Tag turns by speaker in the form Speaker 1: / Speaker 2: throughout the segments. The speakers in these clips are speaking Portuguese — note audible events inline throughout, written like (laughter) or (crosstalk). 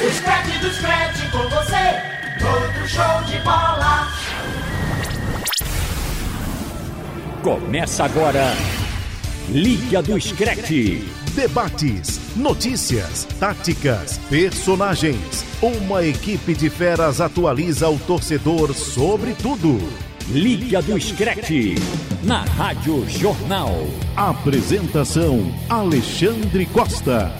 Speaker 1: O Scratch do Scratch com você, outro show de bola.
Speaker 2: Começa agora, Liga do Scratch.
Speaker 3: Debates, notícias, táticas, personagens. Uma equipe de feras atualiza o torcedor sobre tudo.
Speaker 2: Liga do Scratch, na Rádio Jornal.
Speaker 3: Apresentação: Alexandre Costa.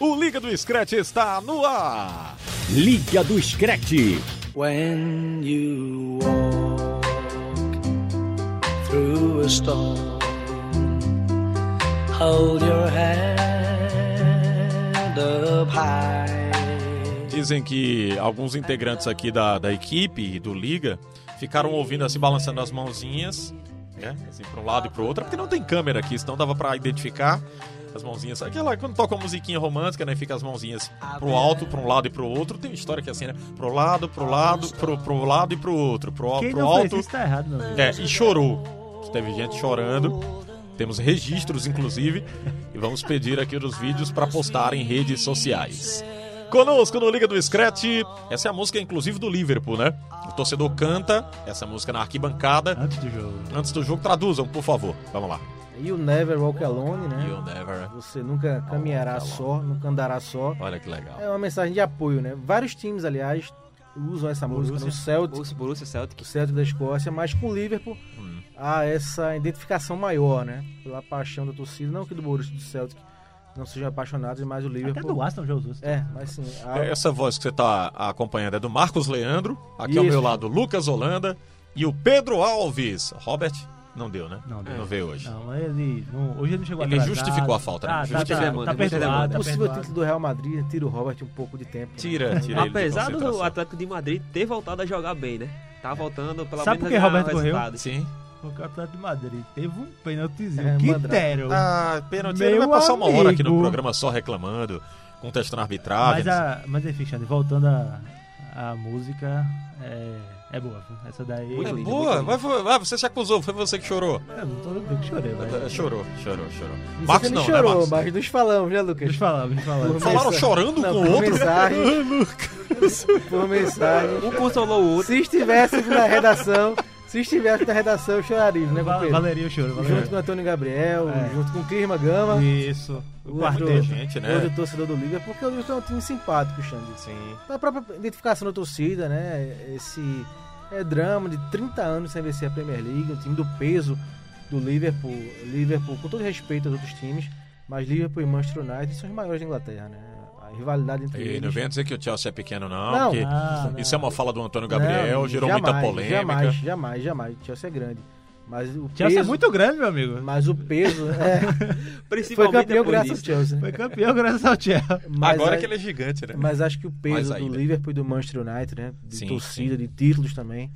Speaker 4: O Liga do Scratch está no ar.
Speaker 2: Liga do Scratch.
Speaker 5: When you walk through a storm, hold your head up high.
Speaker 4: Dizem que alguns integrantes aqui da, da equipe e do Liga ficaram ouvindo assim, balançando as mãozinhas, né? Assim, para um lado e para o outro, porque não tem câmera aqui, senão dava para identificar as mãozinhas. Aquela quando toca uma musiquinha romântica, né? Fica as mãozinhas pro alto, para um lado e pro outro. Tem história que é assim, né? Pro lado, pro lado, pro, pro lado e pro outro. Pro,
Speaker 6: Quem
Speaker 4: pro
Speaker 6: não fez
Speaker 4: alto.
Speaker 6: isso tá errado, meu amigo.
Speaker 4: É, e chorou. Teve gente chorando. Temos registros, inclusive, e vamos pedir aqui os vídeos para postar em redes sociais. Conosco no Liga do Scratch, essa é a música, inclusive, do Liverpool, né? O torcedor canta essa música na arquibancada.
Speaker 6: Antes do jogo.
Speaker 4: Antes do jogo, traduzam, por favor. Vamos lá.
Speaker 7: E o Never Walk Alone, né?
Speaker 4: You never.
Speaker 7: Você nunca caminhará
Speaker 4: Walk
Speaker 7: só, nunca andará só.
Speaker 4: Olha que legal.
Speaker 7: É uma mensagem de apoio, né? Vários times, aliás, usam essa música no Celtic,
Speaker 8: Borussia, Borussia Celtic.
Speaker 7: o Celtic da Escócia, mas com o Liverpool
Speaker 4: Hum.
Speaker 7: há essa identificação maior, né? Pela paixão da torcida, não que do Borussia e do Celtic não sejam apaixonados, mas o
Speaker 6: Até do
Speaker 7: Liverpool...
Speaker 6: Aston já usou.
Speaker 7: É, mas sim. há-
Speaker 4: É, Essa voz que você está acompanhando é do Marcos Leandro, aqui ao
Speaker 7: Isso.
Speaker 4: meu lado, Lucas Holanda e o Pedro Alves. Robert, não deu, né?
Speaker 6: Não deu.
Speaker 4: Não veio hoje.
Speaker 6: Não, mas ele. não- hoje ele não chegou
Speaker 4: Ele
Speaker 6: atrasado.
Speaker 4: justificou a falta, né?
Speaker 6: Tá, tá, tá,
Speaker 4: Justificou.
Speaker 6: tá,
Speaker 8: Muito
Speaker 6: perdoado,
Speaker 7: o
Speaker 6: tá
Speaker 7: possível
Speaker 6: perdoado.
Speaker 7: título do Real Madrid tira o Robert um pouco de tempo.
Speaker 4: Tira, tira ele de
Speaker 8: Apesar do
Speaker 4: concentração.
Speaker 8: Atlético de Madrid ter voltado a jogar bem, né? Tá voltando pelo
Speaker 6: Sabe
Speaker 8: menos
Speaker 6: por que
Speaker 8: a ganhar
Speaker 6: Roberto correu?
Speaker 8: resultados.
Speaker 4: Sim.
Speaker 6: Porque o Atlético de Madrid teve um pênaltizinho
Speaker 7: É,
Speaker 6: que
Speaker 7: mandrake.
Speaker 6: deram.
Speaker 4: Ah, pênalti.
Speaker 6: Meu
Speaker 4: Ele vai passar uma hora aqui no
Speaker 6: amigo.
Speaker 4: programa só reclamando, contestando a arbitragem.
Speaker 6: mas, a, mas enfim, Xande, voltando à à música, é, é boa. viu? Essa daí.
Speaker 8: Muito
Speaker 4: É
Speaker 8: lindo,
Speaker 4: boa,
Speaker 8: muito
Speaker 4: vai, vai, você se acusou, foi você que chorou.
Speaker 6: Eu não tô eu que chorei, velho.
Speaker 4: É, Chorou, chorou, chorou.
Speaker 7: Não sei
Speaker 4: Marcos
Speaker 7: se ele
Speaker 4: não, né,
Speaker 7: chorou,
Speaker 4: Marcos?
Speaker 7: mas nos falamos, né, Lucas?
Speaker 6: Deixa eu falar, deixa eu falar.
Speaker 7: Por
Speaker 4: Falaram
Speaker 7: mensa-
Speaker 4: chorando
Speaker 7: Não,
Speaker 4: com o
Speaker 7: por
Speaker 4: outro? (laughs)
Speaker 7: Mensagem, por mensagem.
Speaker 8: Um consolou o outro.
Speaker 7: Se estivesse na redação, se estivesse na redação, eu choraria, né,
Speaker 6: Va-
Speaker 7: companheiro?
Speaker 6: Valeria, eu choro.
Speaker 7: Junto
Speaker 6: Valeria.
Speaker 7: com o Antônio Gabriel,
Speaker 6: É.
Speaker 7: junto com o Clisma Gama,
Speaker 6: Isso. O
Speaker 7: Outro-
Speaker 6: quarteto.
Speaker 4: Gente, né?
Speaker 7: outro torcedor do Liga, porque o Liverpool é um time simpático, Xande. Então,
Speaker 4: Sim.
Speaker 7: A própria identificação da torcida, né? Esse é, drama de 30 anos sem vencer a Premier League, um time do peso do Liverpool. Liverpool, com todo respeito aos outros times, mas Liverpool e Manchester United são os maiores da Inglaterra, né? A rivalidade entre
Speaker 4: E não
Speaker 7: eles.
Speaker 4: venha dizer que o Chelsea é pequeno, não.
Speaker 7: Não.
Speaker 4: porque
Speaker 6: Ah,
Speaker 4: isso é uma fala do Antônio Gabriel,
Speaker 7: Não,
Speaker 4: gerou
Speaker 7: jamais,
Speaker 4: muita polêmica.
Speaker 7: Jamais, jamais, jamais. Chelsea é grande. Mas o
Speaker 6: Chelsea é
Speaker 7: peso,
Speaker 6: muito grande, meu amigo.
Speaker 7: Mas o peso.
Speaker 4: (laughs)
Speaker 7: É, foi
Speaker 8: Principalmente
Speaker 7: campeão
Speaker 8: depois
Speaker 7: graças ao
Speaker 8: disso.
Speaker 7: Chelsea. né?
Speaker 6: Foi campeão graças ao Chelsea.
Speaker 7: Mas
Speaker 4: Agora
Speaker 7: a-
Speaker 4: que ele é gigante, né?
Speaker 7: Mas acho que o
Speaker 4: Mais
Speaker 7: peso
Speaker 4: ainda.
Speaker 7: do Liverpool e do Manchester United, né? De
Speaker 4: Sim,
Speaker 7: torcida, de títulos também.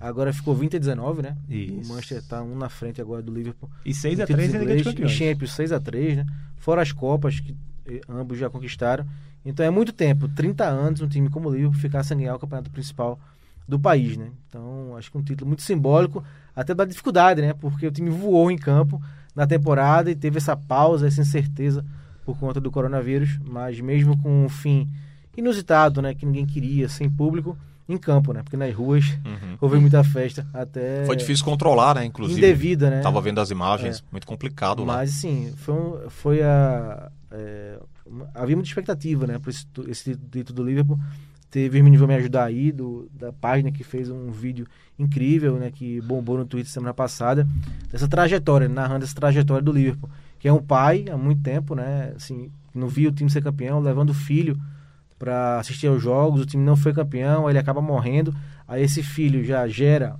Speaker 7: Agora ficou 20 a 19, né?
Speaker 6: Isso.
Speaker 7: O Manchester tá um na frente agora do Liverpool.
Speaker 6: E 6 a
Speaker 7: Em títulos
Speaker 6: 3 na Liga dos
Speaker 7: ingleses,
Speaker 6: Campeões.
Speaker 7: Em Champions 6 a 3 né? Fora as Copas que eh, ambos já conquistaram. Então é muito tempo, 30 anos, um time como o Liverpool ficar sem ganhar o campeonato principal do país, né? Então acho que um título muito simbólico, até da dificuldade, né? Porque o time voou em campo na temporada e teve essa pausa, essa incerteza por conta do coronavírus, mas mesmo com um fim inusitado, né? Que ninguém queria, sem público, em campo, né? Porque nas ruas
Speaker 4: Uhum.
Speaker 7: houve muita festa, até
Speaker 4: Foi difícil controlar, né? Inclusive.
Speaker 7: indevida, né?
Speaker 4: Tava vendo as imagens, muito complicado lá.
Speaker 7: Mas, assim, foi, um- foi a. é, uma- havia muita expectativa, né? Por esse, tu- esse título do Liverpool. Teve o vai me ajudar aí, do, da página que fez um vídeo incrível, né? Que bombou no Twitter semana passada. Dessa trajetória, narrando essa trajetória do Liverpool. Que é um pai há muito tempo, né? Assim, não via o time ser campeão, levando o filho para assistir aos jogos. O time não foi campeão, aí ele acaba morrendo. Aí esse filho já gera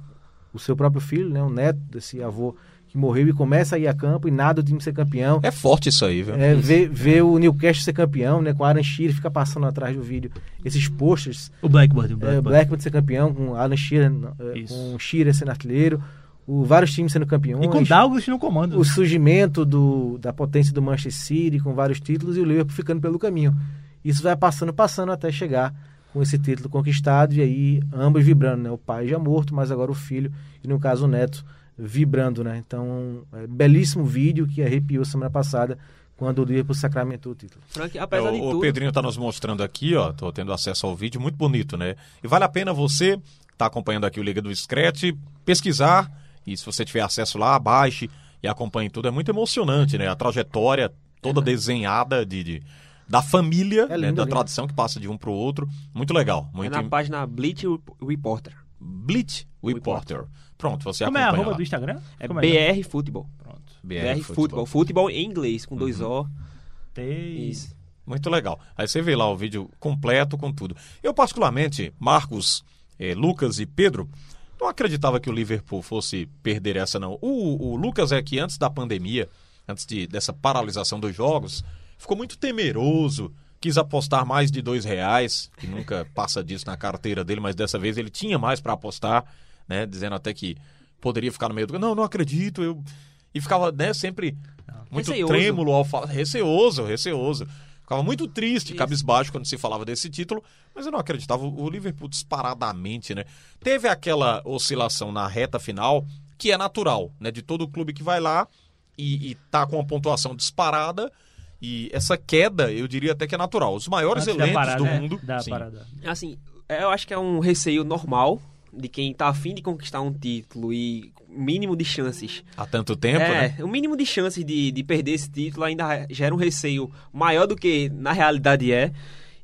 Speaker 7: o seu próprio filho, né? O neto desse avô que morreu e começa a ir a campo e nada o time ser campeão.
Speaker 4: É forte isso aí, viu?
Speaker 7: É, ver, ver o Newcastle ser campeão, né? Com o Aaron Shearer, fica passando atrás do vídeo esses posters.
Speaker 6: O Blackbird, o
Speaker 7: É,
Speaker 6: Blackbird.
Speaker 7: Blackwood ser campeão, com o Alan Shearer, é,
Speaker 6: Isso.
Speaker 7: com o Shearer sendo artilheiro, o, vários times sendo campeões.
Speaker 6: E com o Douglas no comando. né?
Speaker 7: o surgimento do, da potência do Manchester City com vários títulos e o Liverpool ficando pelo caminho. Isso vai passando, passando até chegar com esse título conquistado e aí ambos vibrando, né? O pai já morto, mas agora o filho e no caso o neto vibrando, né? Então, é, belíssimo vídeo que arrepiou semana passada quando o Liverpool sacramentou o título.
Speaker 8: Frank, apesar de
Speaker 4: o, o
Speaker 8: tudo.
Speaker 4: Pedrinho tá nos mostrando aqui, ó. Tô tendo acesso ao vídeo, muito bonito, né? E vale a pena você, que tá acompanhando aqui o Liga do Scratch, pesquisar. E se você tiver acesso lá, baixe e acompanhe tudo. É muito emocionante, né? A trajetória toda desenhada de, de- da família,
Speaker 7: É
Speaker 4: né?
Speaker 7: lindo,
Speaker 4: da
Speaker 7: lindo.
Speaker 4: tradição que passa de um pro outro. Muito legal.
Speaker 8: É
Speaker 4: Muito
Speaker 8: na página Bleach Reporter.
Speaker 4: Blitz Reporter. Pronto, você
Speaker 6: Como é a
Speaker 4: acompanha
Speaker 6: arroba
Speaker 4: lá.
Speaker 6: do Instagram?
Speaker 8: É
Speaker 6: Como
Speaker 8: BR Futebol.
Speaker 6: Pronto.
Speaker 8: BR Futebol. Futebol em inglês, com dois O.
Speaker 6: Tem-
Speaker 8: Isso.
Speaker 4: Muito legal. Aí você vê lá o vídeo completo com tudo. Eu, particularmente, Marcos, eh, Lucas e Pedro, não acreditava que o Liverpool fosse perder essa, não. O, o Lucas é que antes da pandemia, antes de, dessa paralisação dos jogos, ficou muito temeroso. Quis apostar mais de dois reais, que nunca passa disso na carteira dele, mas dessa vez ele tinha mais para apostar, né? Dizendo até que poderia ficar no meio do. Não, não acredito, eu. E ficava, né, sempre muito
Speaker 8: Receioso.
Speaker 4: trêmulo estímulo ao falar. Receoso, receoso. Ficava muito triste, cabisbaixo, quando se falava desse título, mas eu não acreditava. O Liverpool disparadamente, né? Teve aquela oscilação na reta final, que é natural, né? De todo clube que vai lá e, e tá com uma pontuação disparada. E essa queda, eu diria até que é natural. Os maiores
Speaker 6: Antes da
Speaker 4: elencos
Speaker 6: parada,
Speaker 4: do
Speaker 6: né?
Speaker 4: mundo.
Speaker 6: Da
Speaker 4: sim.
Speaker 6: parada.
Speaker 8: Assim, eu acho que é um receio normal de quem tá afim de conquistar um título e mínimo de chances.
Speaker 4: Há tanto tempo,
Speaker 8: é,
Speaker 4: né?
Speaker 8: o mínimo de chances de, de perder esse título ainda gera um receio maior do que na realidade é.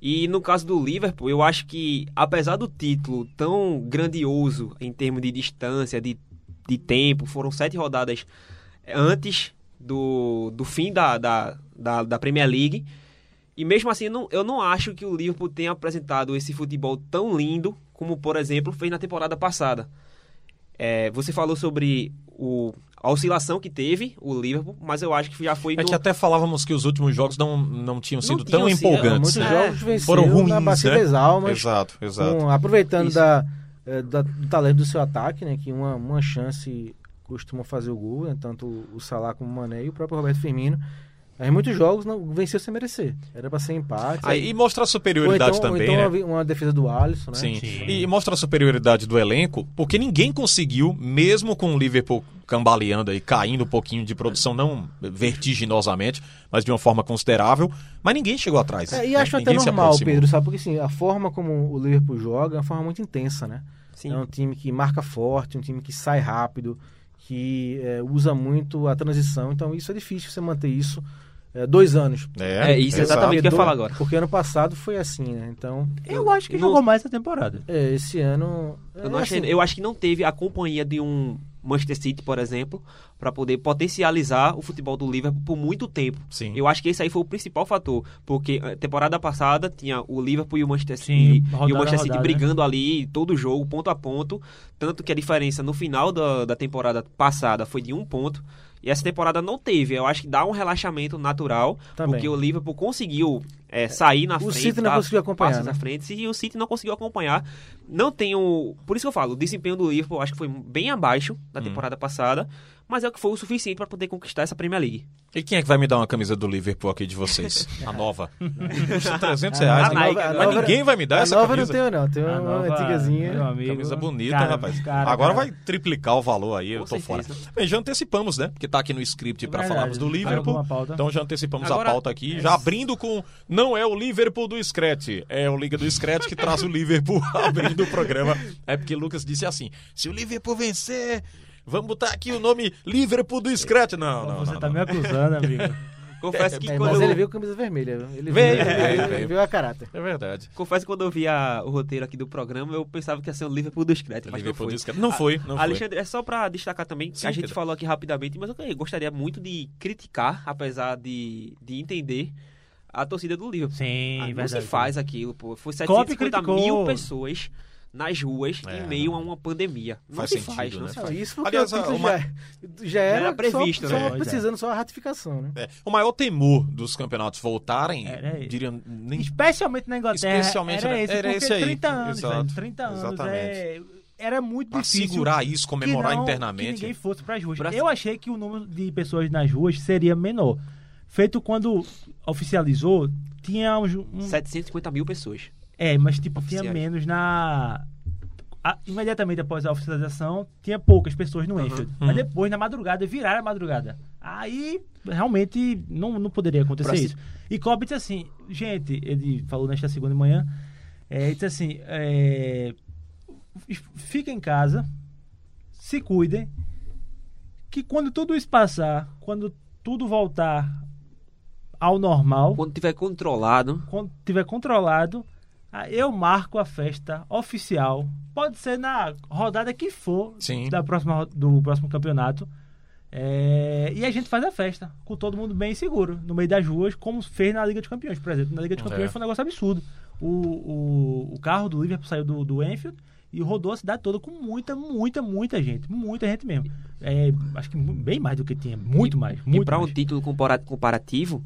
Speaker 8: E no caso do Liverpool, eu acho que, apesar do título tão grandioso em termos de distância, de, de tempo, foram sete rodadas antes do, do fim da, da, da, da Premier League. E mesmo assim, não- eu não acho que o Liverpool tenha apresentado esse futebol tão lindo como, por exemplo, fez na temporada passada. É, você falou sobre o- a oscilação que teve o Liverpool, mas eu acho que já foi
Speaker 4: É
Speaker 8: no-
Speaker 4: que até falávamos que os últimos jogos não, não tinham sido tão
Speaker 8: tinham sido,
Speaker 7: Então,
Speaker 4: empolgantes.
Speaker 7: muitos
Speaker 4: né?
Speaker 8: É,
Speaker 7: jogos venceram
Speaker 4: Foram ruins,
Speaker 7: na bacia
Speaker 4: né?
Speaker 7: das almas,
Speaker 4: Exato, exato.
Speaker 7: com- aproveitando
Speaker 8: Isso.
Speaker 7: da, eh, da- do talento do seu ataque, né? Que uma, uma chance costuma fazer o gol, né, tanto o Salah como o Mané e o próprio Roberto Firmino. Mas muitos jogos não venceu sem merecer. Era pra ser empate.
Speaker 4: Aí, Ah, e mostra a
Speaker 7: ou então,
Speaker 4: superioridade
Speaker 7: ou
Speaker 4: também,
Speaker 7: então
Speaker 4: né?
Speaker 7: uma- uma defesa do Alisson, né?
Speaker 4: Sim.
Speaker 8: É,
Speaker 6: Sim.
Speaker 4: E mostra a superioridade do elenco, porque ninguém conseguiu, mesmo com o Liverpool cambaleando e caindo um pouquinho de produção, não vertiginosamente, mas de uma forma considerável, mas ninguém chegou atrás.
Speaker 7: É, e
Speaker 4: né?
Speaker 7: acho até
Speaker 4: Ninguém se
Speaker 7: normal,
Speaker 4: aproximou.
Speaker 7: Pedro, sabe? Porque assim, a forma como o Liverpool joga é uma forma muito intensa, né?
Speaker 8: Sim.
Speaker 7: É um time que marca forte, um time que sai rápido, que eh, usa muito a transição. Então isso é difícil você manter isso eh, dois anos.
Speaker 4: É,
Speaker 8: É, isso é
Speaker 4: exato.
Speaker 8: exatamente o que eu ia
Speaker 7: do-
Speaker 8: falar agora.
Speaker 7: Porque ano passado foi assim, né? Então,
Speaker 6: Eu acho que
Speaker 8: Não-
Speaker 6: jogou mais essa temporada.
Speaker 7: é, esse ano. é,
Speaker 8: Eu, não achei-
Speaker 7: assim,
Speaker 8: eu acho que não teve a companhia de um Manchester City, por exemplo, para poder potencializar o futebol do Liverpool por muito tempo.
Speaker 4: Sim.
Speaker 8: Eu acho que esse aí foi o principal fator, porque eh, temporada passada tinha o Liverpool e o Manchester
Speaker 6: Sim,
Speaker 8: City, e
Speaker 6: rodada
Speaker 8: o
Speaker 6: a
Speaker 8: Manchester City
Speaker 6: rodada, né?
Speaker 8: brigando ali todo jogo, ponto a ponto, tanto que a diferença no final da, da temporada passada foi de um ponto. E essa temporada não teve. Eu acho que dá um relaxamento natural,
Speaker 6: Tá
Speaker 7: Também.
Speaker 8: porque o Liverpool conseguiu eh, sair na
Speaker 7: O
Speaker 8: frente.
Speaker 7: City não
Speaker 8: dar
Speaker 7: conseguiu acompanhar,
Speaker 8: passos
Speaker 7: né?
Speaker 8: à frente e o City não conseguiu acompanhar. Não tem o. Por isso que eu falo, o desempenho do Liverpool eu acho que foi bem abaixo
Speaker 4: Hum.
Speaker 8: da temporada passada, mas é o que foi o suficiente para poder conquistar essa Premier League.
Speaker 4: E quem é que vai me dar uma camisa do Liverpool aqui de vocês? A
Speaker 8: (laughs)
Speaker 4: nova. Custa 300 reais,
Speaker 8: A
Speaker 4: né?
Speaker 8: Nike, a
Speaker 4: mas
Speaker 8: nova-
Speaker 4: ninguém vai me dar
Speaker 7: a
Speaker 4: essa
Speaker 7: nova
Speaker 4: camisa.
Speaker 7: não tenho, não. Tenho
Speaker 6: A
Speaker 7: uma
Speaker 6: nova- meu
Speaker 7: antigazinha.
Speaker 6: amigo,
Speaker 4: Camisa bonita,
Speaker 6: cara,
Speaker 4: rapaz.
Speaker 6: cara,
Speaker 4: Agora
Speaker 6: cara.
Speaker 4: vai triplicar o valor aí, eu
Speaker 8: Com
Speaker 4: tô
Speaker 8: certeza.
Speaker 4: fora. Bem, já antecipamos, né? Porque tá aqui no script pra
Speaker 6: É Verdade,
Speaker 4: falarmos do
Speaker 6: vai
Speaker 4: Liverpool.
Speaker 6: alguma pauta? É
Speaker 4: Então já antecipamos
Speaker 8: Agora,
Speaker 4: a pauta aqui, já abrindo com não é o Liverpool do Scratch, é o Liga do Scratch que traz o Liverpool (laughs) abrindo o programa. É porque Lucas disse assim: "Se o Liverpool vencer, vamos botar aqui o nome Liverpool do Scratch". Não, não,
Speaker 6: Você
Speaker 4: não.
Speaker 6: tá
Speaker 4: não.
Speaker 6: me
Speaker 8: (laughs)
Speaker 6: acusando, amigo.
Speaker 4: (laughs)
Speaker 8: Confesso que
Speaker 7: É,
Speaker 8: quando
Speaker 7: mas
Speaker 8: eu,
Speaker 7: ele veio com camisa vermelha. Ele veio,
Speaker 4: Veio,
Speaker 7: ele
Speaker 4: veio,
Speaker 7: veio-
Speaker 4: veio.
Speaker 7: veio a caráter.
Speaker 4: É verdade.
Speaker 8: confesso que quando eu vi a- o roteiro aqui do programa, eu pensava que ia ser o Liverpool do Scratch,
Speaker 4: O
Speaker 8: mas
Speaker 4: Liverpool
Speaker 8: não foi.
Speaker 4: do Scratch. Não foi, não foi.
Speaker 8: Alexandre, é só pra destacar também, que
Speaker 4: Sim,
Speaker 8: a gente
Speaker 4: Pedro.
Speaker 8: falou aqui rapidamente, mas eu gostaria muito de criticar, apesar de, de entender, a torcida do Liverpool.
Speaker 6: Sim,
Speaker 8: Ah, não
Speaker 6: verdade.
Speaker 8: se faz aquilo, pô. Foi
Speaker 6: Klopp
Speaker 8: 750
Speaker 6: criticou.
Speaker 8: mil pessoas nas ruas
Speaker 4: É,
Speaker 8: em meio a uma pandemia. Não
Speaker 4: Faz
Speaker 8: se
Speaker 4: sentido,
Speaker 8: faz, não
Speaker 4: né?
Speaker 8: se
Speaker 7: Não,
Speaker 8: faz.
Speaker 7: isso porque
Speaker 4: Aliás,
Speaker 7: o título
Speaker 4: uma-
Speaker 7: já, é- já era,
Speaker 8: era previsto,
Speaker 7: só,
Speaker 6: né?
Speaker 7: Só precisando só a ratificação, né?
Speaker 4: É, o maior temor dos campeonatos voltarem,
Speaker 6: Era
Speaker 4: eu diria, nem
Speaker 6: Especialmente na Inglaterra.
Speaker 4: Especialmente
Speaker 6: era
Speaker 4: na-
Speaker 6: esse,
Speaker 4: era
Speaker 6: porque
Speaker 4: esse aí.
Speaker 6: 30 anos,
Speaker 4: Exato.
Speaker 6: velho, 30 anos.
Speaker 4: Exatamente.
Speaker 6: é- era muito
Speaker 4: pra
Speaker 6: difícil.
Speaker 4: segurar isso, comemorar
Speaker 6: que não- Que
Speaker 4: internamente.
Speaker 6: ninguém fosse pras ruas.
Speaker 8: Pra-
Speaker 6: Eu achei que o número de pessoas nas ruas seria menor. Feito quando oficializou, tinha uns. Um,
Speaker 8: 750 mil pessoas.
Speaker 6: é, mas tipo, tinha
Speaker 8: Oficiais.
Speaker 6: menos na. a- imediatamente após a oficialização, tinha poucas pessoas no Enfield. Mas depois, na madrugada, viraram a madrugada. Aí, realmente, não, não poderia acontecer
Speaker 8: Pra se-
Speaker 6: isso. E Kobe disse assim, gente, ele falou nesta segunda de manhã, é, ele disse assim, é, f- fica em casa, se cuidem, que quando tudo isso passar, quando tudo voltar ao normal,
Speaker 8: Quando tiver controlado,
Speaker 6: quando tiver controlado, ah, eu marco a festa oficial. Pode ser na rodada que for
Speaker 4: Sim.
Speaker 6: da próxima, ro- do próximo campeonato. É, e a gente faz a festa, com todo mundo bem seguro, no meio das ruas, como fez na Liga dos Campeões, por exemplo. Na Liga dos
Speaker 4: É.
Speaker 6: Campeões foi um negócio absurdo. O, o, o carro do Liverpool saiu do, do Enfield e rodou a cidade toda com muita, muita, muita gente. Muita gente mesmo. É, acho que mu- bem mais do que tinha, muito mais. Muito
Speaker 8: e para um
Speaker 6: mais.
Speaker 8: título compara- comparativo,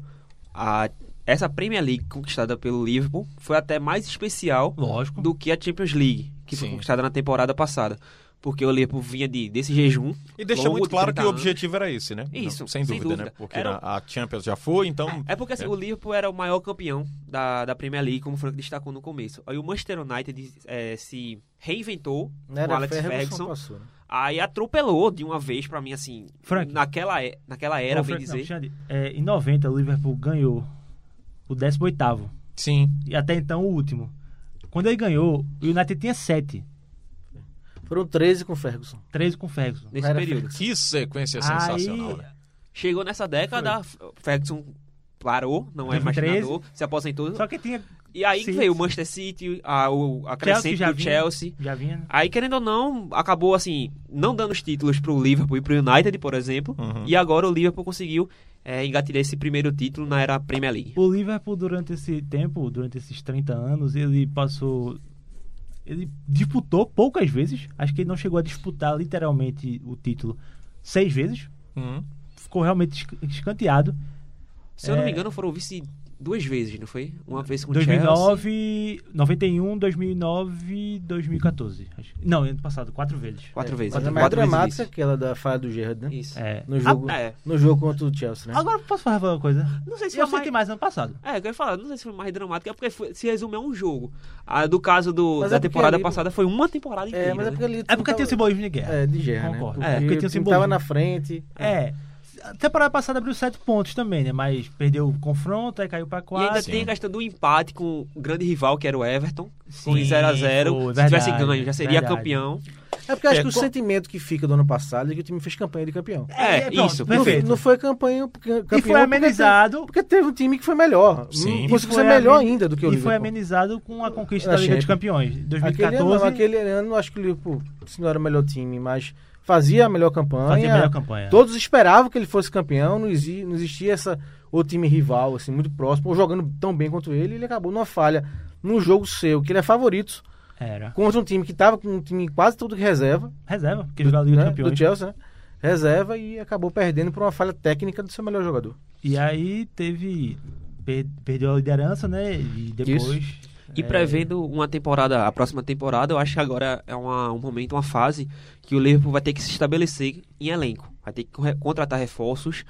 Speaker 8: a- essa Premier League conquistada pelo Liverpool foi até mais especial
Speaker 6: Lógico.
Speaker 8: do que a Champions League, que foi
Speaker 4: Sim.
Speaker 8: conquistada na temporada passada. Porque o Liverpool vinha de, desse jejum.
Speaker 4: E deixa
Speaker 8: longo
Speaker 4: muito
Speaker 8: de
Speaker 4: claro que
Speaker 8: 30
Speaker 4: o
Speaker 8: anos.
Speaker 4: objetivo era esse, né?
Speaker 8: Isso,
Speaker 4: Não, sem,
Speaker 8: sem
Speaker 4: dúvida, né?
Speaker 8: dúvida.
Speaker 4: Porque
Speaker 8: Era-
Speaker 4: a Champions já foi, então.
Speaker 8: É porque assim,
Speaker 4: É.
Speaker 8: o Liverpool era o maior campeão da, da Premier League, como o Frank destacou no começo. Aí o Manchester United eh, se reinventou com o
Speaker 7: Era
Speaker 8: Alex
Speaker 7: Ferguson,
Speaker 8: Ferguson.
Speaker 7: passou, né?
Speaker 8: Aí atropelou de uma vez pra mim, assim.
Speaker 6: Frank.
Speaker 8: Naquela, e- naquela era,
Speaker 6: Não,
Speaker 8: bem
Speaker 6: Frank, não,
Speaker 8: dizer.
Speaker 6: Xande, é, em 90, o Liverpool ganhou o 18º.
Speaker 4: Sim.
Speaker 6: E até então o último. Quando ele ganhou, o United tinha 7.
Speaker 7: Foram 13 com o Ferguson.
Speaker 6: 13 com o Ferguson.
Speaker 8: Nesse
Speaker 7: Era
Speaker 8: período.
Speaker 4: Que sequência sensacional, né?
Speaker 6: Aí,
Speaker 8: Chegou nessa década, F- Ferguson parou, não é mais
Speaker 6: 2013.
Speaker 8: treinador, se aposentou.
Speaker 6: só que tinha...
Speaker 8: E aí
Speaker 6: Sim.
Speaker 8: veio o Manchester City, a, o, a
Speaker 6: Chelsea
Speaker 8: crescente
Speaker 6: já
Speaker 8: do
Speaker 6: vinha.
Speaker 8: Chelsea.
Speaker 6: Já vinha, né?
Speaker 8: Aí, querendo ou não, acabou assim, não dando os títulos pro Liverpool e pro United, por exemplo.
Speaker 7: Uhum.
Speaker 8: E agora o Liverpool conseguiu é, engatilhar esse primeiro título na era Premier League.
Speaker 6: O Liverpool, durante esse tempo, durante esses 30 anos, ele passou... Ele disputou poucas vezes. Acho que ele não chegou a disputar, literalmente, o título seis vezes.
Speaker 4: Uhum.
Speaker 6: Ficou realmente esc- escanteado.
Speaker 8: Se eu não
Speaker 6: É.
Speaker 8: me engano, foram vice duas vezes, não foi? Uma vez com o Chelsea.
Speaker 6: 2009, 91, 2009, 2014. acho. Não, ano passado, quatro vezes.
Speaker 8: Quatro vezes.
Speaker 7: Mas é
Speaker 8: Quatro,
Speaker 7: mais
Speaker 8: vezes
Speaker 7: dramática
Speaker 8: vice.
Speaker 7: aquela da falha do Gerrard, né?
Speaker 8: Isso.
Speaker 6: É.
Speaker 7: No jogo,
Speaker 8: Ah, é.
Speaker 7: no jogo contra o Chelsea, né?
Speaker 6: Agora posso falar uma coisa?
Speaker 8: Não sei se
Speaker 6: eu
Speaker 8: foi mais...
Speaker 6: senti mais ano passado.
Speaker 8: É, eu quero falar, não sei se foi mais dramático, é porque foi- se resume a um jogo. Ah, do caso do,
Speaker 7: Mas
Speaker 8: da
Speaker 7: é porque
Speaker 8: temporada
Speaker 7: ali-
Speaker 8: passada, foi uma temporada inteira.
Speaker 7: É, mas é
Speaker 8: né?
Speaker 7: porque ele
Speaker 6: É porque
Speaker 7: não
Speaker 6: tem o
Speaker 7: tava-
Speaker 6: simbolismo de guerra.
Speaker 7: É, de Gerrard, né?
Speaker 6: Concordo.
Speaker 7: Porque,
Speaker 6: É, porque tem o
Speaker 7: ele
Speaker 6: simbolismo.
Speaker 7: tava na frente.
Speaker 6: É. A temporada passada abriu sete pontos também, né? Mas perdeu o confronto, aí caiu pra
Speaker 8: E ainda
Speaker 6: quatro.
Speaker 8: tem a questão do empate com o grande rival, que era o Everton, com 0x0.
Speaker 6: Sim, foi,
Speaker 8: Se tivesse
Speaker 6: verdade,
Speaker 8: ganho, já seria
Speaker 6: verdade.
Speaker 8: campeão.
Speaker 7: É porque eu acho
Speaker 4: É,
Speaker 7: que o
Speaker 4: co-
Speaker 7: sentimento que fica do ano passado é que o time fez campanha de campeão.
Speaker 8: É,
Speaker 6: é, pronto,
Speaker 8: isso.
Speaker 7: Não-
Speaker 6: perfeito.
Speaker 7: Não, foi campanha porque- campeão
Speaker 6: E foi amenizado.
Speaker 7: porque, te- porque teve um time que foi melhor.
Speaker 4: Sim.
Speaker 7: Sim.
Speaker 4: E
Speaker 7: Conseguiu
Speaker 6: foi
Speaker 7: ser melhor
Speaker 6: amen-
Speaker 7: ainda do que o
Speaker 6: E
Speaker 7: Liverpool.
Speaker 6: foi amenizado com a conquista
Speaker 7: Eu
Speaker 6: da Liga
Speaker 7: achei.
Speaker 6: dos Campeões,
Speaker 7: Aquele ano,
Speaker 6: 2014.
Speaker 7: aquele ano, acho que o Liverpool se não era o melhor time, mas fazia a melhor campanha.
Speaker 6: Fazia a melhor campanha.
Speaker 7: Todos esperavam que ele fosse campeão, não exi- não existia essa o time rival assim muito próximo, ou jogando tão bem quanto ele, ele acabou numa falha num jogo seu, que ele é favorito
Speaker 6: Era.
Speaker 7: contra um time que estava com um time quase todo que reserva,
Speaker 6: Reserva, porque jogava a Liga dos
Speaker 7: né, do
Speaker 6: Campeões.
Speaker 7: Chelsea, né? Reserva e acabou perdendo por uma falha técnica do seu melhor jogador.
Speaker 6: E aí teve. per- Perdeu a liderança, né? E depois.
Speaker 8: E prevendo uma temporada, a próxima temporada, eu acho que agora é uma- um momento, uma fase que o Liverpool vai ter que se estabelecer em elenco. Vai ter que corre- contratar reforços,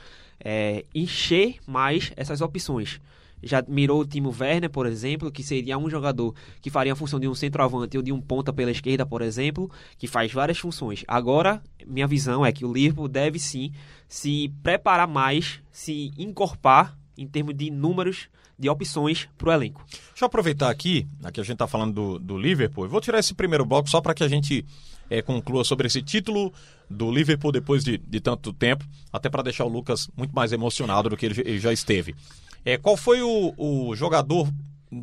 Speaker 8: é, encher mais essas opções. Já mirou o Timo Werner, por exemplo, que seria um jogador que faria a função de um centroavante ou de um ponta pela esquerda, por exemplo, que faz várias funções. Agora, minha visão é que o Liverpool deve sim se preparar mais, se encorpar em termos de números, de opções para o elenco.
Speaker 4: Deixa eu aproveitar aqui, aqui a gente tá falando do, do Liverpool. Eu vou tirar esse primeiro bloco só para que a gente eh, conclua sobre esse título do Liverpool depois de, de tanto tempo, até para deixar o Lucas muito mais emocionado do que ele, já- ele já esteve. Eh, qual foi o, o jogador,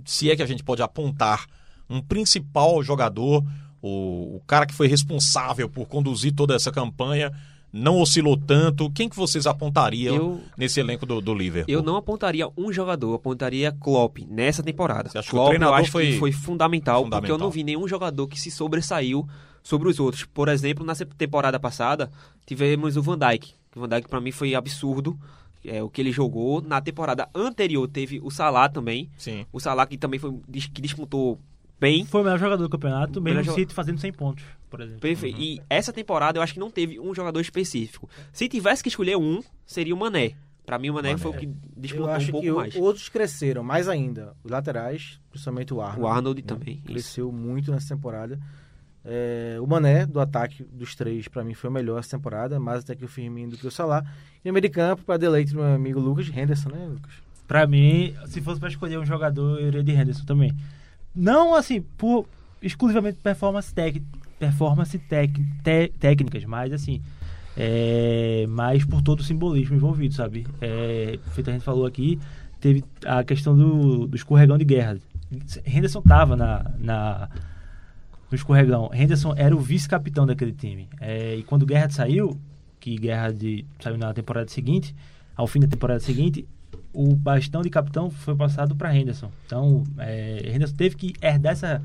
Speaker 4: se é que a gente pode apontar, um principal jogador, o, o cara que foi responsável por conduzir toda essa campanha, não oscilou tanto? Quem que vocês apontariam
Speaker 8: Eu-
Speaker 4: nesse elenco do, do Liverpool?
Speaker 8: Eu não apontaria um jogador, eu apontaria Klopp nessa temporada.
Speaker 4: Você acha que o
Speaker 8: Klopp
Speaker 4: treinador
Speaker 8: eu acho
Speaker 4: foi-
Speaker 8: que foi fundamental, porque eu
Speaker 4: fundamental?
Speaker 8: não vi nenhum jogador que se sobressaiu sobre os outros. Por exemplo, na se- temporada passada, tivemos o Van Dijk. O Van Dijk pra mim foi absurdo. É, o que ele jogou na temporada anterior teve o Salah também.
Speaker 4: Sim.
Speaker 8: O Salah que também foi dis- que disputou bem.
Speaker 6: Foi o melhor jogador do campeonato, mesmo
Speaker 8: Melhor
Speaker 6: o
Speaker 8: jo-
Speaker 6: City fazendo 100 pontos, por exemplo.
Speaker 8: Perfeito.
Speaker 4: Uhum.
Speaker 8: E essa temporada eu acho que não teve um jogador específico. Se tivesse que escolher um, seria o Mané. Pra mim o Mané, foi o que
Speaker 7: É, Eu
Speaker 8: disputou um
Speaker 7: acho
Speaker 8: pouco
Speaker 7: que o-
Speaker 8: mais.
Speaker 7: outros cresceram mais
Speaker 6: Ah,
Speaker 7: ainda, os laterais, principalmente o Arnold.
Speaker 6: né?
Speaker 8: O Arnold também. isso.
Speaker 7: cresceu muito nessa temporada. É, o Mané, do ataque dos três, para mim foi o melhor essa temporada, mais até que o Firmino do que o Salah. E o meio de campo, para deleite do meu amigo Lucas Henderson, né, Lucas?
Speaker 6: Pra mim, se fosse pra escolher um jogador, eu iria de Henderson também. Não, assim, por exclusivamente performance, tec, performance tec, te- técnicas, mas assim, é, mas por todo o simbolismo envolvido, sabe? É, feito a gente falou aqui, teve a questão do, do escorregão de guerra. Henderson tava na, na, no escorregão. Henderson era o vice-capitão daquele time. É, e quando Guerra saiu, que Guerra de, saiu na temporada seguinte, ao fim da temporada seguinte, o bastão de capitão foi passado para Henderson. Então, é, Henderson teve que herdar essa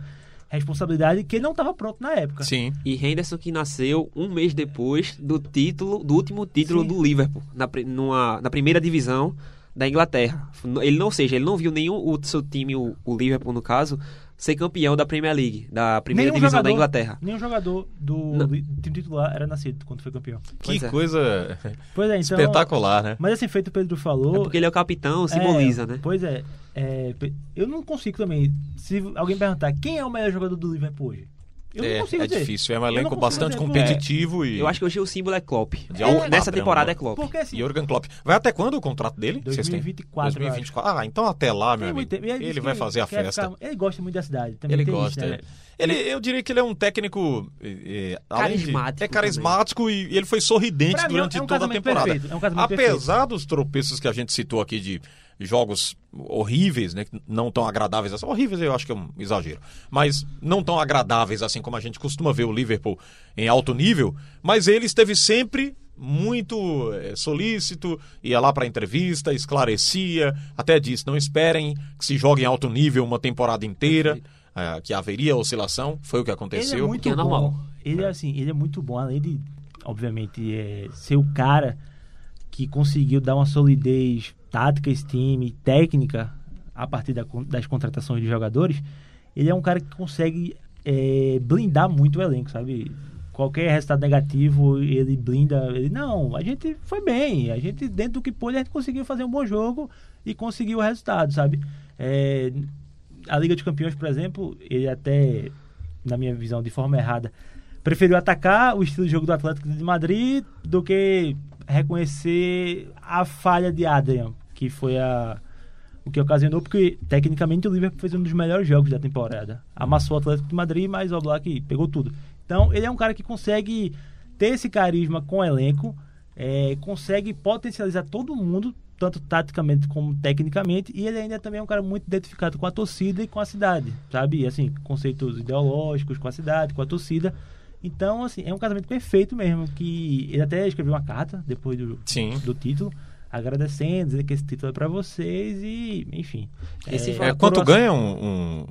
Speaker 6: responsabilidade que ele não estava pronto na época.
Speaker 4: Sim.
Speaker 8: E Henderson que nasceu um mês depois do título, do último título
Speaker 6: Sim.
Speaker 8: do Liverpool, na, pri- numa- na primeira divisão da Inglaterra. Ele não, ou seja, ele não viu nenhum o seu time, o, o Liverpool no caso, ser campeão da Premier League, da primeira divisão da Inglaterra.
Speaker 6: Nenhum jogador do,
Speaker 8: Não.
Speaker 6: do time titular era nascido quando foi campeão.
Speaker 8: Pois
Speaker 4: Que
Speaker 8: é.
Speaker 4: coisa
Speaker 6: Pois é, então...
Speaker 4: espetacular, né?
Speaker 6: Mas assim, feito o Pedro
Speaker 8: É
Speaker 6: falou...
Speaker 8: porque ele é o capitão, simboliza,
Speaker 6: É,
Speaker 8: né?
Speaker 6: Pois é, É, pe- Eu não consigo também. Se alguém perguntar quem é o melhor jogador do Liverpool hoje, eu
Speaker 4: é,
Speaker 6: não consigo
Speaker 4: é
Speaker 6: dizer.
Speaker 4: difícil. É um
Speaker 6: Eu não
Speaker 4: elenco
Speaker 6: consigo
Speaker 4: bastante
Speaker 6: dizer, pô.
Speaker 4: competitivo e.
Speaker 8: Eu acho que hoje o símbolo é Klopp.
Speaker 4: De algum
Speaker 8: Nessa
Speaker 4: padrão,
Speaker 8: temporada
Speaker 4: né?
Speaker 8: é Klopp.
Speaker 6: Porque assim,
Speaker 4: Jürgen Klopp. Vai até quando o contrato dele? Vocês têm?
Speaker 6: 2024, eu acho.
Speaker 4: 2024. Ah, então até lá, meu
Speaker 6: tem muito
Speaker 4: amigo.
Speaker 6: tempo. E aí diz
Speaker 4: Ele
Speaker 6: que
Speaker 4: vai fazer a
Speaker 6: quer
Speaker 4: festa.
Speaker 6: ficar- ele gosta muito da cidade. Também
Speaker 4: Ele
Speaker 6: tem
Speaker 4: gosta. é.
Speaker 6: Isso, né?
Speaker 4: Ele, eu diria que ele é um técnico. eh, eh, além de-
Speaker 8: Carismático
Speaker 4: é carismático e, e ele foi sorridente
Speaker 6: Pra mim,
Speaker 4: durante
Speaker 6: é um
Speaker 4: toda a
Speaker 6: casamento
Speaker 4: temporada.
Speaker 6: perfeito, é um casamento
Speaker 4: Apesar dos tropeços que a gente citou aqui de jogos horríveis, né? que Não tão agradáveis assim. Horríveis eu acho que é um exagero. Mas não tão agradáveis assim como a gente costuma ver o Liverpool em alto nível. Mas ele esteve sempre muito eh, solícito, ia lá para entrevista, esclarecia, até disse, não esperem que se jogue em alto nível uma temporada inteira ah, que haveria oscilação, foi o que
Speaker 6: Ele é
Speaker 4: aconteceu.
Speaker 6: muito
Speaker 8: que é
Speaker 6: bom.
Speaker 8: normal.
Speaker 6: Ele é assim, ele é muito bom, além de, obviamente, é, ser o cara que conseguiu dar uma solidez tática a esse time, técnica, a partir da con- das contratações de jogadores, ele é um cara que consegue é, blindar muito o elenco, sabe? Qualquer resultado negativo, ele blinda. Ele, não, a gente foi bem. A gente, dentro do que pôde, a gente conseguiu fazer um bom jogo e conseguiu o resultado, sabe? É, a Liga de Campeões, por exemplo, ele até, na minha visão, de forma errada, preferiu atacar o estilo de jogo do Atlético de Madrid do que reconhecer a falha de Adrian, que foi a o que ocasionou, porque tecnicamente o Liverpool fez um dos melhores jogos da temporada. Amassou o Atlético de Madrid, mas o Black pegou tudo. Então, ele é um cara que consegue ter esse carisma com o elenco, é, consegue potencializar todo mundo, tanto taticamente como tecnicamente, e ele ainda também é um cara muito identificado com a torcida e com a cidade, sabe? E, Assim, conceitos ideológicos com a cidade, com a torcida. Então, assim, é um casamento perfeito mesmo, que ele até escreveu uma carta depois do,
Speaker 4: Sim.
Speaker 6: do título, agradecendo, dizendo que esse título é pra vocês e, enfim.
Speaker 8: Esse
Speaker 4: É, quanto
Speaker 6: né?
Speaker 4: ganha um, um-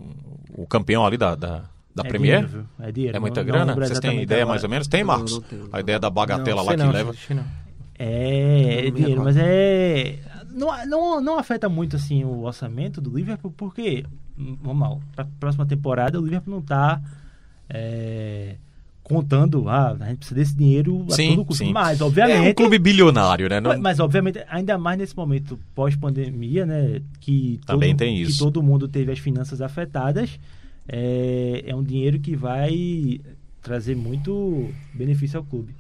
Speaker 4: o campeão ali da, da, da
Speaker 6: é
Speaker 4: Premier?
Speaker 6: Dinheiro, viu? é dinheiro.
Speaker 4: É muita
Speaker 6: não- não
Speaker 4: grana?
Speaker 6: lembro
Speaker 4: Vocês têm
Speaker 6: exatamente
Speaker 4: ideia
Speaker 6: agora.
Speaker 4: mais ou menos? Tem,
Speaker 8: Não,
Speaker 4: Marcos?
Speaker 8: não tenho.
Speaker 4: a ideia da bagatela
Speaker 7: Não,
Speaker 4: lá
Speaker 7: sei
Speaker 4: que
Speaker 7: não,
Speaker 4: leva.
Speaker 7: sei não.
Speaker 6: É, é
Speaker 8: lembro
Speaker 6: dinheiro,
Speaker 8: agora.
Speaker 6: mas é. Não, não, não afeta muito assim o orçamento do Liverpool, porque, hum, vamos lá, pra próxima temporada o Liverpool não tá. é, contando, ah, a gente precisa desse dinheiro a
Speaker 4: Sim,
Speaker 6: todo custo.
Speaker 4: sim. (laughs)
Speaker 6: Mas,
Speaker 4: É
Speaker 6: obviamente.
Speaker 4: um clube bilionário, né? Não-
Speaker 6: Mas, mas, obviamente, ainda mais nesse momento pós-pandemia, né? Que todo,
Speaker 4: Também tem
Speaker 6: que
Speaker 4: isso.
Speaker 6: todo mundo teve as finanças afetadas. É, é um dinheiro que vai trazer muito benefício ao clube.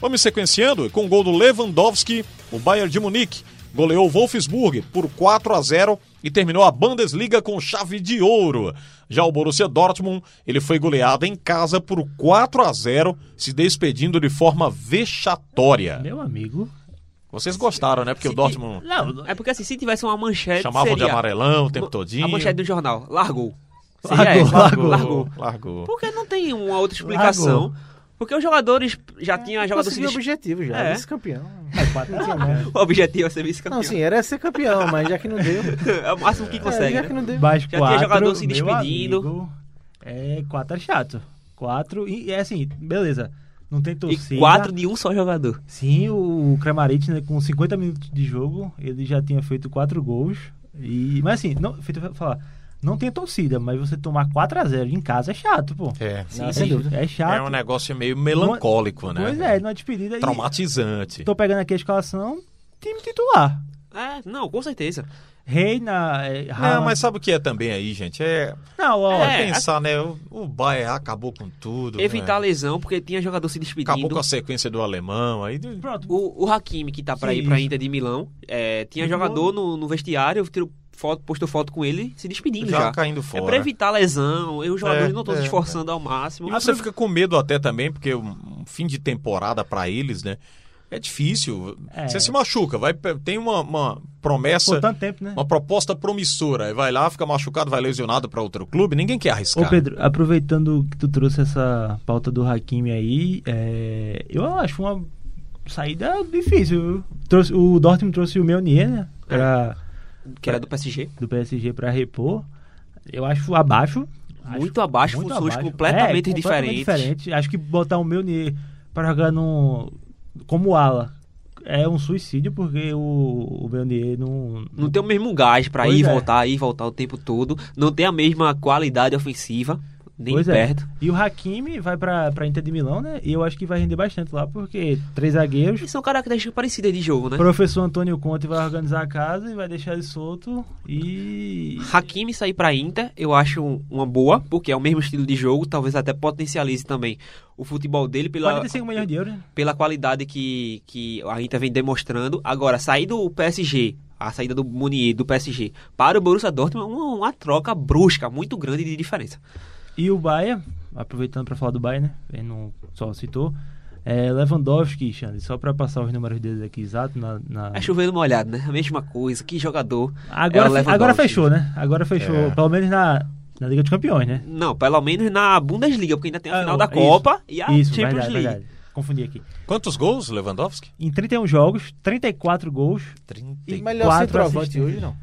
Speaker 4: Vamos sequenciando com o gol do Lewandowski, o Bayern de Munique goleou o Wolfsburg por 4 a 0 e terminou a Bundesliga com chave de ouro. Já o Borussia Dortmund, ele foi goleado em casa por 4 a 0, se despedindo de forma vexatória.
Speaker 6: Meu amigo.
Speaker 4: Vocês gostaram, né? Porque o Dortmund
Speaker 6: Não,
Speaker 8: É porque assim, se tivesse uma manchete.
Speaker 4: chamavam de
Speaker 8: seria
Speaker 4: amarelão o tempo todinho.
Speaker 8: A manchete do jornal. Largou. Seria
Speaker 6: Largou,
Speaker 8: essa,
Speaker 6: largou.
Speaker 8: largou.
Speaker 4: Largou.
Speaker 8: Porque não tem uma outra explicação. Porque os jogadores já tinham jogadores que
Speaker 7: Conseguiu o
Speaker 8: diz-
Speaker 7: objetivo já,
Speaker 8: É.
Speaker 7: esse campeão.
Speaker 6: quatro-
Speaker 7: Não tinha mais.
Speaker 8: (laughs) o objetivo é ser
Speaker 7: Não,
Speaker 8: vice-campeão.
Speaker 7: sim, era ser campeão, mas já que não deu.
Speaker 8: (laughs) é o máximo que consegue,
Speaker 7: já
Speaker 8: né?
Speaker 7: que não deu.
Speaker 6: mais
Speaker 8: tinha
Speaker 6: quatro,
Speaker 8: jogador se
Speaker 6: meu
Speaker 8: despedindo.
Speaker 6: amigo, é, quatro é chato. Quatro, e é assim, beleza. Não tem torcida.
Speaker 8: E quatro de um só jogador.
Speaker 6: Sim, o Kramaric, né, com 50 minutos de jogo, ele já tinha feito quatro gols. E, mas assim, não, feito eu falar, não tem torcida, mas você tomar 4 a 0 em casa é chato, pô.
Speaker 4: É.
Speaker 6: É,
Speaker 7: sem dúvida.
Speaker 6: é chato.
Speaker 4: É um negócio meio melancólico, né?
Speaker 6: Pois é, numa despedida.
Speaker 4: Traumatizante.
Speaker 6: E tô pegando aqui a escalação, time titular.
Speaker 8: É, não, com certeza.
Speaker 6: Reina, é,
Speaker 4: Não,
Speaker 6: Haaland.
Speaker 4: mas sabe o que é também aí, gente? É,
Speaker 6: Não, ó,
Speaker 4: é
Speaker 8: É.
Speaker 4: pensar, né? O, o Bayern acabou com tudo.
Speaker 8: Evitar
Speaker 4: né?
Speaker 8: lesão, porque tinha jogador se despedindo.
Speaker 4: Acabou com a sequência do alemão. Aí de-
Speaker 6: pronto.
Speaker 8: O, o Hakimi, que tá pra ir
Speaker 6: Sim.
Speaker 8: pra Inter de Milão, é, tinha
Speaker 6: Muito
Speaker 8: jogador no, no vestiário, eu tiro foto, postou foto com ele se despedindo
Speaker 4: já,
Speaker 8: já.
Speaker 4: caindo fora.
Speaker 8: É pra evitar lesão, e os jogadores
Speaker 4: É,
Speaker 8: não estão
Speaker 4: é,
Speaker 8: se esforçando ao máximo.
Speaker 4: E você fica com medo até também, porque um um fim de temporada pra eles, né? É difícil.
Speaker 6: É.
Speaker 4: Você se machuca, vai, pe- tem uma, uma promessa,
Speaker 6: Por tanto tempo, né?
Speaker 4: uma proposta promissora. Aí vai lá, fica machucado, vai lesionado pra outro clube. Ninguém quer arriscar.
Speaker 6: Ô Pedro, aproveitando que tu trouxe essa pauta do Hakimi aí, é, eu acho uma saída difícil. viu? Trouxe, o Dortmund trouxe o Meunier, né? Pra,
Speaker 8: Que era do PSG.
Speaker 6: do PSG pra repor. Eu acho abaixo. Acho
Speaker 8: Muito abaixo,
Speaker 6: muito
Speaker 8: funções
Speaker 6: abaixo.
Speaker 8: completamente
Speaker 6: É,
Speaker 8: diferentes.
Speaker 6: diferente. Acho que botar o Meunier pra jogar no, como ala é um suicídio, porque o, o Meunier não...
Speaker 8: Não tem o mesmo gás pra
Speaker 6: Pois
Speaker 8: ir e
Speaker 6: é.
Speaker 8: voltar, ir e voltar o tempo todo. Não tem a mesma qualidade ofensiva, nem
Speaker 6: Pois é.
Speaker 8: perto.
Speaker 6: E o Hakimi vai pra, pra Inter de Milão, né? E eu acho que vai render bastante lá, porque três zagueiros...
Speaker 8: E são características parecidas de jogo, né?
Speaker 6: Professor Antônio Conte vai organizar a casa e vai deixar ele solto e.
Speaker 8: Hakimi sair pra Inter, eu acho um- uma boa, porque é o mesmo estilo de jogo, talvez até potencialize também o futebol dele pela,
Speaker 6: 45 milhões de euros. né?
Speaker 8: pela qualidade que, que a Inter vem demonstrando. Agora, sair do PSG, a saída do Munier do PSG para o Borussia Dortmund é uma, uma troca brusca, muito grande de diferença.
Speaker 6: E o Bahia, aproveitando pra falar do Bahia, né? Ele não só citou. É Lewandowski, Xande, só pra passar os números deles aqui exato na. na-
Speaker 8: É chover no molhado, né? A mesma coisa, que jogador. é o
Speaker 6: Agora,
Speaker 8: Lewandowski. É.
Speaker 6: agora fechou, né? Agora fechou. Pelo menos na, na Liga dos Campeões, né?
Speaker 8: Não, pelo menos na Bundesliga, porque ainda tem a final da
Speaker 6: Ah, isso.
Speaker 8: Copa e a
Speaker 6: Isso,
Speaker 8: Champions
Speaker 6: verdade,
Speaker 8: League.
Speaker 6: verdade. Confundi aqui.
Speaker 4: Quantos gols, Lewandowski?
Speaker 6: Em 31 jogos, 34 gols
Speaker 4: 30.
Speaker 7: E
Speaker 4: e-
Speaker 7: melhor
Speaker 6: quatro
Speaker 7: centroavante
Speaker 6: assistências.
Speaker 7: hoje, não.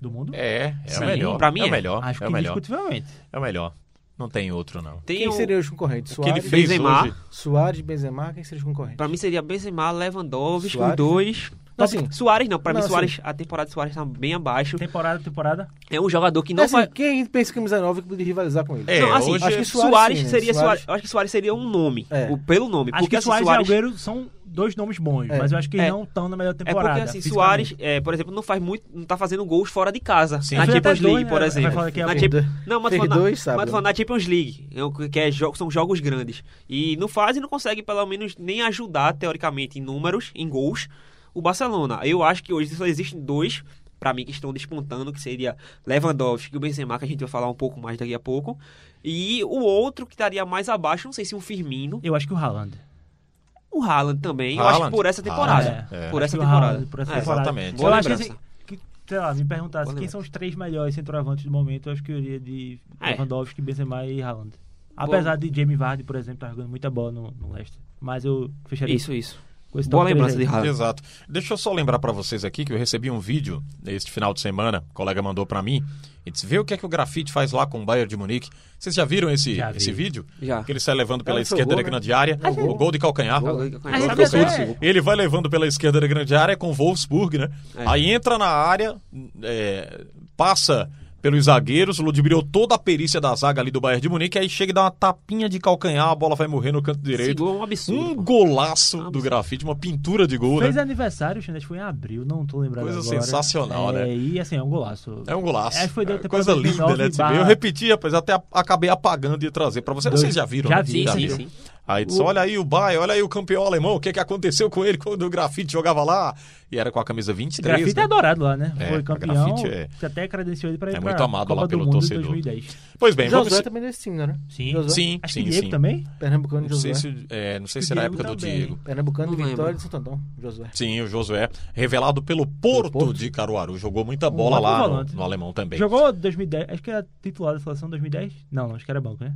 Speaker 6: do mundo.
Speaker 4: É, é
Speaker 8: Sim,
Speaker 4: o melhor.
Speaker 8: pra mim
Speaker 4: é
Speaker 8: é.
Speaker 4: o melhor.
Speaker 6: Acho
Speaker 4: é o
Speaker 6: que
Speaker 4: melhor.
Speaker 6: indiscutivelmente.
Speaker 4: É o melhor. Não tem outro, não.
Speaker 8: Tem
Speaker 7: Quem
Speaker 8: o-
Speaker 7: seriam os concorrentes?
Speaker 4: O que ele
Speaker 7: Suárez,
Speaker 4: fez
Speaker 8: Benzema.
Speaker 4: hoje?
Speaker 7: Suárez, Benzema, quem seriam os concorrentes?
Speaker 8: Pra mim seria Benzema, Lewandowski, os
Speaker 7: Suárez?
Speaker 8: dois.
Speaker 7: Não, assim-
Speaker 8: Suárez não, pra
Speaker 7: Não,
Speaker 8: mim
Speaker 7: assim-
Speaker 8: Suárez, a temporada de Suárez tá bem abaixo.
Speaker 6: Temporada, temporada.
Speaker 8: É um jogador que
Speaker 7: Não,
Speaker 8: não
Speaker 7: assim,
Speaker 8: vai...
Speaker 7: Quem pensa que o Camisa 9 poderia rivalizar com ele?
Speaker 4: É,
Speaker 8: não, assim,
Speaker 4: hoje-
Speaker 8: acho que Suárez,
Speaker 7: sim, né?
Speaker 8: seria
Speaker 7: Suárez-
Speaker 8: Suárez- eu acho que Suárez seria um nome,
Speaker 7: É.
Speaker 8: o- pelo nome,
Speaker 6: Acho
Speaker 8: porque
Speaker 6: que
Speaker 8: assim,
Speaker 6: Suárez, é
Speaker 8: Suárez
Speaker 6: e Agüero são dois nomes bons,
Speaker 7: É.
Speaker 6: mas eu acho que eles
Speaker 8: É.
Speaker 6: não estão na melhor
Speaker 8: é
Speaker 6: temporada.
Speaker 8: porque assim,
Speaker 6: fisicamente.
Speaker 8: Suárez, é, por exemplo, não faz muito, não tá fazendo gols fora de casa.
Speaker 4: Sim.
Speaker 8: Na
Speaker 4: Fez
Speaker 6: até
Speaker 8: Champions
Speaker 6: dois,
Speaker 8: League,
Speaker 6: né?
Speaker 8: por
Speaker 6: Vai
Speaker 8: exemplo.
Speaker 6: falar daqui a
Speaker 8: Na
Speaker 6: pouco.
Speaker 8: Champ- Não, mas tô
Speaker 7: Fez
Speaker 8: falando,
Speaker 7: dois, sabe,
Speaker 8: mas tô falando na Champions League, é o que- que é jogo- são jogos grandes. E não faz e não consegue, pelo menos, nem ajudar, teoricamente, em números, em gols, o Barcelona. Eu acho que hoje só existem dois, pra mim, que estão despontando, que seria Lewandowski e o Benzema, que a gente vai falar um pouco mais daqui a pouco. E o outro que estaria mais abaixo, não sei se um Firmino,
Speaker 6: Eu acho que o Haaland.
Speaker 8: É. o Haaland também, eu acho
Speaker 4: Haaland.
Speaker 8: que por essa temporada.
Speaker 4: Haaland, é.
Speaker 8: Por
Speaker 6: Ah, Acho
Speaker 8: essa
Speaker 6: que o
Speaker 8: temporada.
Speaker 6: Haaland, por essa
Speaker 8: É,
Speaker 6: temporada.
Speaker 4: exatamente.
Speaker 6: eu
Speaker 8: Boa
Speaker 6: acho que,
Speaker 8: lembrança.
Speaker 6: assim, que, sei lá, me
Speaker 8: Boa
Speaker 6: perguntasse quem
Speaker 8: lembrança.
Speaker 6: são os três melhores centroavantes do momento, eu acho que eu iria de
Speaker 8: É.
Speaker 6: Lewandowski, Benzema e Haaland. Apesar de Jamie Vardy, por exemplo, tá jogando muita bola no, no Leicester. Mas eu fecharia
Speaker 8: Isso, isso.
Speaker 6: com esse
Speaker 8: Boa
Speaker 6: top três
Speaker 8: lembrança de
Speaker 6: um aí.
Speaker 7: Ah.
Speaker 8: Haaland.
Speaker 4: Exato. Deixa eu só lembrar pra vocês aqui que eu recebi um vídeo este final de semana, o colega mandou pra mim, e disse, vê o que é que o Grafite faz lá com o Bayern de Munique. Vocês já viram esse,
Speaker 6: Já vi.
Speaker 4: esse vídeo?
Speaker 8: Já.
Speaker 4: Que ele sai levando pela
Speaker 7: Ela foi o
Speaker 4: esquerda
Speaker 7: gol,
Speaker 4: da
Speaker 7: né?
Speaker 4: grande área,
Speaker 7: É o
Speaker 4: o
Speaker 7: gol.
Speaker 4: gol de calcanhar.
Speaker 6: A gente
Speaker 8: é
Speaker 4: Gol de
Speaker 6: fez
Speaker 4: calcanhar.
Speaker 6: até-
Speaker 4: Ele vai levando pela esquerda da grande área com o Wolfsburg, né?
Speaker 8: É.
Speaker 4: Aí entra na área, é, passa pelos zagueiros, ludibriou toda a perícia da zaga ali do Bayern de Munique, aí chega e dá uma tapinha de calcanhar, a bola vai morrer no canto
Speaker 8: Esse
Speaker 4: direito.
Speaker 8: gol é um
Speaker 4: Um
Speaker 8: absurdo. pô.
Speaker 4: golaço
Speaker 8: Ah,
Speaker 4: do
Speaker 8: mas-
Speaker 4: grafite, uma pintura de gol,
Speaker 6: Fez
Speaker 4: né?
Speaker 6: aniversário, Xande, acho que foi em abril, não tô lembrado
Speaker 4: Coisa
Speaker 6: agora.
Speaker 4: sensacional,
Speaker 6: É,
Speaker 4: né?
Speaker 6: E assim, é um golaço.
Speaker 4: É um golaço.
Speaker 6: Acho que foi da
Speaker 4: É,
Speaker 6: temporada
Speaker 4: coisa linda,
Speaker 6: 2009
Speaker 4: né? de se ver.
Speaker 6: barra-
Speaker 4: Eu repeti, rapaz, até a- acabei apagando e trazer pra vocês. Vocês já viram,
Speaker 6: Já
Speaker 4: né?
Speaker 6: vi,
Speaker 8: Sim,
Speaker 6: já
Speaker 8: sim,
Speaker 6: viu?
Speaker 8: sim.
Speaker 4: Aí disse, olha aí o Bayern, olha aí o campeão alemão, o que, que aconteceu com ele quando o grafite jograva lá? E era com a camisa 23,
Speaker 6: Grafite é
Speaker 4: né?
Speaker 6: adorado lá, né?
Speaker 4: É,
Speaker 6: Foi
Speaker 4: a
Speaker 6: campeão.
Speaker 4: grafite é-
Speaker 6: que Até credenciou ele pra ir
Speaker 4: É
Speaker 6: pra
Speaker 4: muito amado
Speaker 6: Copa
Speaker 4: lá
Speaker 6: do
Speaker 4: pelo
Speaker 6: Mundo
Speaker 4: torcedor.
Speaker 6: Em 2010.
Speaker 4: Pois bem, vamos...
Speaker 7: Josué também é desse time, não era?
Speaker 6: Sim.
Speaker 7: Josué.
Speaker 4: Sim,
Speaker 6: né? Acho
Speaker 4: sim,
Speaker 6: que Diego
Speaker 4: sim.
Speaker 6: também?
Speaker 7: Pernambucano e
Speaker 4: Não sei
Speaker 7: Josué.
Speaker 4: se, é, não sei se era a
Speaker 6: Diego
Speaker 4: época do
Speaker 6: também.
Speaker 4: Diego. é
Speaker 7: Pernambucano,
Speaker 8: Não lembro.
Speaker 7: Vitória de Santo Antão, Josué.
Speaker 4: Sim, o Josué, revelado pelo Porto,
Speaker 7: Porto.
Speaker 4: de Caruaru. Jogou muita bola
Speaker 6: ótimo
Speaker 4: lá no,
Speaker 6: Um volante.
Speaker 4: no alemão também.
Speaker 6: Jogou 2010, acho que era titular da seleção 2010? Não, não, acho que era banco, né?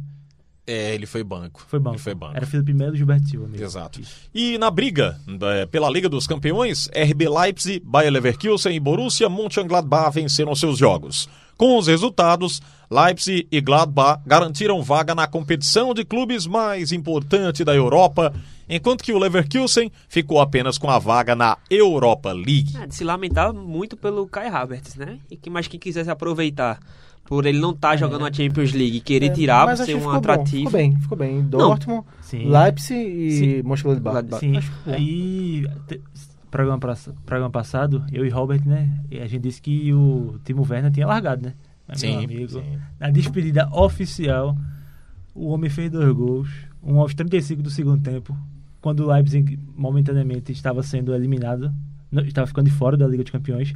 Speaker 4: É, ele foi banco.
Speaker 6: Foi banco.
Speaker 4: Ele foi banco.
Speaker 6: Era Felipe Melo e Gilberto Silva mesmo.
Speaker 4: Exato. E na briga eh, pela Liga dos Campeões, RB Leipzig, Bayer Leverkusen e Borussia Mönchengladbach venceram seus jogos. Com os resultados, Leipzig e Gladbach garantiram vaga na competição de clubes mais importante da Europa, enquanto que o Leverkusen ficou apenas com a vaga na Europa League.
Speaker 8: Ah, de se lamentar muito pelo Kai Havertz, né? E que, mas quem quisesse aproveitar por ele não estar jogando a Champions League e querer tirar
Speaker 7: É, Mas
Speaker 8: pra
Speaker 7: acho
Speaker 8: ser
Speaker 6: é
Speaker 7: que
Speaker 8: um
Speaker 7: ficou bom,
Speaker 8: atrativo.
Speaker 7: Ficou bem, ficou bem. Dortmund,
Speaker 6: Sim.
Speaker 7: Leipzig e
Speaker 6: Sim.
Speaker 7: Mönchengladbach.
Speaker 8: Gladbach.
Speaker 6: Sim. Aí. te- programa, pass- programa passado, eu e Robert, né? e A gente disse que o Timo Werner tinha largado, né? Mas, meu
Speaker 4: Sim,
Speaker 6: amigo,
Speaker 4: sim.
Speaker 6: na despedida oficial, o homem fez dois gols, um aos 35 do segundo tempo, quando o Leipzig momentaneamente estava sendo eliminado, não, estava ficando de fora da Liga dos Campeões,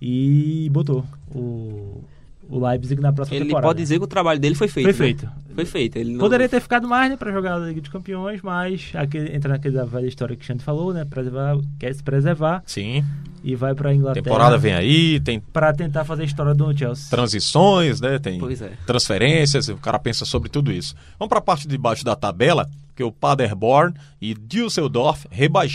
Speaker 6: e botou o, o Leipzig na próxima
Speaker 8: Ele
Speaker 6: temporada.
Speaker 8: pode dizer que o trabalho dele foi feito.
Speaker 6: Foi
Speaker 8: né?
Speaker 6: feito.
Speaker 8: Foi feito. Ele não-
Speaker 6: Poderia ter ficado mais, né, pra jogar a Liga dos Campeões, mas aquele, entra naquela velha história que o Xande falou, né, preservar, quer se preservar
Speaker 4: Sim.
Speaker 6: e vai pra Inglaterra
Speaker 4: Temporada vem aí, tem
Speaker 6: pra tentar fazer a história do Chelsea.
Speaker 4: transições, né? Tem
Speaker 8: Pois é.
Speaker 4: transferências, o cara pensa sobre tudo isso. Vamos para a parte de baixo da tabela, que é o Paderborn e Düsseldorf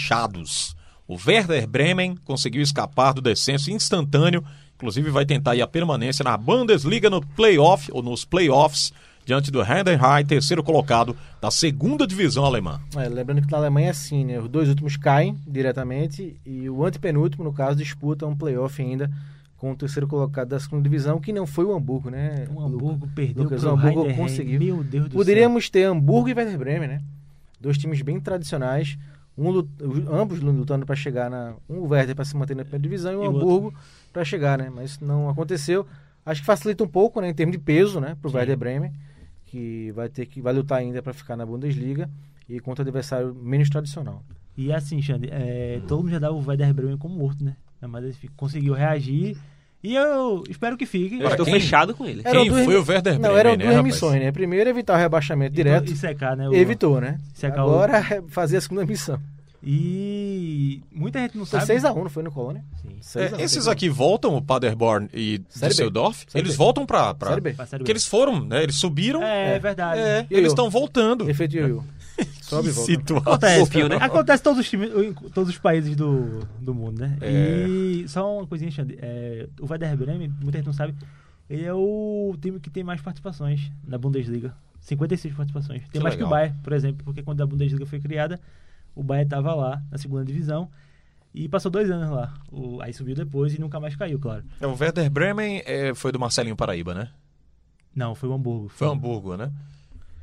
Speaker 4: rebaixados. O Werder Bremen conseguiu escapar do descenso instantâneo, inclusive vai tentar aí a permanência na Bundesliga no playoff ou nos playoffs diante do Heidenheim, terceiro colocado da segunda divisão alemã.
Speaker 7: É, lembrando que na Alemanha é assim, né? Os dois últimos caem diretamente e o antepenúltimo, no caso, disputa um playoff ainda com o terceiro colocado da segunda divisão, que não foi o Hamburgo, né?
Speaker 6: O
Speaker 7: Lucas?
Speaker 6: Hamburgo Um perdeu
Speaker 7: Lucas,
Speaker 6: pro
Speaker 7: o Hamburgo
Speaker 6: Heidenheim.
Speaker 7: conseguiu.
Speaker 6: Meu Deus do céu.
Speaker 7: Poderíamos ter Hamburgo e Werder Bremen, né? Dois times bem tradicionais, um lut- os- ambos lutando para chegar na. Um o Werder para se manter na primeira divisão e o
Speaker 6: E o
Speaker 7: Hamburgo para chegar, né? Mas isso não aconteceu. Acho que facilita um pouco, né? Em termos de peso, né? Para o Werder Bremen, que vai ter que vai lutar ainda para ficar na Bundesliga e contra um adversário menos tradicional.
Speaker 6: E assim, Xande, é, todo mundo já dava o Werder Bremen como morto, né? Mas ele fi- conseguiu reagir e eu espero que fique.
Speaker 8: Eu estou
Speaker 4: quem-
Speaker 8: fechado com ele.
Speaker 4: Quem foi o Werder
Speaker 7: Não,
Speaker 4: Bremen,
Speaker 7: eram
Speaker 4: né,
Speaker 7: duas
Speaker 4: rapaz?
Speaker 7: missões, né? Primeiro, evitar o rebaixamento direto.
Speaker 6: E secar, né? o-
Speaker 7: Evitou, né?
Speaker 6: Se acabou.
Speaker 7: Agora é fazer a segunda missão.
Speaker 6: E muita gente não
Speaker 7: Foi
Speaker 6: sabe. né,
Speaker 7: 6x1, não foi no Colônia?
Speaker 6: Sim.
Speaker 4: É,
Speaker 7: 6 a 1,
Speaker 4: esses
Speaker 7: foi.
Speaker 4: aqui voltam, o Paderborn e
Speaker 7: Série B.
Speaker 4: Düsseldorf,
Speaker 7: Série
Speaker 4: eles
Speaker 7: B.
Speaker 4: voltam para
Speaker 7: Série B.
Speaker 6: Pra Série B.
Speaker 4: Porque eles foram, né? Eles subiram.
Speaker 6: É, é verdade.
Speaker 4: É,
Speaker 7: E eu?
Speaker 4: eles estão voltando.
Speaker 7: Efeito
Speaker 6: (laughs)
Speaker 7: Yoyo. Sobe e
Speaker 4: Que
Speaker 7: volta.
Speaker 4: situação.
Speaker 6: Acontece,
Speaker 8: Fofinho, né?
Speaker 6: acontece em todos os times, em todos os países do, do mundo, né?
Speaker 4: É.
Speaker 6: E só uma coisinha, Xande, é, o Werder Bremen, muita gente não sabe, ele é o time que tem mais participações na Bundesliga. 56 participações. Tem
Speaker 4: Que
Speaker 6: mais que
Speaker 4: é
Speaker 6: o
Speaker 4: legal.
Speaker 6: Bayern, por exemplo, porque quando a Bundesliga foi criada, o Bayern estava lá na segunda divisão e passou dois anos lá. O- aí subiu depois e nunca mais caiu, claro.
Speaker 4: É, O Werder Bremen é, foi do Marcelinho Paraíba, né?
Speaker 6: Não, foi o Hamburgo.
Speaker 4: Foi Hamburgo, né?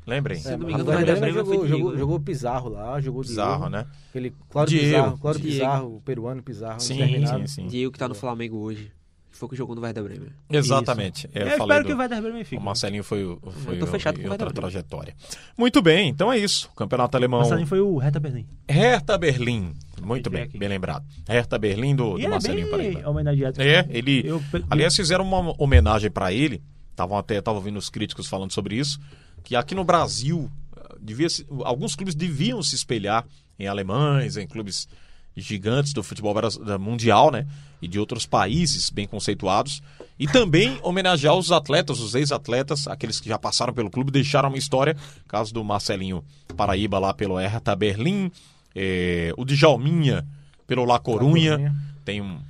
Speaker 4: Lembrem.
Speaker 8: Se não me
Speaker 7: Mas
Speaker 8: engano,
Speaker 7: o
Speaker 8: o Werder
Speaker 7: Bremen
Speaker 8: Bremen foi
Speaker 7: jogou,
Speaker 8: Diego.
Speaker 7: jogou,
Speaker 8: né?
Speaker 7: jogou Pizarro lá, jogou Diego.
Speaker 4: Bizarro, né?
Speaker 7: Aquele Cláudio
Speaker 4: Diego.
Speaker 7: Pizarro, Cláudio
Speaker 8: Diego.
Speaker 7: Pizarro, o peruano Pizarro.
Speaker 4: Sim,
Speaker 7: interminado.
Speaker 4: sim, sim.
Speaker 8: Diego que tá no Flamengo hoje. Foi o que jogou no Werder Bremen.
Speaker 4: Exatamente. É,
Speaker 6: Eu,
Speaker 4: eu falei
Speaker 6: espero que
Speaker 4: do-
Speaker 6: o Werder Bremen
Speaker 4: O
Speaker 6: fique.
Speaker 4: Marcelinho foi, o- foi
Speaker 8: Eu tô
Speaker 4: o-
Speaker 8: fechado com o
Speaker 4: em outra
Speaker 8: Werder Bremen.
Speaker 4: trajetória. Muito bem, então é isso. Campeonato
Speaker 6: O
Speaker 4: Alemão.
Speaker 6: Marcelinho foi o Reta Berlim.
Speaker 4: Hertha Berlim. Muito bem,
Speaker 6: aqui.
Speaker 4: bem lembrado. Hertha Berlim do,
Speaker 6: E
Speaker 4: do
Speaker 6: ele é
Speaker 4: Marcelinho Paraíba.
Speaker 6: bem homenageado.
Speaker 4: É, ele.
Speaker 6: Eu pe-
Speaker 4: Aliás, fizeram uma homenagem pra ele. Estavam até tava ouvindo os críticos falando sobre isso. Que aqui no Brasil, eh, devia se- alguns clubes deviam se espelhar em alemães, em clubes gigantes do futebol bras- da- mundial, né? E de outros países bem conceituados. E também homenagear os atletas, os ex-atletas, aqueles que já passaram pelo clube, deixaram uma história. Caso do Marcelinho Paraíba lá pelo Hertha Berlim, eh, o Djalminha pelo La Corunha.
Speaker 7: Corunha.
Speaker 4: Tem um,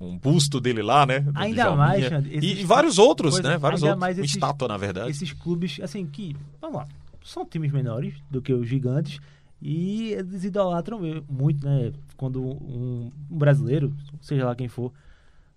Speaker 4: um busto dele lá, né? do
Speaker 6: Ainda
Speaker 4: Djalminha.
Speaker 6: mais, Xande,
Speaker 4: E-
Speaker 6: esses-
Speaker 4: E, vários outros,
Speaker 6: Pois é,
Speaker 4: né? Vários
Speaker 6: ainda
Speaker 4: outros.
Speaker 6: mais
Speaker 4: Uma
Speaker 6: esses-
Speaker 4: Estátua, na verdade.
Speaker 6: esses clubes, assim, que, vamos lá, são times menores do que os gigantes e eles idolatram mesmo muito, né? Quando um, um brasileiro, seja lá quem for,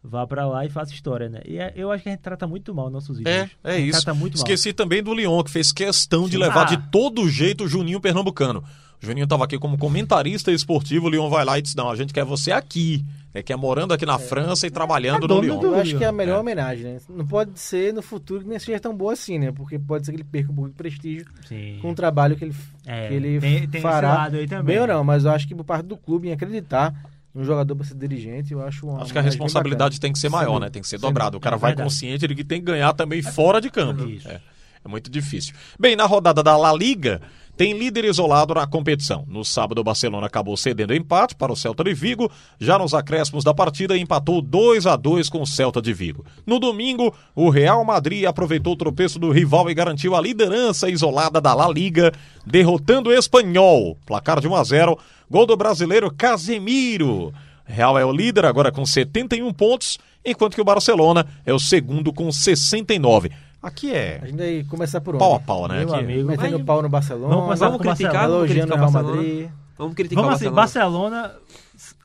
Speaker 6: vá pra lá e faça história, né? E é- eu acho que a gente trata muito mal nossos
Speaker 4: É,
Speaker 6: ídolos. A
Speaker 4: é
Speaker 6: gente
Speaker 4: isso.
Speaker 6: Trata muito
Speaker 4: Esqueci também do Lyon, que fez questão de
Speaker 6: Sim.
Speaker 4: levar
Speaker 6: Ah.
Speaker 4: de todo jeito o Juninho Pernambucano. O Juninho estava aqui como comentarista esportivo, o Lyon vai lá e diz, não, a gente quer você aqui. É que é morando aqui na França e trabalhando
Speaker 6: É
Speaker 4: no
Speaker 6: dono
Speaker 4: Lyon.
Speaker 6: do-
Speaker 7: Eu acho que é a melhor
Speaker 4: É.
Speaker 7: homenagem, né? Não pode ser no futuro que nem seja tão boa assim, né? Porque pode ser que ele perca um pouco de prestígio
Speaker 6: mal. Sim.
Speaker 7: com o trabalho que ele,
Speaker 6: É,
Speaker 7: que ele
Speaker 6: tem- tem esse
Speaker 7: fará.
Speaker 6: lado aí também.
Speaker 7: Bem ou não, mas eu acho que por parte do clube em acreditar num jogador para ser dirigente, eu acho uma
Speaker 4: Acho que a
Speaker 7: homenagem bem
Speaker 4: responsabilidade
Speaker 7: bacana.
Speaker 4: tem que ser
Speaker 7: Sem
Speaker 4: maior,
Speaker 7: dúvida,
Speaker 4: né? Tem que ser
Speaker 7: sem
Speaker 4: dobrado. O cara
Speaker 6: É
Speaker 4: vai
Speaker 6: verdade. É
Speaker 4: consciente de que tem que ganhar também fora de campo.
Speaker 6: Isso.
Speaker 4: É, é muito difícil. Bem, na rodada da La Liga, tem líder isolado na competição. No sábado, o Barcelona acabou cedendo empate para o Celta de Vigo, já nos acréscimos da partida, empatou 2 a 2 com o Celta de Vigo. No domingo, o Real Madrid aproveitou o tropeço do rival e garantiu a liderança isolada da La Liga, derrotando o Espanhol. Placar de 1 a 0, gol do brasileiro Casemiro. Real é o líder agora com 71 pontos, enquanto que o Barcelona é o segundo com 69. Aqui
Speaker 7: A
Speaker 4: é
Speaker 7: gente vai começar por onde?
Speaker 4: pau a pau, né?
Speaker 6: Meu
Speaker 4: Aqui é-
Speaker 6: amigo.
Speaker 7: Metendo
Speaker 8: Mas-
Speaker 7: pau no Barcelona.
Speaker 6: Vamos começar
Speaker 8: Vamos
Speaker 6: com o
Speaker 8: criticar,
Speaker 6: Barcelona.
Speaker 8: vamos
Speaker 7: Elogiando o
Speaker 8: criticar o
Speaker 7: Real
Speaker 8: Barcelona.
Speaker 7: Madrid.
Speaker 8: Vamos criticar
Speaker 6: Vamos
Speaker 8: o
Speaker 6: assim,
Speaker 8: Barcelona.
Speaker 6: Barcelona,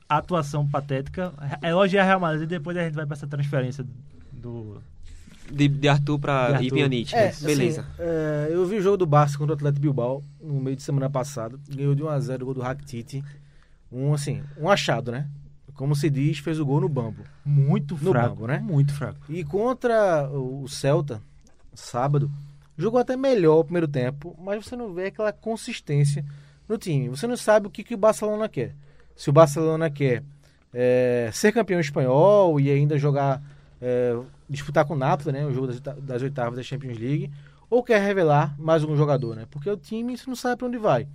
Speaker 6: atuação patética, elogiar a Real Madrid e depois a gente vai pra essa transferência do...
Speaker 8: De, de Arthur
Speaker 6: De
Speaker 8: pra
Speaker 6: Arthur.
Speaker 8: Ipinanite.
Speaker 7: É, assim,
Speaker 8: Beleza.
Speaker 7: é, eu vi um o jogo do Barça contra o Atlético Bilbao no meio de semana passado. Ganhou de 1x0 o gol do Rakitic. Um, assim, um achado, né? Como se diz, fez o gol no bambo.
Speaker 6: Muito
Speaker 7: No
Speaker 6: fraco,
Speaker 7: banco, né?
Speaker 6: Muito fraco.
Speaker 7: E contra o o Celta, sábado, jogou até melhor o primeiro tempo, mas você não vê aquela consistência no time. Você não sabe o que, que o Barcelona quer. Se o Barcelona quer é, ser campeão espanhol e ainda jogar, é, disputar com o Napoli, né, o jogo das, oita- das oitavas da Champions League, ou quer revelar mais um jogador, né? Porque o time você não sabe para onde vai.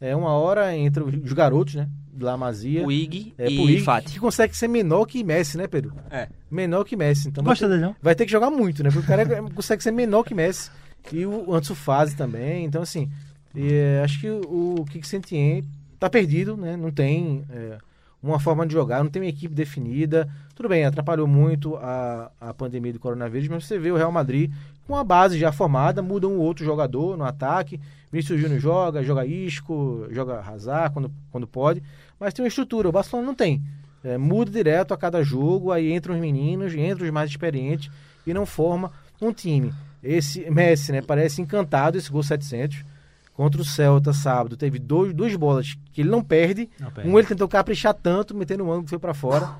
Speaker 7: É uma hora entre os garotos, né? La Masia.
Speaker 8: Puig
Speaker 7: é,
Speaker 8: e
Speaker 7: Puig,
Speaker 8: Fati.
Speaker 7: que consegue ser menor que Messi, né, Pedro?
Speaker 8: É.
Speaker 7: Menor que Messi. Então
Speaker 6: Não
Speaker 7: vai
Speaker 6: gosta dele, não?
Speaker 7: vai ter que jogar muito, né? Porque o cara (laughs) consegue ser menor que Messi. E o Ansu Fase também. Então, assim, e, é, acho que o, o Kik Sentien tá perdido, né? Não tem é, uma forma de jogar, não tem uma equipe definida. Tudo bem, atrapalhou muito a, a pandemia do coronavírus, mas você vê o Real Madrid com a base já formada, muda um outro jogador no ataque. Vinícius Júnior joga, joga Isco, joga Hazard quando, quando pode, mas tem uma estrutura, o Barcelona não tem. É, muda direto a cada jogo, aí entram os meninos, entram os mais experientes e não forma um time. Esse Messi, né, parece encantado esse gol 700 contra o Celta sábado, teve dois, duas bolas que ele não perde.
Speaker 6: Não, pera.
Speaker 7: Um ele tentou caprichar tanto, metendo um ângulo que foi pra fora.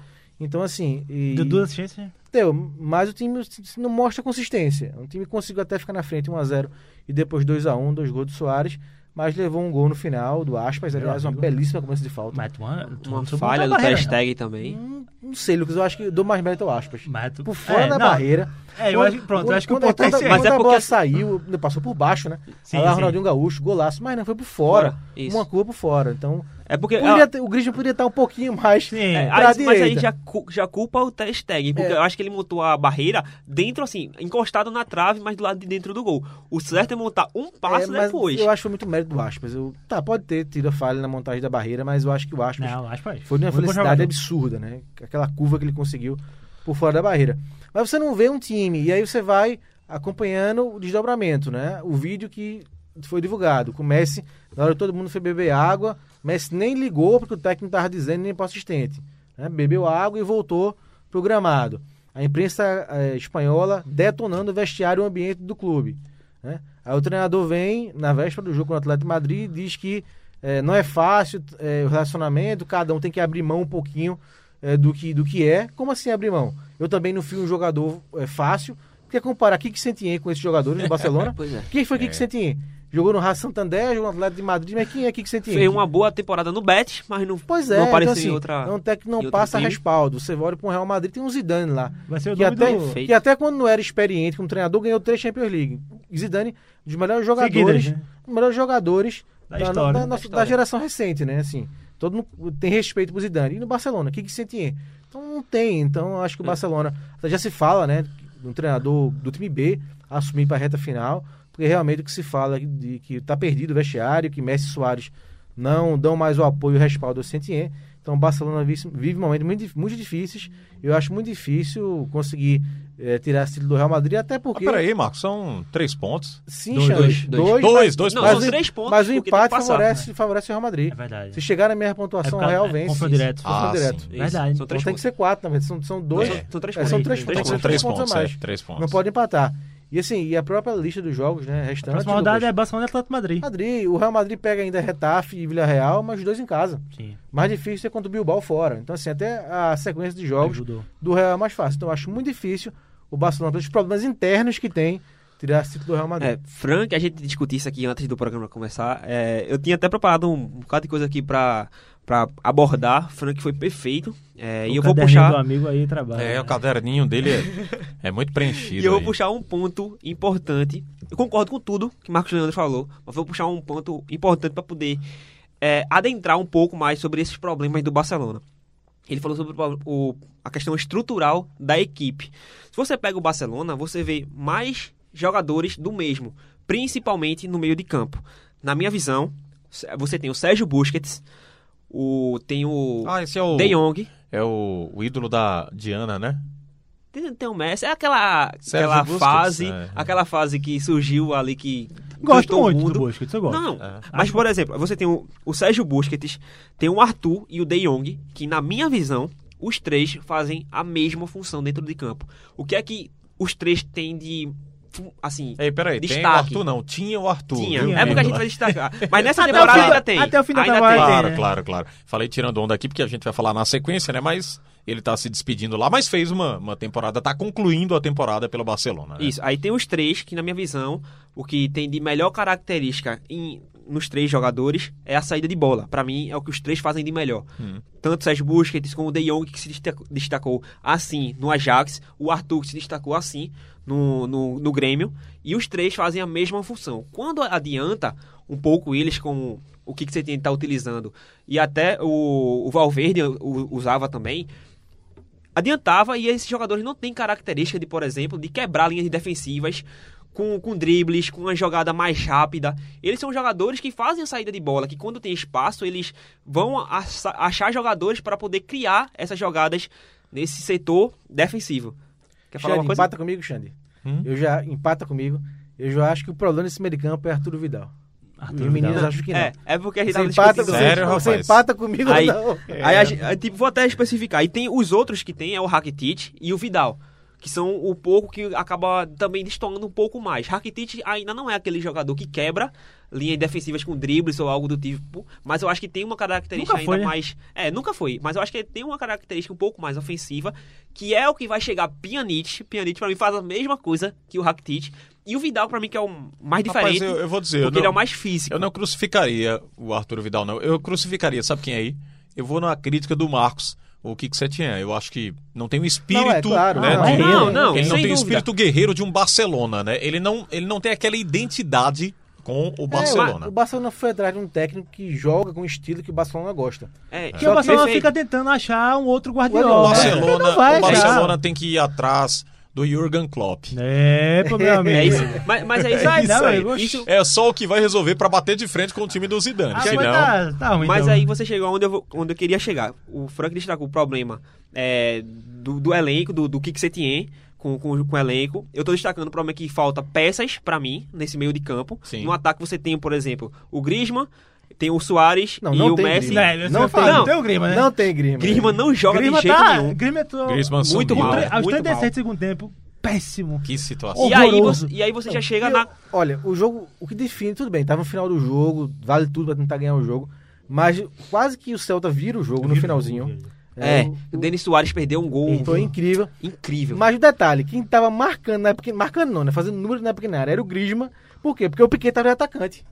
Speaker 7: Então assim, e-
Speaker 6: Deu duas chances. né?
Speaker 7: Deu, mas o time não mostra consistência. Um time que conseguiu até ficar na frente 1x0 e depois 2x1, dois gols do Soares, mas levou um gol no final do Aspas.
Speaker 6: Meu
Speaker 7: Aliás, uma
Speaker 6: amigo.
Speaker 7: belíssima cobrança de falta.
Speaker 6: Mas tu anda- tu
Speaker 8: Uma
Speaker 6: anda sobre
Speaker 8: falha do
Speaker 6: outra
Speaker 8: Ter
Speaker 6: barreira,
Speaker 8: Stegen também.
Speaker 7: Hum, Não sei, Lucas, eu acho que dou mais mérito ao Aspas.
Speaker 6: não. Mas tu-
Speaker 7: Por fora
Speaker 6: é,
Speaker 7: da
Speaker 6: não,
Speaker 7: barreira.
Speaker 6: É, eu
Speaker 7: Quando-
Speaker 6: acho que pronto, eu acho que o
Speaker 7: quando-
Speaker 6: importante
Speaker 7: quando-
Speaker 6: é
Speaker 8: Mas
Speaker 7: quando
Speaker 8: é
Speaker 7: a
Speaker 8: porque
Speaker 7: bola
Speaker 8: assim-
Speaker 7: saiu, passou por baixo, né?
Speaker 6: Sim,
Speaker 7: Aí lá
Speaker 6: sim.
Speaker 7: Ronaldinho Gaúcho, golaço, mas não, foi por fora.
Speaker 8: Fora, isso.
Speaker 7: Uma curva por fora. Então,
Speaker 8: É porque.
Speaker 7: poderia
Speaker 8: ah,
Speaker 7: ter- o Griezmann poderia estar um pouquinho mais
Speaker 6: Sim.
Speaker 8: é,
Speaker 7: pra
Speaker 8: aí- mas
Speaker 7: direita.
Speaker 8: aí já, cu- já culpa o Ter Stegen,
Speaker 7: É.
Speaker 8: porque eu acho que ele montou a barreira dentro, assim, encostado na trave, mas do lado de dentro do gol. O certo é montar um
Speaker 7: É,
Speaker 8: passo
Speaker 7: mas
Speaker 8: depois.
Speaker 7: Eu acho muito mérito do Aspas. Eu, tá, pode ter tido a falha na montagem da barreira, mas eu acho que o Aspas
Speaker 6: Não, acho que
Speaker 7: foi de uma felicidade absurda, né? Aquela curva que ele conseguiu por fora da barreira. Mas você não vê um time, e aí você vai acompanhando o desdobramento, né? O vídeo que foi divulgado com o Messi, na hora que todo mundo foi beber água, Messi nem ligou porque o técnico estava dizendo, nem para o assistente. né? Bebeu água e voltou pro gramado. A imprensa eh, espanhola detonando o vestiário e o ambiente do clube. né? Aí o treinador vem, na véspera do jogo com o Atlético de Madrid, e diz que eh, não é fácil eh, o relacionamento, cada um tem que abrir mão um pouquinho eh, do, que, do que é. Como assim abrir mão? Eu também não fui um jogador eh, fácil. Quer comparar Kiki Sentien com esses jogadores do Barcelona?
Speaker 8: (laughs) Pois é.
Speaker 7: Quem foi Kiki Sentien? Jogou no Raça Santander, jogou no Atlético de Madrid, mas quem é Kiki Sentien?
Speaker 8: Fez uma boa temporada no Betis, mas não,
Speaker 7: Pois é,
Speaker 8: não
Speaker 7: então,
Speaker 8: apareceu
Speaker 7: assim,
Speaker 8: em outra.
Speaker 7: é um técnico que
Speaker 8: em
Speaker 7: não
Speaker 8: outro
Speaker 7: passa
Speaker 8: time.
Speaker 7: respaldo. Você olha para o Real Madrid, tem um Zidane lá.
Speaker 6: Vai ser é o
Speaker 7: Que
Speaker 6: nome
Speaker 7: até,
Speaker 6: do...
Speaker 8: Feito.
Speaker 7: que até quando não era experiente como treinador, ganhou três Champions League. Zidane, um dos melhores jogadores,
Speaker 6: Seguidas, né?
Speaker 7: um dos melhores jogadores
Speaker 6: Da história, né?
Speaker 7: da
Speaker 6: da
Speaker 7: nossa- da
Speaker 8: história.
Speaker 7: geração recente, né? Assim, todo mundo tem respeito pro Zidane. E no Barcelona, o que que sentia? Então não tem. Então eu acho que o Barcelona até já se fala, né? De um treinador do time B assumir para a reta final, porque realmente o que se fala de que tá perdido o vestiário, que Messi e Soares não dão mais o apoio e o respaldo ao Sentien. Então o Barcelona vive, vive momentos muito, dif- muito difíceis. Eu acho muito difícil conseguir eh, tirar esse título do Real Madrid, até
Speaker 4: Ah,
Speaker 7: porque.
Speaker 4: peraí, Marcos, são três pontos.
Speaker 7: Sim,
Speaker 6: Dois,
Speaker 7: Xande,
Speaker 8: dois,
Speaker 7: dois,
Speaker 4: dois,
Speaker 7: mas-
Speaker 4: dois
Speaker 8: Não,
Speaker 7: mas
Speaker 8: são
Speaker 7: o-
Speaker 8: três pontos,
Speaker 7: Mas o
Speaker 8: porque tem que
Speaker 7: empate
Speaker 8: passar. né?
Speaker 7: favorece, favorece o Real Madrid.
Speaker 6: É verdade.
Speaker 7: Se chegar na minha
Speaker 6: É
Speaker 7: pontuação,
Speaker 6: por
Speaker 7: o Real
Speaker 6: causa- é,
Speaker 7: vence.
Speaker 6: Confronto direto.
Speaker 7: Confronto
Speaker 4: Ah,
Speaker 7: direto.
Speaker 4: sim.
Speaker 8: Isso,
Speaker 6: Verdade.
Speaker 8: São
Speaker 7: Então
Speaker 8: três
Speaker 7: tem que
Speaker 8: pontos.
Speaker 7: ser quatro, na verdade. São, são dois.
Speaker 4: É.
Speaker 8: São três
Speaker 7: É,
Speaker 8: pontos.
Speaker 7: são três
Speaker 4: Então
Speaker 7: pontos.
Speaker 4: são três
Speaker 7: Três pontos
Speaker 4: pontos,
Speaker 7: a mais.
Speaker 4: é, três pontos.
Speaker 7: Não pode empatar. E assim, e a própria lista dos jogos, né?
Speaker 6: A
Speaker 7: Restante.
Speaker 6: próxima rodada é
Speaker 7: Lucas.
Speaker 6: Barcelona e Atlético Madrid.
Speaker 7: Madrid. O Real Madrid pega ainda Retafe e Vila Real, mas os dois em casa.
Speaker 6: Sim.
Speaker 7: Mais difícil é contra o Bilbao fora. Então, assim, até a sequência de jogos
Speaker 6: Ajudou.
Speaker 7: do Real é mais fácil. Então, eu acho muito difícil o Barcelona, pelos problemas internos que tem, tirar esse título do Real Madrid.
Speaker 8: É, Frank, a gente discutiu isso aqui antes do programa começar. É, eu tinha até preparado um bocado de coisa aqui pra, pra abordar. Frank foi perfeito. É, e
Speaker 6: O
Speaker 8: eu vou
Speaker 6: caderninho
Speaker 8: puxar.
Speaker 6: do amigo aí trabalha.
Speaker 4: É, o caderninho dele é, é muito
Speaker 7: (laughs)
Speaker 4: preenchido.
Speaker 8: E eu vou
Speaker 4: aí.
Speaker 8: puxar um ponto importante. Eu concordo com tudo que Marcos Leandro falou, mas vou puxar um ponto importante para poder é, adentrar um pouco mais sobre esses problemas do Barcelona. Ele falou sobre o pro- o- a questão estrutural da equipe. Se você pega o Barcelona, você vê mais jogadores do mesmo, principalmente no meio de campo. Na minha visão, você tem o Sérgio Busquets, o tem o
Speaker 4: Ah, esse é o,
Speaker 8: De Jong,
Speaker 4: é o, o ídolo da Diana, né?
Speaker 8: tem, tem o Messi, é aquela,
Speaker 4: Sérgio
Speaker 8: aquela
Speaker 4: Busquets,
Speaker 8: fase,
Speaker 4: é.
Speaker 8: aquela fase que surgiu ali que
Speaker 6: Gosto
Speaker 8: cantou o
Speaker 6: muito
Speaker 8: mundo.
Speaker 6: do Busquets, eu gosto.
Speaker 8: Não,
Speaker 4: É.
Speaker 8: mas por exemplo, você tem o, o Sérgio Busquets, tem o Arthur e o De Jong, que na minha visão, os três fazem a mesma função dentro de campo. O que é que os três têm de assim,
Speaker 4: Ei, peraí, tem o
Speaker 8: Destaque.
Speaker 4: Arthur não. Tinha o Arthur.
Speaker 8: tinha.
Speaker 4: viu?
Speaker 8: É porque a gente vai destacar. Mas nessa temporada
Speaker 6: final-
Speaker 8: ainda tem.
Speaker 6: até o fim da
Speaker 8: ainda
Speaker 6: temporada
Speaker 8: tem.
Speaker 6: tem.
Speaker 4: Claro,
Speaker 6: né?
Speaker 4: claro, claro. Falei tirando onda aqui, porque a gente vai falar na sequência, né? Mas ele tá se despedindo lá, mas fez uma, uma temporada, tá concluindo a temporada pelo Barcelona. Né?
Speaker 8: Isso. Aí tem os três, que na minha visão, o que tem de melhor característica em- nos três jogadores é a saída de bola. Pra mim, é o que os três fazem de melhor. Tanto Sérgio Busquets como o De Jong, que se destacou, destacou assim no Ajax, o Arthur, que se destacou assim no, no, no Grêmio, e os três fazem a mesma função. Quando adianta um pouco eles com o que, que você tem que estar utilizando, e até o, o Valverde o- usava também, adiantava e esses jogadores não têm característica de, por exemplo, de quebrar linhas defensivas com, com dribles, com uma jogada mais rápida. Eles são jogadores que fazem a saída de bola, que quando tem espaço eles vão aça- achar jogadores para poder criar essas jogadas nesse setor defensivo. Quer falar
Speaker 7: Xande,
Speaker 8: uma coisa?
Speaker 7: empata comigo, Xande.
Speaker 6: Hum?
Speaker 7: Eu já empata comigo. Eu já acho que o problema desse meio de campo é Arthur Vidal.
Speaker 6: Arthur
Speaker 7: Os meninos
Speaker 6: Vidal.
Speaker 7: acham que Uhum. não.
Speaker 8: É, é porque a gente
Speaker 7: Você
Speaker 8: tava
Speaker 7: empata,
Speaker 8: discutindo
Speaker 7: você,
Speaker 8: isso.
Speaker 4: Sério,
Speaker 7: você
Speaker 4: rapaz?
Speaker 7: empata comigo
Speaker 8: Aí,
Speaker 7: não.
Speaker 4: É.
Speaker 8: aí a gente- aí, tipo, vou até especificar. E tem os outros que tem, é o Rakitic e o Vidal. Que são o pouco que acaba também destoando um pouco mais. Rakitic ainda não é aquele jogador que quebra linhas defensivas com dribles ou algo do tipo. Mas eu acho que tem uma característica
Speaker 6: Nunca foi,
Speaker 8: ainda
Speaker 6: né?
Speaker 8: mais... É, nunca foi. Mas eu acho que ele tem uma característica um pouco mais ofensiva. Que é o que vai chegar Pjanic. Pjanic pra mim faz a mesma coisa que o Rakitic. E o Vidal pra mim que é o mais
Speaker 4: Rapaz,
Speaker 8: diferente.
Speaker 4: eu, eu vou dizer, eu
Speaker 8: porque
Speaker 4: não,
Speaker 8: ele é o mais físico.
Speaker 4: eu não crucificaria o Arthur Vidal, não. Eu crucificaria, sabe quem é aí? Eu vou na crítica do Marcos, o que que você tinha. Eu acho que não tem o espírito,
Speaker 7: Não, é claro,
Speaker 4: né?
Speaker 7: não,
Speaker 4: de-
Speaker 7: é.
Speaker 8: Não, não,
Speaker 4: ele não
Speaker 8: sem
Speaker 4: tem o
Speaker 8: dúvida.
Speaker 4: espírito guerreiro de um Barcelona, né? Ele não, ele não tem aquela identidade com
Speaker 7: É,
Speaker 4: o Barcelona.
Speaker 7: o Barcelona foi atrás de um técnico que joga com o estilo que o Barcelona gosta.
Speaker 4: (laughs)
Speaker 8: É,
Speaker 7: Que
Speaker 6: Porque o
Speaker 7: Só
Speaker 6: Barcelona
Speaker 8: perfeito.
Speaker 6: fica tentando achar um outro
Speaker 7: O
Speaker 4: O
Speaker 6: Guardiola.
Speaker 4: Barcelona,
Speaker 6: Não vai,
Speaker 4: o
Speaker 6: cara.
Speaker 4: Barcelona tem que ir atrás do Jurgen Klopp.
Speaker 6: É, pô, meu amigo.
Speaker 8: É isso. Mas, mas é isso aí.
Speaker 6: Não,
Speaker 8: aí.
Speaker 6: eu-
Speaker 8: Isso-
Speaker 4: É só o que vai resolver pra bater de frente com o time do Zidane.
Speaker 6: Ah, mas
Speaker 4: senão,
Speaker 6: tá, tá ruim,
Speaker 8: Mas
Speaker 6: então.
Speaker 8: aí você chegou onde eu, vou- onde eu queria chegar. O Frank destacou o problema é, do, do elenco, do, do que, que você tinha com, com, com o elenco. Eu tô destacando o problema é que falta peças pra mim nesse meio de campo.
Speaker 4: Sim.
Speaker 8: No ataque você tem, por exemplo, o Griezmann, tem o Soares
Speaker 7: Não,
Speaker 8: e
Speaker 7: não
Speaker 8: o
Speaker 7: tem
Speaker 8: Messi.
Speaker 7: Griezmann.
Speaker 6: Não,
Speaker 7: Não
Speaker 6: não,
Speaker 7: tem.
Speaker 6: tem,
Speaker 8: É
Speaker 6: não tem o Grima, né?
Speaker 7: Não tem Grima.
Speaker 8: Griezmann não joga
Speaker 6: Grima
Speaker 8: de jeito
Speaker 6: tá,
Speaker 8: nenhum.
Speaker 6: Grima é to-
Speaker 4: Griezmann
Speaker 8: Muito
Speaker 4: sumiu.
Speaker 8: mal.
Speaker 4: né?
Speaker 6: Aos
Speaker 8: muito
Speaker 6: 37 do segundo tempo, péssimo.
Speaker 4: Que situação.
Speaker 6: Ô,
Speaker 8: E aí,
Speaker 6: horroroso.
Speaker 8: você, e aí você já chega
Speaker 7: Eu-
Speaker 8: na.
Speaker 7: Olha, o jogo, o que define, tudo bem, tá no final do jogo, vale tudo pra tentar ganhar o jogo, mas quase que o Celta vira o jogo no finalzinho.
Speaker 8: É,
Speaker 7: o-
Speaker 8: o Denis Soares perdeu um gol
Speaker 7: Foi incrível.
Speaker 8: incrível.
Speaker 7: Mas o detalhe, quem tava marcando na época, marcando não, né, fazendo número na época na área, era o Griezmann. Por quê? Porque o Piquet tava de atacante.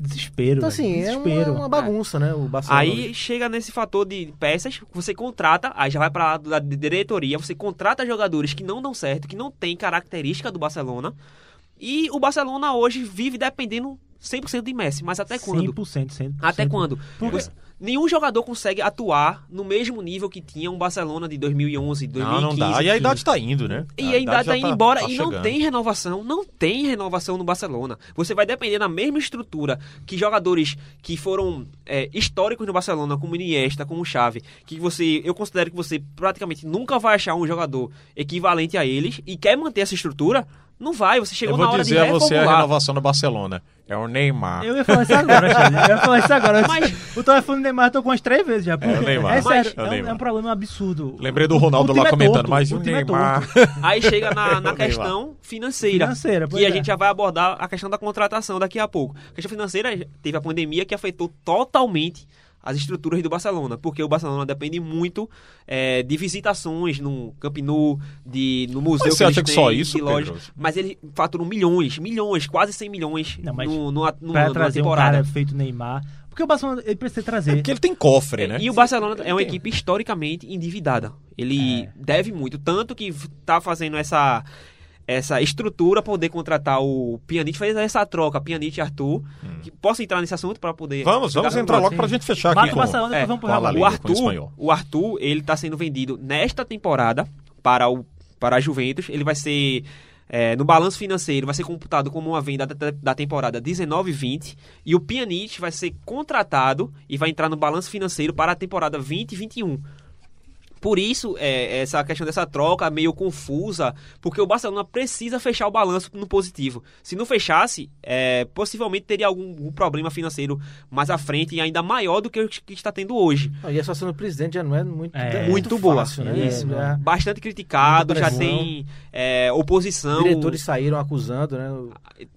Speaker 6: Desespero.
Speaker 7: Então assim,
Speaker 6: velho,
Speaker 7: é uma,
Speaker 6: desespero.
Speaker 7: uma bagunça, né, o Barcelona.
Speaker 8: Aí chega nesse fator de peças, você contrata, aí já vai pra lá da diretoria, você contrata jogadores que não dão certo, que não tem característica do Barcelona. E o Barcelona hoje vive dependendo 100% de Messi, mas até quando?
Speaker 6: 100%, 100%.
Speaker 8: Até quando?
Speaker 6: Porque-
Speaker 8: Você- Nenhum jogador consegue atuar no mesmo nível que tinha um Barcelona de 2011, 2015.
Speaker 4: Não, não dá. E a idade tá indo, né?
Speaker 8: E a idade
Speaker 4: já
Speaker 8: tá indo embora
Speaker 4: tá
Speaker 8: e não
Speaker 4: chegando.
Speaker 8: tem renovação, não tem renovação no Barcelona. Você vai depender da mesma estrutura que jogadores que foram é, históricos no Barcelona, como Iniesta, como Xavi, que você, eu considero que você praticamente nunca vai achar um jogador equivalente a eles e quer manter essa estrutura, não vai. Você chegou
Speaker 4: Eu vou
Speaker 8: na hora
Speaker 4: dizer a
Speaker 8: de
Speaker 4: você a
Speaker 8: reformular.
Speaker 4: renovação do Barcelona. É o Neymar.
Speaker 6: Eu ia falar isso
Speaker 8: (laughs)
Speaker 6: agora, Charlie. Eu ia falar isso agora.
Speaker 8: Mas-
Speaker 6: O telefone do Neymar tocou umas três vezes já. pô.
Speaker 4: É, o Neymar.
Speaker 6: É sério,
Speaker 4: Mas-
Speaker 6: é,
Speaker 4: é o
Speaker 6: um,
Speaker 4: Neymar.
Speaker 6: é um problema absurdo.
Speaker 4: Lembrei do Ronaldo
Speaker 6: O time
Speaker 4: lá
Speaker 6: é
Speaker 4: comentando,
Speaker 6: torto,
Speaker 4: mas
Speaker 6: o
Speaker 4: o
Speaker 6: time é
Speaker 4: Neymar.
Speaker 8: Aí chega na, na
Speaker 4: Eu dei
Speaker 8: questão financeira.
Speaker 6: Financeira, pois
Speaker 8: E a
Speaker 6: é.
Speaker 8: gente já vai abordar a questão da contratação daqui a pouco. A questão financeira teve a pandemia que afetou totalmente as estruturas do Barcelona, porque o Barcelona depende muito eh, de visitações no Camp Nou, de, no museu
Speaker 4: Mas
Speaker 8: que
Speaker 4: você
Speaker 8: eles
Speaker 4: acha que
Speaker 8: têm,
Speaker 4: só isso,
Speaker 8: de lojas.
Speaker 4: Pedro?
Speaker 8: Mas eles faturam milhões, milhões, quase 100 milhões
Speaker 6: Não, mas
Speaker 8: no, no, no,
Speaker 6: pra
Speaker 8: numa
Speaker 6: trazer um
Speaker 8: temporada.
Speaker 6: cara feito Neymar. Porque o Barcelona, ele precisa trazer.
Speaker 4: (laughs)
Speaker 8: É
Speaker 4: Porque ele tem cofre, né?
Speaker 8: E o Barcelona é uma equipe historicamente endividada. Ele deve muito, tanto que f- tá fazendo essa essa estrutura poder contratar o Pjanic, fazer essa troca, Pjanic e Arthur. Que posso entrar nesse assunto para poder
Speaker 4: Hum. Vamos, vamos
Speaker 8: Tá,
Speaker 4: entrar
Speaker 6: assim.
Speaker 4: logo pra gente fechar
Speaker 6: Mata
Speaker 4: aqui
Speaker 6: o
Speaker 4: com...
Speaker 6: Barcelona,
Speaker 8: É,
Speaker 6: depois vamos pro
Speaker 4: fala
Speaker 6: Real
Speaker 4: ali.
Speaker 6: Madrid.
Speaker 4: Liga
Speaker 8: o
Speaker 4: com o
Speaker 8: Arthur,
Speaker 4: espanhol.
Speaker 8: o Arthur, ele tá sendo vendido nesta temporada para o para a Juventus. Ele vai ser é, no balanço financeiro vai ser computado como uma venda da, da temporada 19/20 e o Pjanic vai ser contratado e vai entrar no balanço financeiro para a temporada 20/21. Por isso, é, essa questão dessa troca meio confusa, porque o Barcelona precisa fechar o balanço no positivo. Se não fechasse, é, possivelmente teria algum, algum problema financeiro mais à frente e ainda maior do que o que está tendo hoje.
Speaker 7: Não, e a situação do presidente já não é muito,
Speaker 6: É.
Speaker 8: Muito boa.
Speaker 7: fácil, né?
Speaker 8: Isso,
Speaker 7: É, né?
Speaker 8: Bastante criticado,
Speaker 7: Muita
Speaker 8: já
Speaker 7: pressão.
Speaker 8: tem é, oposição.
Speaker 7: Diretores saíram acusando, né?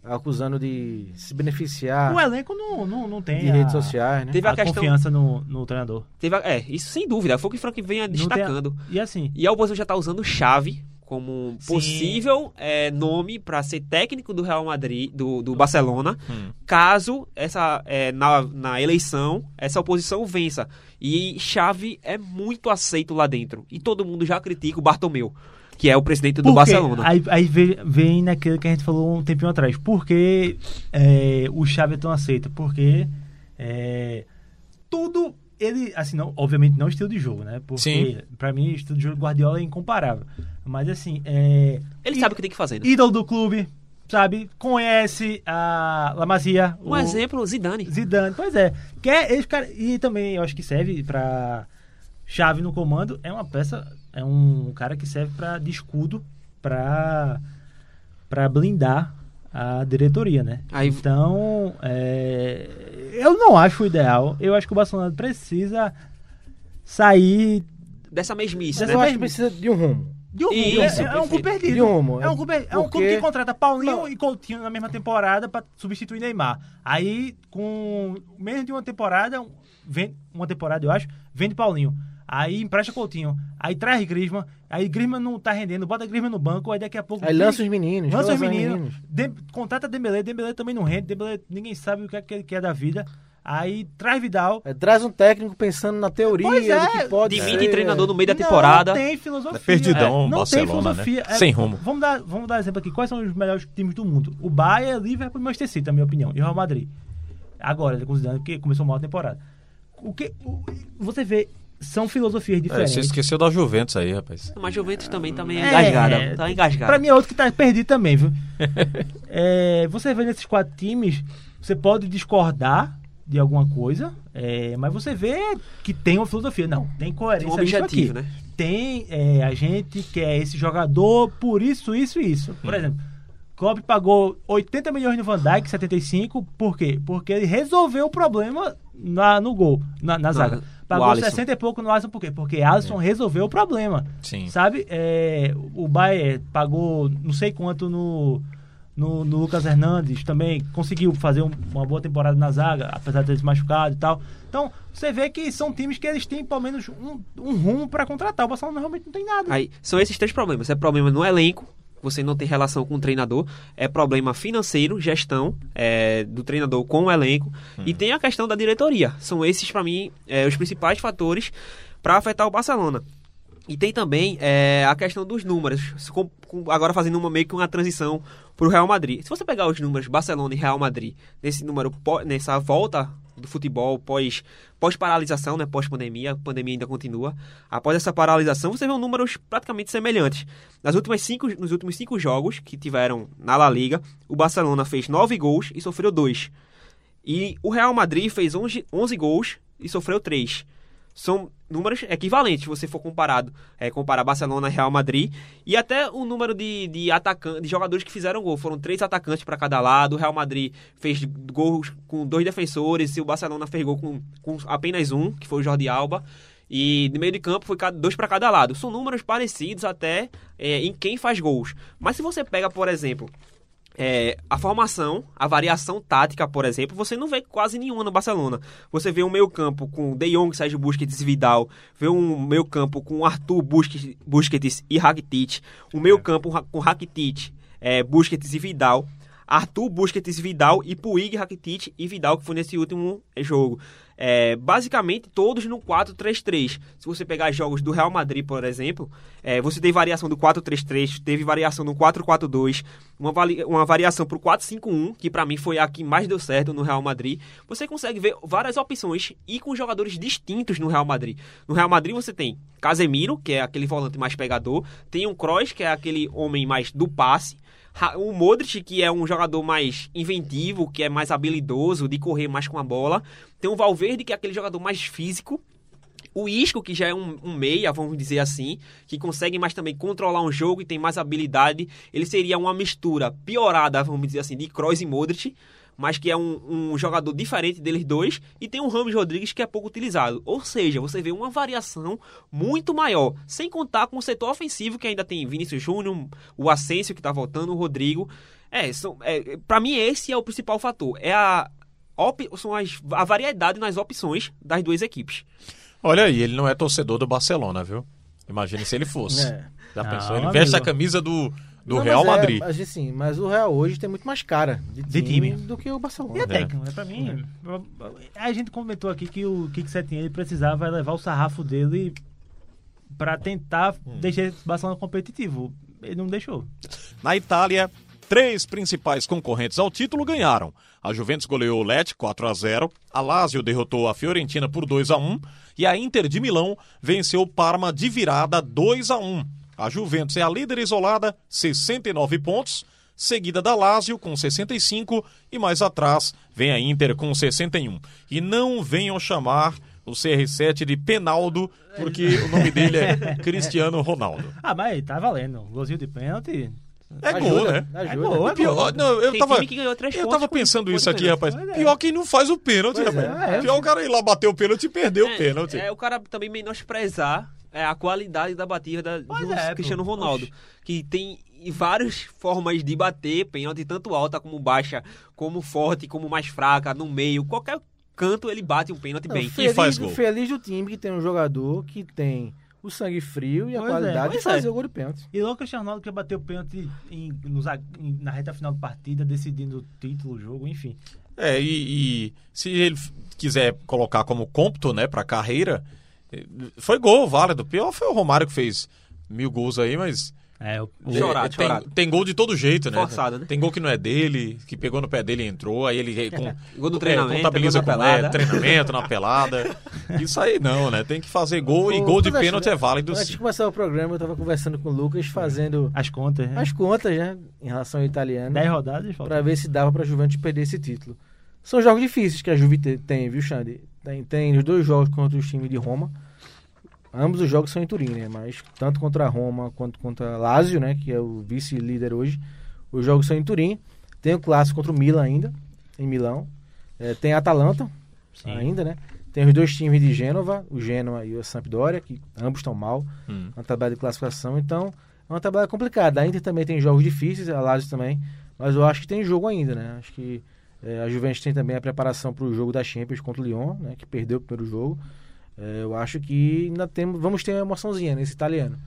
Speaker 7: Acusando de se beneficiar
Speaker 6: O elenco não, não, não é. tem
Speaker 7: de redes
Speaker 6: a-
Speaker 7: sociais, né?
Speaker 8: Teve a,
Speaker 6: a
Speaker 8: questão.
Speaker 6: confiança no, no treinador.
Speaker 8: Teve a- é, isso sem dúvida. Foi o que o Frank vem
Speaker 6: Não tem a-
Speaker 8: destacando.
Speaker 6: E assim,
Speaker 8: E a oposição já está usando chave como um
Speaker 6: Sim.
Speaker 8: possível é, nome para ser técnico do Real Madrid, do, do Barcelona,
Speaker 6: Hum.
Speaker 8: caso essa é, na, na eleição essa oposição vença. E chave é muito aceito lá dentro. E todo mundo já critica o Bartomeu, que é o presidente do
Speaker 6: Por quê?
Speaker 8: Barcelona.
Speaker 6: Aí, aí vem, vem naquilo que a gente falou um tempinho atrás. Por que é, o Xavi é tão aceito? Porque é, tudo ele, assim, não, obviamente não estilo de jogo, né?
Speaker 4: Sim.
Speaker 6: Porque pra mim estilo de jogo do Guardiola é incomparável. Mas assim, é,
Speaker 8: Ele
Speaker 6: e-
Speaker 8: sabe o que tem que fazer. Né?
Speaker 6: ídolo do clube, sabe? Conhece a La Masia.
Speaker 8: Um
Speaker 6: o-
Speaker 8: exemplo, Zidane.
Speaker 6: Zidane, pois é. Quer, esse cara, e também eu acho que serve pra chave no comando. É uma peça, é um cara que serve pra, de escudo pra, pra blindar a diretoria, né?
Speaker 8: Aí-
Speaker 6: Então, é, eu não acho o ideal. Eu acho que o Barcelona precisa sair
Speaker 8: Dessa mesmice,
Speaker 7: Mas
Speaker 8: né?
Speaker 7: eu acho que precisa de um rumo.
Speaker 6: de um rumo.
Speaker 8: Isso,
Speaker 6: é, é um clube
Speaker 8: perfeito.
Speaker 6: perdido.
Speaker 7: De um rumo,
Speaker 6: É um clube, é um clube
Speaker 7: porque-
Speaker 6: que contrata Paulinho
Speaker 7: Não.
Speaker 6: e Coutinho na mesma temporada pra substituir Neymar. Aí, com menos de uma temporada, um- vende, uma temporada eu acho, vende Paulinho. Aí empresta Coutinho. Aí traz Grisma. Aí Grisma não tá rendendo, bota Grisma no banco. Aí daqui a pouco.
Speaker 7: Aí lança os meninos.
Speaker 6: Lança os meninos. Dem- contrata Dembele. Dembele também não rende. Dembele, ninguém sabe o que é que ele quer da vida. Aí traz Vidal.
Speaker 7: É, traz um técnico pensando na teoria
Speaker 6: Pois é,
Speaker 7: do que pode
Speaker 8: Divide
Speaker 7: ser.
Speaker 8: treinador no meio da
Speaker 6: Não,
Speaker 8: temporada.
Speaker 6: Não tem filosofia.
Speaker 4: É perdidão,
Speaker 6: É, não
Speaker 4: Barcelona,
Speaker 6: tem filosofia. é.
Speaker 4: né? Sem rumo.
Speaker 6: Vamos dar, vamos dar exemplo aqui. Quais são os melhores times do mundo? O Bayern, Liverpool e Manchester City, na minha opinião. E o Real Madrid. Agora, considerando que começou mal a temporada. O que, o- você vê, são filosofias
Speaker 4: É,
Speaker 6: diferentes.
Speaker 4: você esqueceu da Juventus aí, rapaz.
Speaker 8: Mas Juventus também também é,
Speaker 6: É,
Speaker 8: engasgada. Tá engasgada.
Speaker 6: Pra mim é outro que tá perdido também, viu? (laughs) É, você vê nesses quatro times, você pode discordar de alguma coisa, é, mas você vê que tem uma filosofia. Não, tem coerência
Speaker 8: Tem um
Speaker 6: nisso
Speaker 8: objetivo,
Speaker 6: aqui.
Speaker 8: né?
Speaker 6: Tem, é, a gente quer esse jogador por isso, isso e isso.
Speaker 8: Hum.
Speaker 6: Por exemplo, Klopp pagou 80 milhões no Van Dijk, 75, por quê? Porque ele resolveu o problema na- no gol, na, na zaga.
Speaker 8: o
Speaker 6: Pagou
Speaker 8: Alisson. É.
Speaker 6: 60 e pouco no Alisson, por quê? Porque Alisson resolveu o problema.
Speaker 4: Sim.
Speaker 6: Sabe? É, o Bayer pagou não sei quanto no, no, no Lucas Hernandes também. Conseguiu fazer um- uma boa temporada na zaga, apesar de ter se machucado e tal. Então, você vê que são times que eles têm pelo menos um, um rumo pra contratar. O Barcelona realmente não tem nada.
Speaker 8: Aí, são esses três problemas. É problema no elenco, você não tem relação com o treinador. É problema financeiro, gestão é, do treinador com o elenco. E tem a questão da diretoria. São esses, pra mim, é, os principais fatores pra afetar o Barcelona. E tem também é, a questão dos números. Se com- com- agora fazendo uma, meio que uma transição pro Real Madrid. Se você pegar os números Barcelona e Real Madrid nesse número pó- nessa volta do futebol pós pós paralisação, né, pós pandemia, a pandemia ainda continua. Após essa paralisação, você vê números praticamente semelhantes. Nas últimas cinco, nos últimos cinco jogos que tiveram na La Liga, o Barcelona fez nove gols e sofreu dois. E o Real Madrid fez 11, 11 gols e sofreu 3. São números equivalentes, se você for comparado, é, comparar Barcelona e Real Madrid. E até o número de, de, atacan- de jogadores que fizeram gol. Foram três atacantes para cada lado. O Real Madrid fez gols com dois defensores e o Barcelona fez gol com, com apenas um, que foi o Jordi Alba. E no meio de campo foi cada- dois para cada lado. São números parecidos até é, em quem faz gols. Mas se você pega, por exemplo, é, a formação, a variação tática, por exemplo, você não vê quase nenhuma no Barcelona. Você vê um meio campo com De Jong, Sérgio Busquets e Vidal. Vê um meio campo com Arthur Busquets, Busquets e Rakitic. Um meio campo ra- com Rakitic, é, Busquets e Vidal. Arthur Busquets, Vidal e Puig, Rakitic e Vidal, que foi nesse último eh, jogo. É, basicamente, todos no 4-3-3. Se você pegar jogos do Real Madrid, por exemplo, é, você tem variação do 4-3-3, teve variação no 4-4-2, uma, vali- uma variação pro 4-5-1, que pra mim foi a que mais deu certo no Real Madrid. Você consegue ver várias opções e com jogadores distintos no Real Madrid. No Real Madrid você tem Casemiro, que é aquele volante mais pegador, tem um Kroos, que é aquele homem mais do passe, Ra- O Modric, que é um jogador mais inventivo, que é um mais habilidoso, de correr mais com a bola. Tem o Valverde, que é aquele jogador mais físico. O Isco, que já é um, um meia, vamos dizer assim, que consegue mais também controlar um jogo e tem mais habilidade, ele seria uma mistura piorada, vamos dizer assim, de Kroos e Modric, mas que é um, um jogador diferente deles dois, e tem o Ramos Rodrigues que é pouco utilizado. Ou seja, você vê uma variação muito maior, sem contar com o setor ofensivo que ainda tem Vinícius Júnior, o Asensio que tá voltando, o Rodrigo. É, são, é para mim esse é o principal fator, é a op, são as, a variedade nas opções das duas equipes.
Speaker 4: Olha aí, ele não é torcedor do Barcelona, viu? Imagine se ele fosse.
Speaker 7: É.
Speaker 4: Já
Speaker 6: Não,
Speaker 4: pensou? Ele veste a
Speaker 6: amigo.
Speaker 4: camisa do, do
Speaker 7: Não,
Speaker 4: Real
Speaker 7: mas é,
Speaker 4: Madrid.
Speaker 7: mas assim, mas o Real hoje tem muito mais cara de
Speaker 6: De
Speaker 7: time,
Speaker 6: time.
Speaker 7: do que o Barcelona.
Speaker 6: E a técnica, né? pra mim. A gente comentou aqui que o Kik Setien ele precisava levar o sarrafo dele pra tentar deixar esse Barcelona competitivo. Ele não deixou.
Speaker 4: Na Itália, três principais concorrentes ao título ganharam. A Juventus goleou o Lecce 4 a 0, a Lazio derrotou a Fiorentina por 2 a 1 e a Inter de Milão venceu o Parma de virada 2 a 1. A Juventus é a líder isolada, 69 pontos, seguida da Lazio com 65 e mais atrás vem a Inter com 61. E não venham chamar o CR7 de Penaldo, porque o nome dele é Cristiano Ronaldo.
Speaker 6: Ah, mas tá valendo. Golzinho de pênalti.
Speaker 4: É gol,
Speaker 7: Ajuda,
Speaker 4: né?
Speaker 7: ajuda.
Speaker 6: É gol, é
Speaker 4: Pior,
Speaker 6: gol.
Speaker 4: não, eu
Speaker 8: Tem
Speaker 4: tava,
Speaker 8: time que ganhou três
Speaker 4: eu
Speaker 8: pontos
Speaker 4: tava
Speaker 8: com-
Speaker 4: pensando
Speaker 8: com
Speaker 4: isso aqui,
Speaker 8: pênalti.
Speaker 4: rapaz.
Speaker 6: Pois é.
Speaker 4: Pior quem não faz o pênalti,
Speaker 7: Pois é,
Speaker 4: rapaz.
Speaker 6: é.
Speaker 4: Pior o cara ir lá bater o pênalti e perdeu o
Speaker 8: É,
Speaker 4: pênalti.
Speaker 8: É, o cara também menosprezar é, a qualidade da batida da-
Speaker 6: Pois
Speaker 8: do
Speaker 6: é, pô.
Speaker 8: Cristiano Ronaldo.
Speaker 6: Oxe.
Speaker 8: Que tem várias formas de bater pênalti, tanto alta como baixa, como forte, como mais fraca, no meio, qualquer canto ele bate um pênalti
Speaker 7: Não,
Speaker 8: bem.
Speaker 7: feliz,
Speaker 4: faz gol.
Speaker 7: Feliz do time que tem um jogador que tem o sangue frio e a
Speaker 6: Pois é,
Speaker 7: qualidade
Speaker 6: pois
Speaker 7: de fazer
Speaker 6: é.
Speaker 7: o gol de pênalti.
Speaker 6: E logo o Cristiano Ronaldo que bateu o pênalti em- no za- em- na reta final da partida, decidindo o título, o jogo, enfim.
Speaker 4: É, e, e se ele f- quiser colocar como cômputo, né, pra carreira, eh, foi gol, válido. Pior foi o Romário que fez mil gols aí, mas.
Speaker 6: É, o,
Speaker 8: Chorado,
Speaker 4: eh, tem,
Speaker 8: chorado.
Speaker 4: tem gol de todo jeito, né?
Speaker 8: Forçado, né?
Speaker 4: Tem gol que não é dele, que pegou no pé dele e entrou, aí ele eh, com,
Speaker 8: (laughs) Gol do
Speaker 4: é,
Speaker 8: treinamento,
Speaker 4: contabiliza
Speaker 8: gol na
Speaker 4: com é,
Speaker 8: pelada.
Speaker 4: treinamento na
Speaker 8: (laughs)
Speaker 4: pelada. Isso aí não, né? Tem que fazer gol e
Speaker 7: Ô,
Speaker 4: gol de
Speaker 7: mas acho-
Speaker 4: pênalti é válido.
Speaker 7: Antes
Speaker 4: sim.
Speaker 7: de começar o programa, eu tava conversando com o Lucas, fazendo
Speaker 6: As contas, né?
Speaker 7: as contas, né, em relação ao italiano,
Speaker 6: 10 rodadas, falta.
Speaker 7: pra ver se dava pra Juventus perder esse título. São jogos difíceis que a Juve te- tem, viu, Xande? Tem, tem os dois jogos contra os times de Roma. Ambos os jogos são em Turim, né? Mas tanto contra a Roma quanto contra a Lazio, né, que é o vice-líder hoje, os jogos são em Turim. Tem o clássico contra o Milan ainda, em Milão. É, tem a Atalanta, ainda, né? Tem os dois times de Gênova, o Gênova e o Sampdoria, que ambos estão mal na tabela de classificação. Então, é uma tabela complicada. A Inter também tem jogos difíceis, a Lazio também. Mas eu acho que tem jogo ainda, né? Acho que eh, a Juventus tem também a preparação para o jogo da Champions contra o Lyon, né? Que perdeu o primeiro jogo. Eh, eu acho que ainda temos, vamos ter uma emoçãozinha nesse italiano.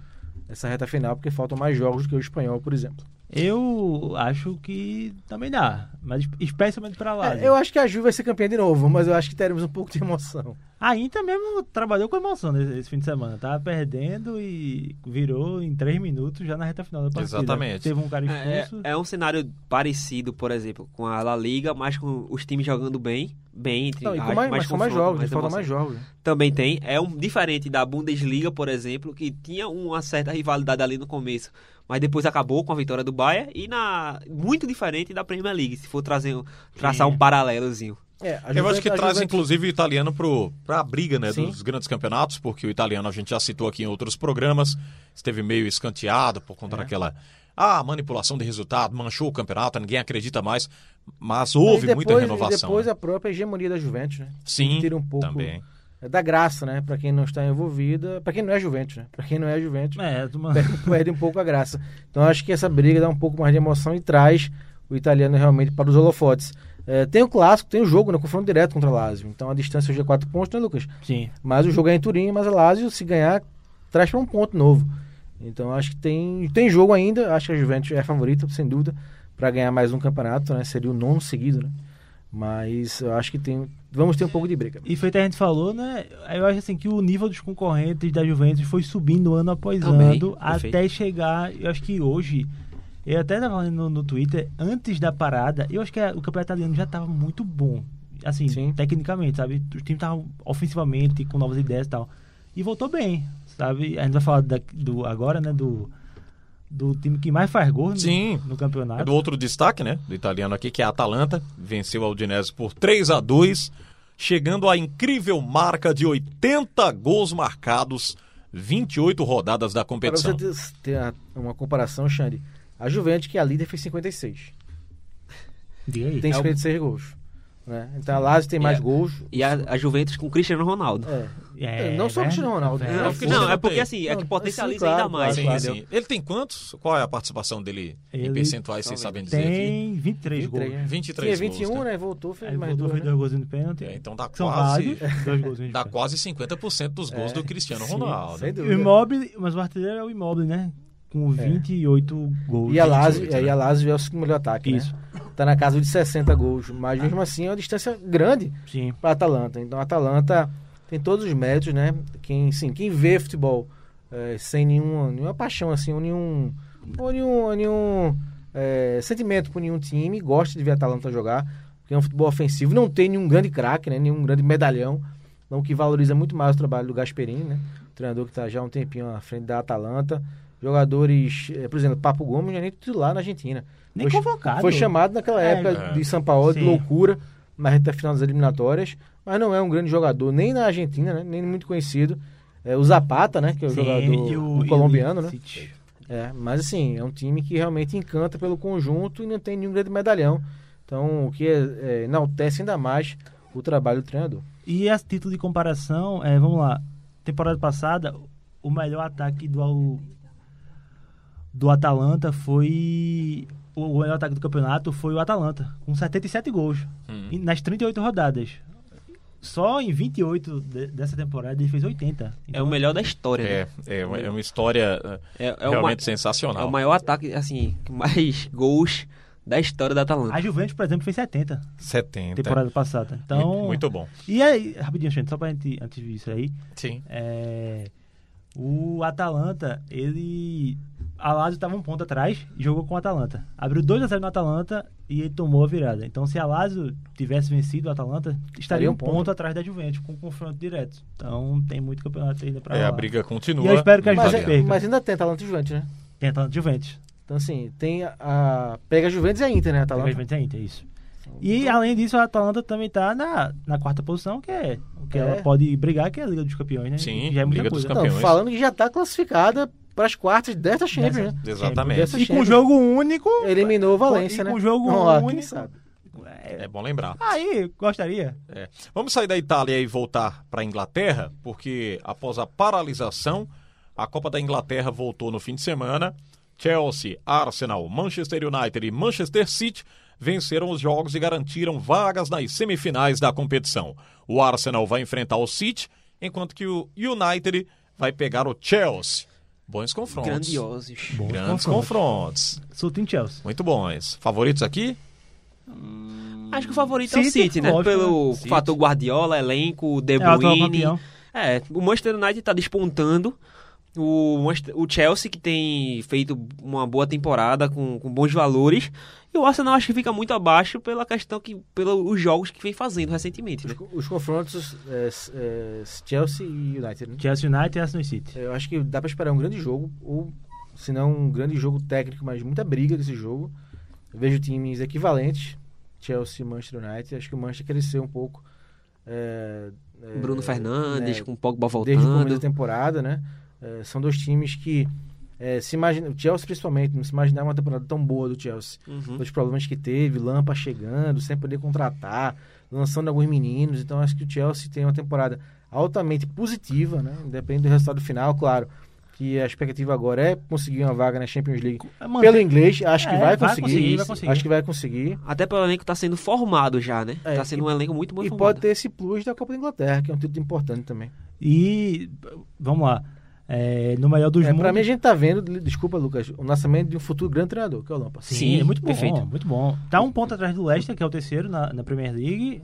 Speaker 7: Nessa reta final, porque faltam mais jogos do que o espanhol, por exemplo.
Speaker 6: Eu acho que também dá. Mas es- especialmente pra lá.
Speaker 7: É, eu acho que a Juve vai ser campeã de novo, mas eu acho que teremos um pouco de emoção.
Speaker 6: A Inter mesmo trabalhou com emoção nesse esse fim de semana. Tava perdendo e virou em 3 minutos já na reta final da partida.
Speaker 4: Exatamente.
Speaker 6: Teve um cara
Speaker 8: É,
Speaker 6: expulso.
Speaker 8: é- é um cenário parecido, por exemplo, com a La Liga, mas com os times jogando bem, bem entre
Speaker 7: Não, e com
Speaker 8: aspas,
Speaker 7: mais, mas com mais
Speaker 8: confronto,
Speaker 7: jogos, faltam
Speaker 8: emoção.
Speaker 7: mais jogos.
Speaker 8: Também tem. É um diferente da Bundesliga, por exemplo, que tinha uma certa rivalidade ali no começo, mas depois acabou com a vitória do Bayern e na muito diferente da Premier League, se for trazer um- traçar um paralelozinho.
Speaker 7: É, a
Speaker 4: Eu
Speaker 7: Juventus-
Speaker 4: acho que
Speaker 7: a
Speaker 4: traz,
Speaker 7: Juventus-
Speaker 4: inclusive, o italiano pro, pra briga, né?
Speaker 7: Sim.
Speaker 4: Dos grandes campeonatos, porque o italiano a gente já citou aqui em outros programas, esteve meio escanteado por
Speaker 7: É.
Speaker 4: conta daquela. Ah, manipulação de resultado, manchou o campeonato, ninguém acredita mais. Mas
Speaker 7: Mas
Speaker 4: houve muita
Speaker 7: depois-
Speaker 4: renovação.
Speaker 7: E depois
Speaker 4: né?
Speaker 7: a própria hegemonia da Juventus, né?
Speaker 4: Sim,
Speaker 7: tira um pouco
Speaker 4: também.
Speaker 7: É da graça, né? Pra quem não está envolvida, pra quem não é Juventus, né? Pra quem não é Juventus,
Speaker 6: É,
Speaker 7: (laughs)
Speaker 6: tu-
Speaker 7: perde, perde um pouco a graça. Então acho que essa briga dá um pouco mais de emoção e traz o italiano realmente para os holofotes. É, tem o clássico, tem o jogo, né? Confronto direto contra a Lazio. Então a distância hoje é 4 pontos, né, Lucas?
Speaker 6: Sim.
Speaker 7: Mas o jogo é em Turim, mas a Lazio, se ganhar, traz para um ponto novo. Então acho que tem, tem jogo ainda. Acho que a Juventus é a favorita, sem dúvida, para ganhar mais um campeonato, né? Seria o nono seguido, né? Mas eu acho que tem. Vamos ter um pouco de briga.
Speaker 6: E feito a gente falou, né? Eu acho assim que o nível dos concorrentes da Juventus foi subindo ano após
Speaker 8: Também,
Speaker 6: ano
Speaker 8: perfeito.
Speaker 6: até chegar. Eu acho que hoje. Eu até tava falando no, no Twitter, antes da parada, eu acho que a- o campeonato italiano já tava muito bom. Assim,
Speaker 7: Sim.
Speaker 6: tecnicamente, sabe? Os times estavam ofensivamente, com novas ideias e tal. E voltou bem, sabe? A gente vai falar da- do, agora, né? Do, do time que mais faz gol no-
Speaker 4: Sim.
Speaker 6: no campeonato.
Speaker 4: É do outro destaque, né? Do italiano aqui, que é a Atalanta. Venceu a Udinese por 3 a 2 chegando à incrível marca de 80 gols marcados, 28 rodadas da
Speaker 7: Para
Speaker 4: competição.
Speaker 7: você ter, ter a- uma comparação, Xande, a Juventus, que é a líder, fez 56.
Speaker 6: Diga aí. É
Speaker 7: Tem 56 gols. Né? Então a Lazio tem mais
Speaker 8: E a-
Speaker 7: gols.
Speaker 8: E a, a Juventus com Cristiano Ronaldo.
Speaker 7: É.
Speaker 6: É,
Speaker 7: não só o
Speaker 6: né?
Speaker 7: Cristiano Ronaldo.
Speaker 6: É,
Speaker 7: né?
Speaker 8: Não,
Speaker 4: porque-
Speaker 8: não, é
Speaker 4: não
Speaker 8: porque
Speaker 4: tem.
Speaker 8: assim, é que
Speaker 7: Não,
Speaker 8: potencializa
Speaker 7: sim, claro,
Speaker 8: ainda mais.
Speaker 7: claro,
Speaker 4: Sim,
Speaker 7: claro.
Speaker 4: sim. Ele tem quantos? Qual é a participação dele em
Speaker 6: Ele
Speaker 4: percentuais, vocês sabem dizer aqui?
Speaker 6: Tem 23 gols.
Speaker 7: 23, né?
Speaker 4: 23
Speaker 7: Tinha
Speaker 4: gols,
Speaker 7: 21,
Speaker 4: né?
Speaker 7: né? Voltou, fez
Speaker 6: Aí
Speaker 7: mais
Speaker 6: voltou,
Speaker 7: dois.
Speaker 6: fez
Speaker 7: Né?
Speaker 6: dois golzinhos de pênalti.
Speaker 4: É, então dá
Speaker 6: São
Speaker 4: quase, (laughs)
Speaker 6: vários. Dois golzinhos de
Speaker 4: dá Tá
Speaker 6: pênalti.
Speaker 4: quase 50% dos gols
Speaker 6: É,
Speaker 4: do Cristiano
Speaker 7: Sim,
Speaker 4: Ronaldo.
Speaker 7: Sem
Speaker 6: O
Speaker 7: dúvida.
Speaker 6: Immobile, mas o artilheiro é o Immobile, né? Com 28 gols.
Speaker 7: É. E a Lazio,
Speaker 4: 28,
Speaker 7: e aí
Speaker 4: né?
Speaker 7: a Lazio é o segundo melhor ataque,
Speaker 6: Isso.
Speaker 7: né? Tá na casa de 60 gols, mas mesmo assim é uma distância grande
Speaker 6: Sim.
Speaker 7: para Atalanta. Então a Atalanta tem todos os méritos, né? Quem, sim, quem vê futebol eh, sem nenhuma, nenhuma paixão, assim, ou nenhum, ou nenhum, nenhum eh, sentimento por nenhum time, gosta de ver a Atalanta jogar, porque é um futebol ofensivo, não tem nenhum grande craque, né? Nenhum grande medalhão, então que valoriza muito mais o trabalho do Gasperini, né? O treinador que está já há um tempinho à frente da Atalanta. Jogadores, eh, por exemplo, Papo Gomes já nem titular na Argentina.
Speaker 6: Nem
Speaker 7: Foi-
Speaker 6: convocado.
Speaker 7: Foi chamado naquela
Speaker 6: É,
Speaker 7: época
Speaker 4: é.
Speaker 7: de São Paulo, de
Speaker 6: Sim.
Speaker 7: loucura, na reta final das eliminatórias, mas não é um grande jogador, nem na Argentina, né? nem muito conhecido. É, o Zapata, né? Que é o
Speaker 6: Sim,
Speaker 7: jogador
Speaker 6: e o-
Speaker 7: o colombiano,
Speaker 6: e o
Speaker 7: né?
Speaker 6: City.
Speaker 7: É, mas assim, é um time que realmente encanta pelo conjunto e não tem nenhum grande medalhão. Então, o que é, é, enaltece ainda mais o trabalho do treinador.
Speaker 6: E a título de comparação, é, vamos lá. Temporada passada, o melhor ataque do, Al- do Atalanta foi. O melhor ataque do campeonato foi o Atalanta, com 77 gols.
Speaker 4: Hum.
Speaker 6: E Nas 38 rodadas. Só em 28 de- dessa temporada ele fez Então, 80.
Speaker 8: É o melhor da história. né?
Speaker 4: É, é, uma- é uma história eh,
Speaker 8: É, é o, ma-
Speaker 4: realmente sensacional.
Speaker 8: é o maior ataque, assim, com mais gols da história da Atalanta.
Speaker 6: A Juventus, por exemplo, fez 70
Speaker 4: 70.
Speaker 6: temporada passada. Então,
Speaker 4: Muito, muito bom.
Speaker 6: E aí, rapidinho, gente, só pra gente, antes disso aí,
Speaker 4: Sim.
Speaker 6: é, o Atalanta, ele. A Lazio estava um ponto atrás e jogou com o Atalanta. Abriu 2x0 no Atalanta e ele tomou a virada. Então, se a Lazio tivesse vencido o Atalanta, estaria
Speaker 7: Estaria
Speaker 6: um
Speaker 7: um
Speaker 6: ponto,
Speaker 7: ponto.
Speaker 6: atrás da Juventus, com um confronto direto. Então, tem muito campeonato ainda pra
Speaker 4: É, a
Speaker 6: rolar.
Speaker 4: briga continua.
Speaker 6: Ah. E eu espero que a
Speaker 4: Não
Speaker 7: Mas,
Speaker 6: gente
Speaker 4: tá
Speaker 7: é,
Speaker 6: perca.
Speaker 7: mas ainda tem Atalanta e Juventus, né?
Speaker 6: Tem Atalanta e Juventus.
Speaker 7: Então, assim, tem a, a- Pega a Juventus e a Inter, né? a
Speaker 6: Tem a
Speaker 7: Atalanta.
Speaker 6: Juventus ainda, é isso. E, além disso, a Atalanta também tá na, na quarta posição, que é o que
Speaker 7: É.
Speaker 6: ela pode brigar, que é a Liga dos Campeões, né?
Speaker 4: Sim,
Speaker 6: Já é muita
Speaker 4: Liga dos
Speaker 6: coisa.
Speaker 7: Não,
Speaker 4: Campeões.
Speaker 7: falando que já está classificada para as quartas desta Champions, né?
Speaker 4: Exatamente.
Speaker 7: Dessa
Speaker 6: E com
Speaker 7: Champions.
Speaker 6: jogo único.
Speaker 7: Eliminou o Valência,
Speaker 6: e
Speaker 7: né?
Speaker 6: com jogo
Speaker 7: Vamos lá, quem
Speaker 6: único.
Speaker 7: sabe?
Speaker 4: É bom lembrar.
Speaker 6: Aí, gostaria.
Speaker 4: É. Vamos sair da Itália e voltar para a Inglaterra, porque após a paralisação, a Copa da Inglaterra voltou no fim de semana. Chelsea, Arsenal, Manchester United e Manchester City venceram os jogos e garantiram vagas nas semifinais da competição. O Arsenal vai enfrentar o City, enquanto que o United vai pegar o Chelsea. Bons confrontos.
Speaker 8: Grandiosos.
Speaker 4: Grandes confrontos.
Speaker 6: Sultan Chelsea.
Speaker 4: Muito bons. Favoritos aqui?
Speaker 8: Acho que o favorito é o
Speaker 6: City,
Speaker 8: City, né?
Speaker 6: lógico,
Speaker 8: Pelo
Speaker 6: né? City.
Speaker 8: fator Guardiola, elenco, De
Speaker 6: É o atual
Speaker 8: Bruyne.
Speaker 6: campeão.
Speaker 8: É, o Manchester United tá despontando. O, Manchester- o Chelsea, que tem feito uma boa temporada com, com bons valores. E o Arsenal acho que fica muito abaixo pela questão que. pelos jogos que vem fazendo recentemente. Né?
Speaker 7: Os, os confrontos é, é, Chelsea e United, né?
Speaker 6: Chelsea United e Arsenal City.
Speaker 7: Eu acho que dá pra esperar um grande jogo, ou se não um grande jogo técnico, mas muita briga desse jogo. Eu vejo times equivalentes, Chelsea e Manchester United. Acho que o Manchester cresceu um pouco. é, é,
Speaker 8: Bruno Fernandes,
Speaker 7: né,
Speaker 8: com o Pogba
Speaker 7: desde o começo
Speaker 8: voltando.
Speaker 7: da temporada, né? É, são dois times que é, se imagina, o Chelsea principalmente, não se imaginava uma temporada tão boa do Chelsea.
Speaker 8: Uhum.
Speaker 7: Dos problemas que teve, Lampa chegando, sem poder contratar, lançando alguns meninos. Então acho que o Chelsea tem uma temporada altamente positiva, né? Independente do resultado final, claro. Que a expectativa agora é conseguir uma vaga na Champions League.
Speaker 6: Mano,
Speaker 7: Pelo inglês, acho que
Speaker 6: É,
Speaker 7: vai,
Speaker 6: vai
Speaker 7: conseguir,
Speaker 6: conseguir, vai conseguir.
Speaker 7: Acho que vai conseguir.
Speaker 8: Até pelo elenco tá sendo formado já, né?
Speaker 7: É,
Speaker 8: tá sendo um elenco muito bom
Speaker 7: e
Speaker 8: formado.
Speaker 7: pode ter esse plus da Copa da Inglaterra, que é um título importante também.
Speaker 6: E, vamos lá. É, no melhor dos
Speaker 7: É, pra
Speaker 6: mundos.
Speaker 7: mim, a gente tá vendo, desculpa, Lucas, o nascimento de um futuro grande treinador, que é o Lampa.
Speaker 6: Sim,
Speaker 8: Sim,
Speaker 6: é muito bom.
Speaker 8: perfeito.
Speaker 6: Muito bom. Tá um ponto atrás do Leicester, que é o terceiro na, na Premier League.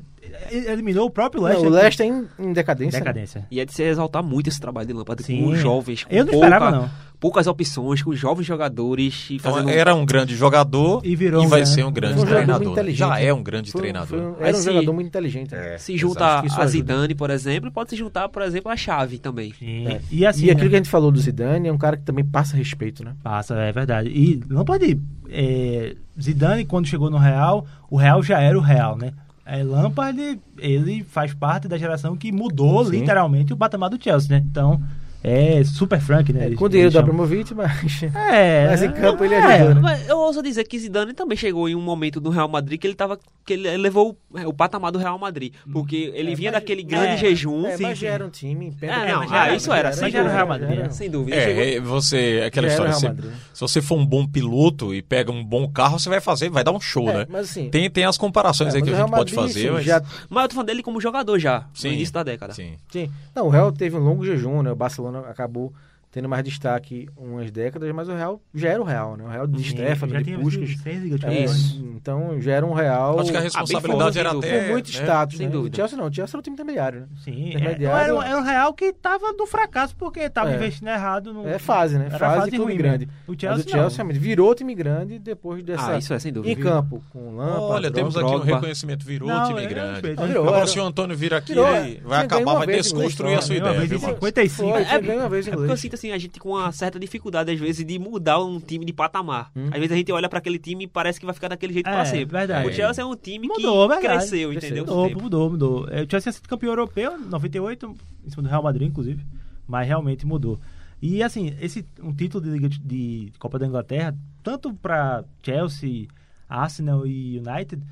Speaker 6: E- Eliminou o próprio
Speaker 7: Não,
Speaker 6: Leicester.
Speaker 7: o Leicester é em, em decadência. né?
Speaker 6: Decadência.
Speaker 8: E é de se exaltar muito esse trabalho de Lampard
Speaker 6: Sim.
Speaker 8: com os jovens. Com
Speaker 6: Eu não
Speaker 8: pouca-
Speaker 6: esperava, não.
Speaker 8: Poucas opções, com jovens jogadores e
Speaker 4: Então,
Speaker 8: fazendo
Speaker 4: era um grande jogador
Speaker 6: E virou um
Speaker 4: vai
Speaker 6: grande-
Speaker 4: ser um grande
Speaker 7: Foi um jogador muito
Speaker 4: treinador.
Speaker 7: inteligente,
Speaker 4: Já
Speaker 7: né?
Speaker 4: é um grande
Speaker 7: Foi um-
Speaker 4: treinador.
Speaker 7: foi um-
Speaker 8: Aí
Speaker 7: era um
Speaker 8: se-
Speaker 7: jogador muito inteligente.
Speaker 6: É.
Speaker 7: né?
Speaker 8: se junta
Speaker 7: exato, isso
Speaker 8: a
Speaker 7: ajuda.
Speaker 8: Zidane, por exemplo, pode se juntar, por exemplo, a Xavi também.
Speaker 6: Sim.
Speaker 7: É.
Speaker 6: E assim.
Speaker 7: e aquilo
Speaker 6: né?
Speaker 7: que a gente falou do Zidane é um cara que também passa respeito, né?
Speaker 6: Passa, é verdade. E não pode. é, Zidane, quando chegou no Real, o Real já era o Real, né? é, Lampard, ele faz parte da geração que mudou
Speaker 7: Sim.
Speaker 6: literalmente o patamar do Chelsea, né? Então, é super Frank, né?
Speaker 7: É,
Speaker 6: Eles-
Speaker 7: com o dinheiro
Speaker 6: eles
Speaker 7: do
Speaker 6: chamam.
Speaker 7: Abramovich, mas. (laughs)
Speaker 6: É.
Speaker 7: Mas em campo ele
Speaker 6: é,
Speaker 7: ajudou, né?
Speaker 8: Mas eu ouso dizer que Zidane também chegou em um momento do Real Madrid que ele tava que ele levou o, é, o patamar do Real Madrid, porque ele vinha daquele grande
Speaker 6: é,
Speaker 8: jejum.
Speaker 7: É, mas
Speaker 8: Sim,
Speaker 7: já era um time. em
Speaker 8: É,
Speaker 7: pé-
Speaker 8: não,
Speaker 7: mas já
Speaker 8: ah, isso era,
Speaker 6: mas
Speaker 8: sem
Speaker 6: já
Speaker 8: dúvida.
Speaker 6: era o Real Madrid,
Speaker 7: já era.
Speaker 6: né?
Speaker 8: Sem dúvida. chegou-
Speaker 4: É, é, você. Aquela
Speaker 7: Já era
Speaker 4: história.
Speaker 7: o Real
Speaker 4: você-
Speaker 7: Madrid, né?
Speaker 4: se você for um bom piloto e pega um bom carro, você vai fazer, vai dar um show,
Speaker 7: É,
Speaker 4: né?
Speaker 7: Mas assim.
Speaker 4: Tem, tem as comparações
Speaker 7: é,
Speaker 4: aí
Speaker 7: mas
Speaker 4: que
Speaker 7: o
Speaker 4: a
Speaker 7: Real
Speaker 4: gente pode
Speaker 7: Madrid,
Speaker 4: fazer,
Speaker 7: assim,
Speaker 4: mas.
Speaker 7: já
Speaker 8: Mas eu tô falando dele como jogador já,
Speaker 4: Sim.
Speaker 8: no início da década.
Speaker 4: Sim.
Speaker 7: Sim. Não, o Real teve um longo jejum, né? O Barcelona acabou tendo mais destaque umas décadas, mas o Real já era o Real, né? O Real de Stefano,
Speaker 6: já
Speaker 7: de
Speaker 6: tinha
Speaker 7: Puskas.
Speaker 6: seis ligas de
Speaker 7: É,
Speaker 6: campeões.
Speaker 7: então já era um Real
Speaker 4: Acho que a responsabilidade era
Speaker 8: forte,
Speaker 4: até.
Speaker 7: com muito
Speaker 4: né?
Speaker 7: status,
Speaker 8: Sem
Speaker 7: né?
Speaker 8: dúvida.
Speaker 7: O Chelsea não, o Chelsea era um time intermediário, né?
Speaker 6: Sim, é,
Speaker 7: Intermediário.
Speaker 6: era, um- era um Real que tava do fracasso, porque tava
Speaker 7: É.
Speaker 6: investindo errado. No,
Speaker 7: É fase, né?
Speaker 6: Era
Speaker 7: Fase
Speaker 6: fase
Speaker 7: e clube
Speaker 6: ruim,
Speaker 7: grande.
Speaker 6: né? O
Speaker 7: Mas
Speaker 6: Chelsea,
Speaker 7: o Chelsea é
Speaker 6: não.
Speaker 7: realmente virou time grande depois dessa...
Speaker 8: Ah, isso é sem dúvida.
Speaker 7: Em campo, com Lâmpada,
Speaker 4: Olha, temos aqui um
Speaker 8: Drogba.
Speaker 4: reconhecimento, virou
Speaker 6: Não,
Speaker 4: time
Speaker 6: é,
Speaker 4: grande.
Speaker 6: respeito.
Speaker 7: Virou,
Speaker 4: Agora,
Speaker 7: era-
Speaker 4: se o Antônio vir aqui,
Speaker 7: Virou,
Speaker 4: ele
Speaker 7: é.
Speaker 4: vai
Speaker 7: Tinha ganho
Speaker 4: acabar,
Speaker 7: uma
Speaker 4: vai
Speaker 7: vez então, né? em inglês
Speaker 4: desconstruir a
Speaker 7: só,
Speaker 4: sua
Speaker 6: Ganhou uma
Speaker 4: ideia,
Speaker 6: vez
Speaker 4: viu,
Speaker 6: em
Speaker 4: Marcos?
Speaker 6: 55.
Speaker 7: Foi,
Speaker 8: É,
Speaker 7: foi bem uma vez em
Speaker 8: É porque eu
Speaker 7: inglês.
Speaker 8: sinto assim, a gente com uma certa dificuldade, às vezes, de mudar um time de patamar. Às vezes a gente olha pra aquele time e parece que vai ficar daquele jeito pra
Speaker 6: É,
Speaker 8: sempre.
Speaker 6: verdade.
Speaker 8: O Chelsea é um time
Speaker 6: Mudou,
Speaker 8: que
Speaker 6: verdade.
Speaker 8: cresceu, entendeu? com o
Speaker 6: Mudou,
Speaker 8: tempo.
Speaker 6: mudou, mudou. É, O Chelsea tinha sido campeão europeu, 98, em cima do Real Madrid, inclusive. Mas realmente mudou. E assim, esse um título de Liga de, de Copa da Inglaterra, tanto para Chelsea, Arsenal e United,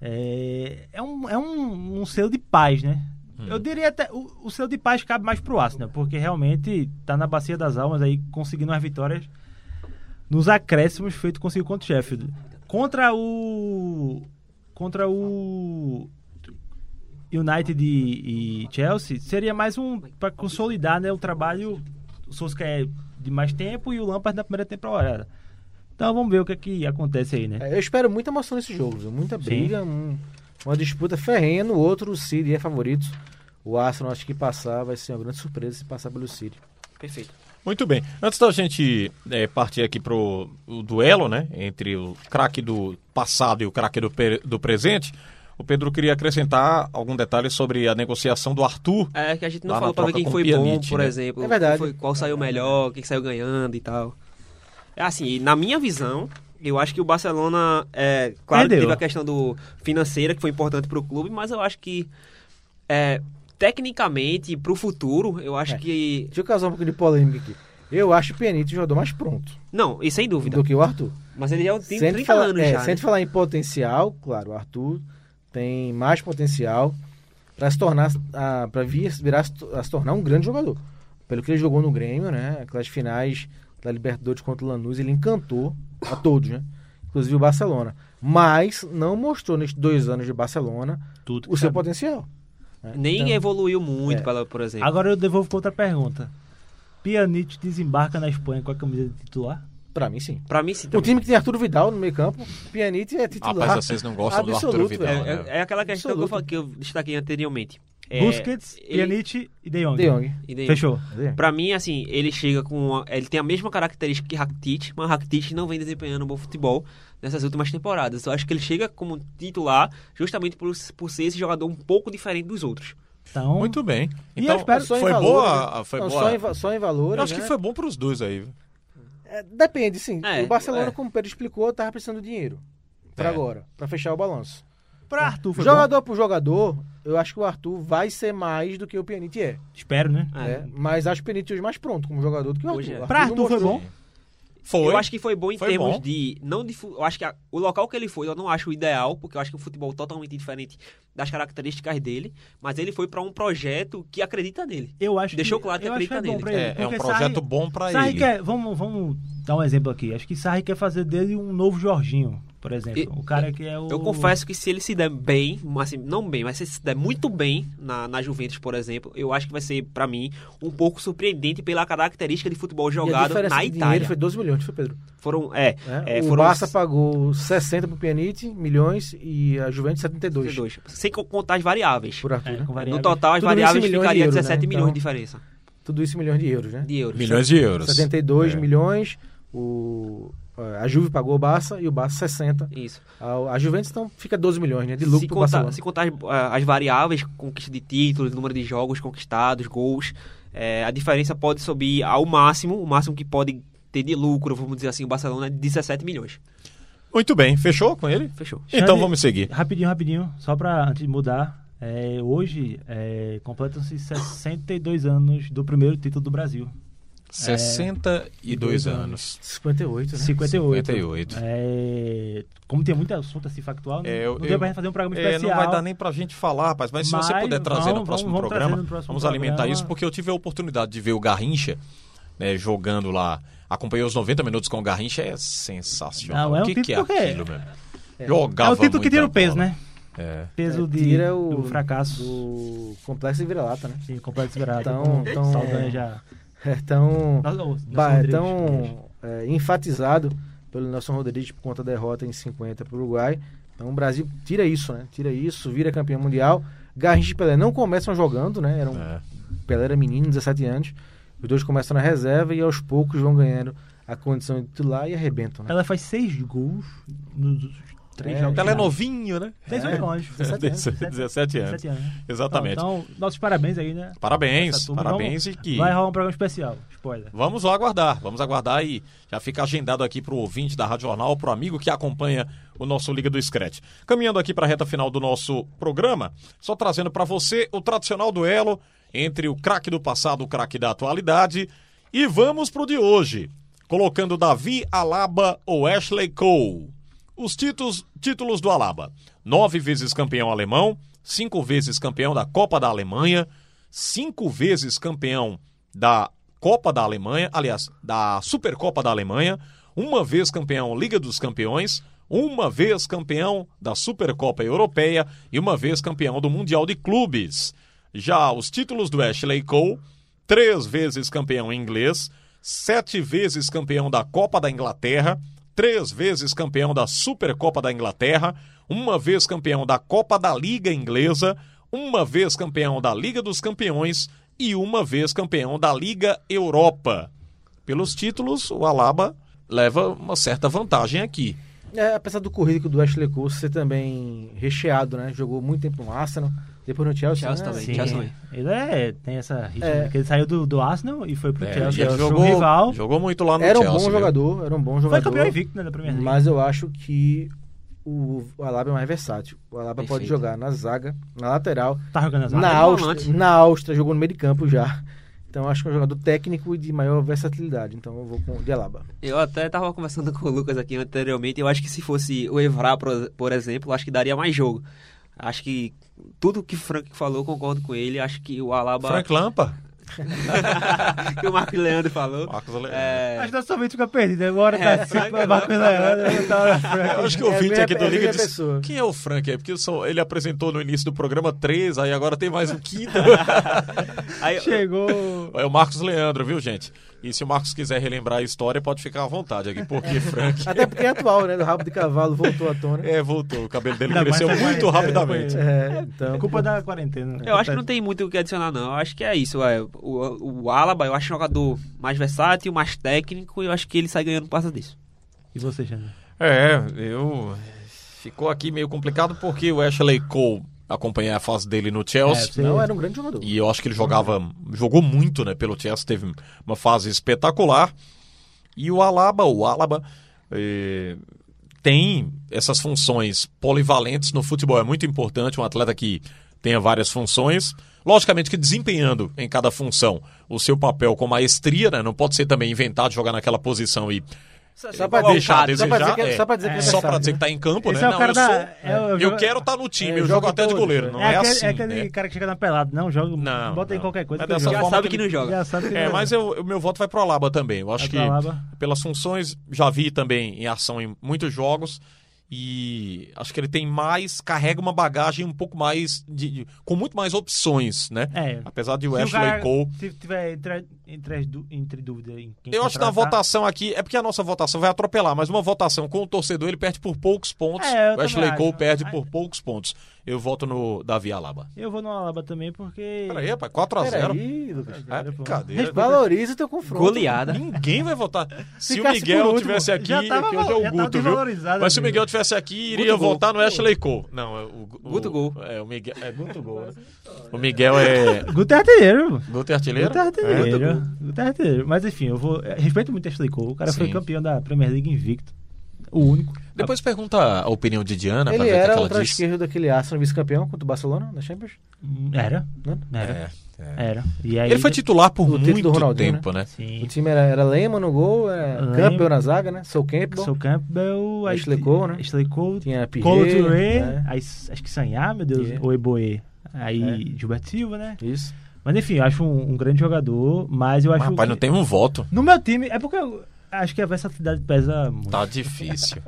Speaker 6: é, é, um, é um, um selo de paz, né?
Speaker 8: Hum.
Speaker 6: Eu diria até. O, o selo de paz cabe mais pro Arsenal, porque realmente tá na bacia das almas aí, conseguindo as vitórias nos acréscimos feito conseguiu contra o Sheffield. Contra o. Contra o. United e, e Chelsea, seria mais um. para consolidar né, o trabalho. O Solskjaer é de mais tempo e o Lampard na primeira temporada. Então vamos ver o que, é que acontece aí, né?
Speaker 7: É, Eu espero muita emoção nesse jogo, viu? muita briga, um- uma disputa ferrenha no outro, o City é favorito. O Arsenal acho que passar vai ser uma grande surpresa se passar pelo City.
Speaker 8: Perfeito.
Speaker 4: Muito bem. Antes da gente eh, partir aqui pro o duelo, né? Entre o craque do passado e o craque do, pe- do presente, o Pedro queria acrescentar algum detalhe sobre a negociação do Arthur.
Speaker 8: É que a gente não
Speaker 4: Lá na
Speaker 8: falou pra ver
Speaker 4: troca
Speaker 8: quem
Speaker 4: com
Speaker 8: foi
Speaker 4: o
Speaker 8: bom,
Speaker 4: Pjanic,
Speaker 8: por
Speaker 4: né?
Speaker 8: exemplo.
Speaker 7: É verdade.
Speaker 8: quem foi- qual saiu melhor, quem saiu ganhando e tal. É assim, na minha visão, eu acho que o Barcelona, é, claro que
Speaker 6: Perdeu.
Speaker 8: teve a questão do financeira que foi importante pro clube, mas eu acho que é, tecnicamente pro futuro, eu acho que
Speaker 7: Deixa eu causar um pouco de polêmica aqui. Eu acho o Pianito o jogador mais pronto
Speaker 8: não, e sem dúvida.
Speaker 7: do que o Arthur.
Speaker 8: Mas ele já um tem
Speaker 7: Sem
Speaker 8: 30
Speaker 7: falar,
Speaker 8: anos
Speaker 7: é,
Speaker 8: já.
Speaker 7: sem
Speaker 8: né?
Speaker 7: falar em potencial, claro, o Arthur tem mais potencial para se tornar, a- pra vir, virar, a se tornar um grande jogador. Pelo que ele jogou no Grêmio, né? Aquelas finais da Libertadores contra o Lanús, ele encantou a todos, né? Inclusive o Barcelona. Mas não mostrou nesses dois anos de Barcelona
Speaker 6: Tudo
Speaker 7: o seu potencial. né?
Speaker 8: Nem
Speaker 7: Então,
Speaker 8: evoluiu muito,
Speaker 7: É.
Speaker 8: pela- por exemplo.
Speaker 6: Agora eu devolvo com outra pergunta. Pjanic desembarca na Espanha com a camisa de titular?
Speaker 7: pra mim, sim.
Speaker 8: Pra mim, sim.
Speaker 7: Um
Speaker 8: também.
Speaker 7: time que tem Arthur Vidal no meio campo, Pianite é titular.
Speaker 4: Rapaz, vocês não gostam do Arthur
Speaker 7: absoluto,
Speaker 4: Vidal,
Speaker 7: velho.
Speaker 4: né?
Speaker 8: É, é aquela questão que eu,
Speaker 7: Absoluto.
Speaker 8: fa- que eu destaquei anteriormente. É,
Speaker 6: Busquets,
Speaker 8: ele-
Speaker 6: Pjanic e De Jong.
Speaker 7: De Jong.
Speaker 8: e daí-
Speaker 6: Fechou.
Speaker 8: Pra mim, assim, ele chega com. uma- ele tem a mesma característica que Rakitic, mas Rakitic não vem desempenhando um bom futebol nessas últimas temporadas. Eu acho que ele chega como titular justamente por, por ser esse jogador um pouco diferente dos outros.
Speaker 6: Então,
Speaker 4: Muito bem.
Speaker 6: E
Speaker 4: Então,
Speaker 6: eu espero-
Speaker 7: Só em
Speaker 4: foi
Speaker 7: valores,
Speaker 4: boa. Ah,
Speaker 7: né?
Speaker 4: Foi
Speaker 7: Não,
Speaker 4: boa.
Speaker 7: Só em, va- só em valores.
Speaker 4: Eu acho que
Speaker 7: né?
Speaker 4: foi bom pros dois aí. viu?
Speaker 7: É, Depende, sim.
Speaker 8: É,
Speaker 7: o Barcelona,
Speaker 8: é.
Speaker 7: como o Pedro explicou, tava precisando de dinheiro. Pra
Speaker 4: É.
Speaker 7: agora, pra fechar o balanço.
Speaker 6: pra Arthur foi bom.
Speaker 7: é, jogador por jogador, eu acho que o Arthur vai ser mais do que o Pianite é.
Speaker 6: Espero, né?
Speaker 8: É.
Speaker 7: né? Mas acho o Pianite hoje mais pronto como jogador do que o Arthur.
Speaker 8: Hoje é.
Speaker 7: O
Speaker 6: Pra
Speaker 7: não
Speaker 6: Arthur foi
Speaker 7: mostrou-
Speaker 6: bom.
Speaker 4: Foi.
Speaker 8: Eu acho que foi bom em
Speaker 4: Foi
Speaker 8: termos
Speaker 4: bom.
Speaker 8: de. Não de, fu- eu acho que a- o local que ele foi, eu não acho o ideal, porque eu acho que o futebol é totalmente diferente das características dele, mas ele foi pra um projeto que acredita nele.
Speaker 6: Eu acho
Speaker 8: Deixou
Speaker 6: que,
Speaker 8: claro que
Speaker 6: eu acho que é
Speaker 8: acredita
Speaker 6: bom pra
Speaker 8: nele.
Speaker 6: ele.
Speaker 4: É, é um
Speaker 6: porque
Speaker 4: projeto
Speaker 6: Sarri-
Speaker 4: bom pra
Speaker 6: Sarri
Speaker 4: ele.
Speaker 6: quer, vamos, vamos dar um exemplo aqui. Acho que Sarri quer fazer dele um novo Jorginho, por exemplo.
Speaker 8: E-
Speaker 6: o cara que é o.
Speaker 7: Então
Speaker 8: Eu confesso que se ele se der bem, mas assim, não bem, mas se ele se der muito bem na, na Juventus, por exemplo, eu acho que vai ser, pra mim, um pouco surpreendente pela característica de futebol
Speaker 7: E a
Speaker 8: jogado
Speaker 7: diferença
Speaker 8: na
Speaker 7: de dinheiro
Speaker 8: Itália.
Speaker 7: foi 12 milhões, foi Pedro.
Speaker 8: Foram, é,
Speaker 7: né?
Speaker 8: é,
Speaker 7: o
Speaker 8: foram
Speaker 7: Barça pagou 60 pro Pianite, milhões, e a Juventus 72.
Speaker 8: 62, sem co- contar as variáveis.
Speaker 7: Por Arthur,
Speaker 6: É,
Speaker 7: né?
Speaker 6: com
Speaker 8: No
Speaker 6: variáveis.
Speaker 8: total,
Speaker 7: Tudo
Speaker 8: as
Speaker 7: isso em
Speaker 8: variáveis
Speaker 7: milhões de
Speaker 8: ficaria
Speaker 7: euros, né?
Speaker 8: 17 milhões
Speaker 7: Então-
Speaker 8: de diferença
Speaker 7: Tudo isso em milhões de euros, né?
Speaker 8: de euros.
Speaker 4: Milhões de euros.
Speaker 7: 72
Speaker 4: É.
Speaker 7: milhões, o, é, a Juve pagou o Barça e o Barça 60.
Speaker 8: Isso.
Speaker 7: A, a Juventus então fica 12 milhões, né? De lucro
Speaker 8: se,
Speaker 7: pro
Speaker 8: contar,
Speaker 7: Barcelona.
Speaker 8: se contar as, ah, as variáveis, conquista de títulos, número de jogos conquistados, gols, eh, a diferença pode subir ao máximo, o máximo que pode ter de lucro, vamos dizer assim, o Barcelona é 17 milhões.
Speaker 4: Muito bem, fechou com ele?
Speaker 8: Fechou.
Speaker 4: Então
Speaker 6: Xande-
Speaker 4: vamos seguir.
Speaker 6: Rapidinho, rapidinho, só pra antes de mudar. é, hoje é, completam-se 62 anos do primeiro título do Brasil. É.
Speaker 4: 62 anos.
Speaker 7: 58, né?
Speaker 6: 58.
Speaker 4: 58.
Speaker 6: É, como tem muito assunto assim factual,
Speaker 4: É, eu-
Speaker 6: não deu
Speaker 4: eu-
Speaker 6: pra gente fazer um programa
Speaker 4: É,
Speaker 6: especial.
Speaker 4: não vai dar nem pra gente falar, rapaz, mas,
Speaker 6: Mas
Speaker 4: se você puder trazer
Speaker 6: vamos-
Speaker 4: no próximo
Speaker 6: vamos- vamos trazer
Speaker 4: programa,
Speaker 6: no próximo
Speaker 4: vamos alimentar
Speaker 6: programa.
Speaker 4: isso, porque eu tive a oportunidade de ver o Garrincha né, jogando lá. Acompanhei os 90 minutos com o Garrincha, é sensacional.
Speaker 6: Não, é um
Speaker 4: o que, que é
Speaker 6: título que é-
Speaker 4: aquilo, meu? Jogava
Speaker 6: é o título que
Speaker 4: muita
Speaker 6: tira o peso,
Speaker 4: bola.
Speaker 6: né?
Speaker 4: É.
Speaker 6: Peso de,
Speaker 7: Tira o
Speaker 6: do fracasso.
Speaker 7: Do complexo e vira-lata, né?
Speaker 6: Sim, complexo liberado.
Speaker 7: Então-
Speaker 6: Então,
Speaker 7: então-
Speaker 6: Saldanha já.
Speaker 7: É tão,
Speaker 6: Nossa, ô, Nelson
Speaker 7: ba- é
Speaker 6: Rodrigues, tipo, Rodrigues.
Speaker 7: tão é, enfatizado pelo Nelson Rodrigues por conta da derrota em 50 para o Uruguai. Então o Brasil tira isso, né? Tira isso, vira campeão mundial. Garrincha e Pelé não começam jogando, né? Eram,
Speaker 4: É.
Speaker 7: Pelé era menino, 17 anos. Os dois começam na reserva e aos poucos vão ganhando a condição de titular e arrebentam, né?
Speaker 6: Ela faz seis gols nos três
Speaker 7: É,
Speaker 6: jogos.
Speaker 4: Ela é novinho, né?
Speaker 6: 18 anos.
Speaker 7: 17 anos.
Speaker 4: 17 anos.
Speaker 6: 17 anos.
Speaker 4: Exatamente.
Speaker 6: Então, então, nossos parabéns aí, né?
Speaker 4: Parabéns,
Speaker 6: Essa turma,
Speaker 4: parabéns
Speaker 6: vamos-
Speaker 4: e que-
Speaker 6: Vai rolar um programa especial. Spoiler.
Speaker 4: Vamos lá aguardar, vamos aguardar e já fica agendado aqui pro ouvinte da Rádio Jornal, pro amigo que acompanha o nosso Liga do Scratch. Caminhando aqui para a reta final do nosso programa, só trazendo para você o tradicional duelo entre o craque do passado e o craque da atualidade. E vamos pro de hoje, colocando Davi Alaba ou Ashley Cole. Os títulos, títulos do Alaba: nove vezes campeão alemão, cinco vezes campeão da Copa da Alemanha, cinco vezes campeão da Copa da Alemanha, aliás, da Supercopa da Alemanha, uma vez campeão Liga dos Campeões, uma vez campeão da Supercopa Europeia e uma vez campeão do Mundial de Clubes. Já os títulos do Ashley Cole: três vezes campeão inglês, sete vezes campeão da Copa da Inglaterra, três vezes campeão da Supercopa da Inglaterra, uma vez campeão da Copa da Liga Inglesa, uma vez campeão da Liga dos Campeões e uma vez campeão da Liga Europa. Pelos títulos, o Alaba leva uma certa vantagem aqui.
Speaker 7: É, apesar do currículo do Ashley Cole ser também recheado, né? Jogou muito tempo no Arsenal, depois no Chelsea,
Speaker 8: Chelsea
Speaker 7: né?
Speaker 8: também. Já sou eu.
Speaker 6: Ele é, tem essa ritmo,
Speaker 7: É.
Speaker 6: né? que ele saiu do, do Arsenal e foi pro
Speaker 4: É,
Speaker 6: Chelsea,
Speaker 4: ele
Speaker 6: foi
Speaker 4: jogou,
Speaker 6: um rival.
Speaker 4: jogou muito lá no
Speaker 7: Era um
Speaker 4: Chelsea.
Speaker 7: bom
Speaker 4: viu?
Speaker 7: jogador, era um bom jogador.
Speaker 6: Foi campeão invicto, né, da Premier League.
Speaker 7: Mas eu acho que o, o Alaba é mais versátil. O Alaba pode
Speaker 8: Perfeito.
Speaker 7: jogar na zaga, na lateral,
Speaker 6: Tá jogando as
Speaker 7: na
Speaker 6: áreas.
Speaker 8: no
Speaker 7: Áustria,
Speaker 8: volante.
Speaker 7: na Áustria, jogou no meio de campo já. Então eu acho que é um jogador técnico e de maior versatilidade. Então eu vou com o de Alaba.
Speaker 8: Eu até tava conversando (laughs) com o Lucas aqui anteriormente. Eu acho que se fosse o Evra, por, por exemplo, eu acho que daria mais jogo. Acho que tudo que o Frank falou, eu concordo com ele. Acho que o Alaba. (laughs)
Speaker 4: Frank Lampa.
Speaker 8: que o Marco Leandro falou.
Speaker 4: Marcos Le...
Speaker 8: É,
Speaker 6: Acho tá que nosso ouvinte fica perdido. Agora
Speaker 8: É,
Speaker 7: (laughs)
Speaker 8: vai
Speaker 6: tá assim,
Speaker 8: que
Speaker 6: vai bacana. Leandro, tá na frente.
Speaker 4: Eu acho que
Speaker 7: É
Speaker 4: o
Speaker 7: a
Speaker 4: ouvinte
Speaker 7: minha-
Speaker 4: aqui do
Speaker 7: é a
Speaker 4: Liga
Speaker 7: minha
Speaker 4: disse,
Speaker 7: pessoa.
Speaker 4: quem é o Frank aí? Porque o som- ele apresentou no início do programa três, aí agora tem mais um quinto.
Speaker 8: aí,
Speaker 6: Chegou.
Speaker 4: É o Marcos Leandro, viu, gente? E se o Marcos quiser relembrar a história, pode ficar à vontade aqui,
Speaker 7: (laughs)
Speaker 4: porque Frank
Speaker 7: Até porque é atual, né? Do rabo de cavalo voltou à tona.
Speaker 4: é, voltou. O cabelo dele
Speaker 6: Ainda mais
Speaker 4: cresceu
Speaker 6: essa
Speaker 4: muito
Speaker 6: quarentena,
Speaker 4: rapidamente.
Speaker 6: foi-
Speaker 7: É, então.
Speaker 6: É culpa da quarentena.
Speaker 8: Eu acho que não tem muito o que adicionar, não. Eu acho que é isso. é. O, o Alaba, eu acho um jogador mais versátil, mais técnico, e eu acho que ele sai ganhando por causa disso.
Speaker 6: E você, Xander?
Speaker 4: É, eu. Ficou aqui meio complicado porque o Ashley Cole acompanhei a fase dele no Chelsea.
Speaker 6: É, você-
Speaker 7: Não, era um grande jogador.
Speaker 4: E eu acho que ele jogava, jogou muito, né, pelo Chelsea, teve uma fase espetacular. E o Alaba, o Alaba eh, tem essas funções polivalentes no futebol, é muito importante um atleta que tenha várias funções, logicamente que desempenhando em cada função o seu papel com maestria, né, não pode ser também inventado jogar naquela posição e eh,
Speaker 7: Só pra
Speaker 4: deixar
Speaker 7: deixar,
Speaker 4: a
Speaker 7: só pra dizer
Speaker 4: desejar,
Speaker 7: que é-
Speaker 4: é.
Speaker 7: só pra dizer que é
Speaker 4: só pra
Speaker 7: versátil,
Speaker 4: dizer
Speaker 7: né?
Speaker 4: que tá em campo,
Speaker 6: Esse
Speaker 4: né?
Speaker 6: é o
Speaker 4: Não,
Speaker 6: cara
Speaker 4: eu,
Speaker 6: da-
Speaker 4: sou-
Speaker 6: é o- eu
Speaker 4: eu
Speaker 6: jogo-
Speaker 4: quero estar no time,
Speaker 7: É,
Speaker 4: eu,
Speaker 7: joga
Speaker 4: jogo até de
Speaker 7: todos,
Speaker 4: goleiro,
Speaker 7: né?
Speaker 4: não
Speaker 6: é,
Speaker 4: é,
Speaker 6: aquele,
Speaker 4: assim,
Speaker 6: é aquele
Speaker 4: né?
Speaker 6: cara que chega na pelada. Não, joga.
Speaker 4: Não,
Speaker 6: bota em
Speaker 4: não.
Speaker 6: qualquer coisa.
Speaker 4: É
Speaker 6: que
Speaker 4: dessa
Speaker 6: joga.
Speaker 8: Já
Speaker 4: forma
Speaker 8: sabe
Speaker 4: que ele-
Speaker 8: que não joga.
Speaker 6: Já sabe que
Speaker 4: É,
Speaker 6: não-
Speaker 4: mas eu- o meu voto vai pro Alaba também. Eu acho
Speaker 6: É
Speaker 4: que
Speaker 6: pro Alaba.
Speaker 4: pelas funções, já vi também em ação em muitos jogos. E acho que ele tem mais, carrega uma bagagem um pouco mais, de, de- com muito mais opções, né?
Speaker 6: É.
Speaker 4: Apesar de
Speaker 6: Se o
Speaker 4: o Ashley
Speaker 6: cara-
Speaker 4: Cole.
Speaker 6: Se tiver entre, entre, as du- entre dúvida em quem
Speaker 4: Eu acho que na
Speaker 6: contratar-
Speaker 4: votação aqui, é porque a nossa votação vai atropelar, mas uma votação com o torcedor ele perde por poucos pontos.
Speaker 6: É, eu
Speaker 4: o
Speaker 6: também
Speaker 4: Ashley
Speaker 6: acho.
Speaker 4: Cole perde por
Speaker 6: Ah.
Speaker 4: poucos pontos. Eu voto no Davi Alaba.
Speaker 6: Eu vou no Alaba também porque.
Speaker 4: Peraí, rapaz, 4x0.
Speaker 7: Peraí, Lucas.
Speaker 4: É brincadeira.
Speaker 7: Valoriza o teu confronto.
Speaker 8: Goleada.
Speaker 4: Ninguém vai (laughs) votar. Se o
Speaker 7: Ficasse por
Speaker 4: Miguel
Speaker 7: último,
Speaker 4: tivesse aqui,
Speaker 6: já tava-
Speaker 4: que hoje é
Speaker 6: já
Speaker 4: o
Speaker 6: tava né?
Speaker 4: Guto, viu?
Speaker 6: desvalorizado,
Speaker 4: Mas se o
Speaker 6: amigo.
Speaker 4: Miguel tivesse aqui, iria
Speaker 8: Guto Gol.
Speaker 4: votar no Ashley Cole. Não, é o, o
Speaker 8: Guto Gol.
Speaker 4: É, o Miguel é Guto Gol. né? O Miguel é
Speaker 6: Guto é artilheiro.
Speaker 4: Guto é artilheiro?
Speaker 6: Guto é
Speaker 4: É.
Speaker 6: artilheiro. Guto é artilheiro. Mas enfim, eu vou. eh, Respeito muito a Ashley Cole. O cara foi
Speaker 4: Sim.
Speaker 6: campeão da Premier League invicto. o único.
Speaker 4: Depois pergunta a opinião de Diana né, pra
Speaker 7: Ele
Speaker 4: ver o que,
Speaker 7: era
Speaker 4: que
Speaker 7: o
Speaker 4: ela
Speaker 7: lateral
Speaker 4: diz.
Speaker 7: esquerdo daquele Arsenal vice-campeão contra o Barcelona na Champions?
Speaker 6: Era,
Speaker 7: Né?
Speaker 6: era,
Speaker 4: É, é.
Speaker 6: era. E aí,
Speaker 4: Ele foi titular por
Speaker 7: O título do
Speaker 4: muito
Speaker 7: Ronaldinho,
Speaker 4: tempo, né?
Speaker 7: O
Speaker 6: Sim,
Speaker 7: time era, era Lehmann no gol, era
Speaker 6: Lehmann.
Speaker 7: Campbell na zaga, né? Sou Campbell,
Speaker 6: Sou Campbell, aí
Speaker 7: Ashley Cole, né?
Speaker 6: Ashley Cole,
Speaker 7: tinha Pirre,
Speaker 6: Colo Touré,
Speaker 7: né?
Speaker 6: aí s- acho que Sanhá, meu Deus,
Speaker 7: Pierre.
Speaker 6: ou Eboe. Aí
Speaker 7: É.
Speaker 6: Gilberto Silva, né?
Speaker 7: Isso.
Speaker 6: Mas enfim, eu acho um, um grande jogador, mas eu acho
Speaker 4: Rapaz,
Speaker 6: que-
Speaker 4: não tem um voto.
Speaker 6: No meu time, é porque eu acho que a versatilidade pesa muito.
Speaker 4: Tá
Speaker 6: (laughs)
Speaker 4: difícil.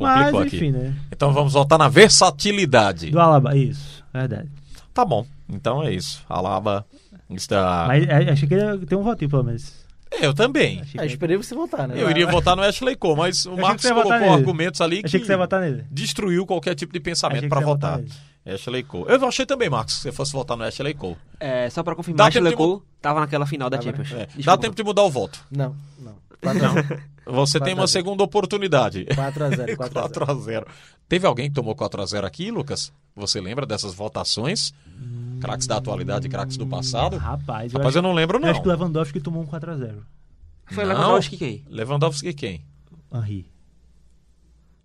Speaker 6: mas
Speaker 4: Complicou
Speaker 6: enfim,
Speaker 4: aqui.
Speaker 6: né?
Speaker 4: Então vamos voltar na versatilidade.
Speaker 6: Do Alaba, isso, verdade.
Speaker 4: Tá bom. Então é isso. Alaba está.
Speaker 6: Mas é, achei que ele tem um votinho, pelo menos.
Speaker 4: É, Eu também.
Speaker 6: Achei
Speaker 7: Ah,
Speaker 6: que,
Speaker 7: esperei você voltar, né?
Speaker 4: Eu iria votar no Ashley Cole, mas o
Speaker 6: que
Speaker 4: Marcos
Speaker 6: você ia votar
Speaker 4: colocou
Speaker 6: nele.
Speaker 4: argumentos ali
Speaker 6: achei que você ia votar nele.
Speaker 4: destruiu qualquer tipo de
Speaker 6: Achei
Speaker 4: pensamento
Speaker 6: que
Speaker 4: pra
Speaker 6: você ia
Speaker 4: votar.
Speaker 6: nele.
Speaker 4: Ashley Cole. Eu achei também, Marcos, que você fosse votar no Ashley Cole.
Speaker 8: É, só pra confirmar,
Speaker 4: Dá tempo
Speaker 8: Ashley
Speaker 4: de
Speaker 8: Cole tava naquela final da Champions.
Speaker 4: É, Dá
Speaker 8: Desculpa.
Speaker 4: tempo de mudar o voto.
Speaker 7: Não, não. 4x0.
Speaker 4: Você tem
Speaker 7: Quatro a
Speaker 4: uma
Speaker 7: zero.
Speaker 4: segunda oportunidade. (laughs)
Speaker 7: 4x0. 4x0.
Speaker 4: 4x0. Teve alguém que tomou 4x0 aqui, Lucas? Você lembra dessas votações? Craques da atualidade e craques do
Speaker 6: Hum,
Speaker 4: passado?
Speaker 6: Rapaz, eu,
Speaker 4: Rapaz,
Speaker 6: acho,
Speaker 4: eu não lembro, não.
Speaker 6: eu acho que o Lewandowski tomou um 4x0.
Speaker 8: Foi
Speaker 4: Não.
Speaker 8: Lewandowski quem?
Speaker 4: Lewandowski quem?
Speaker 6: Henri.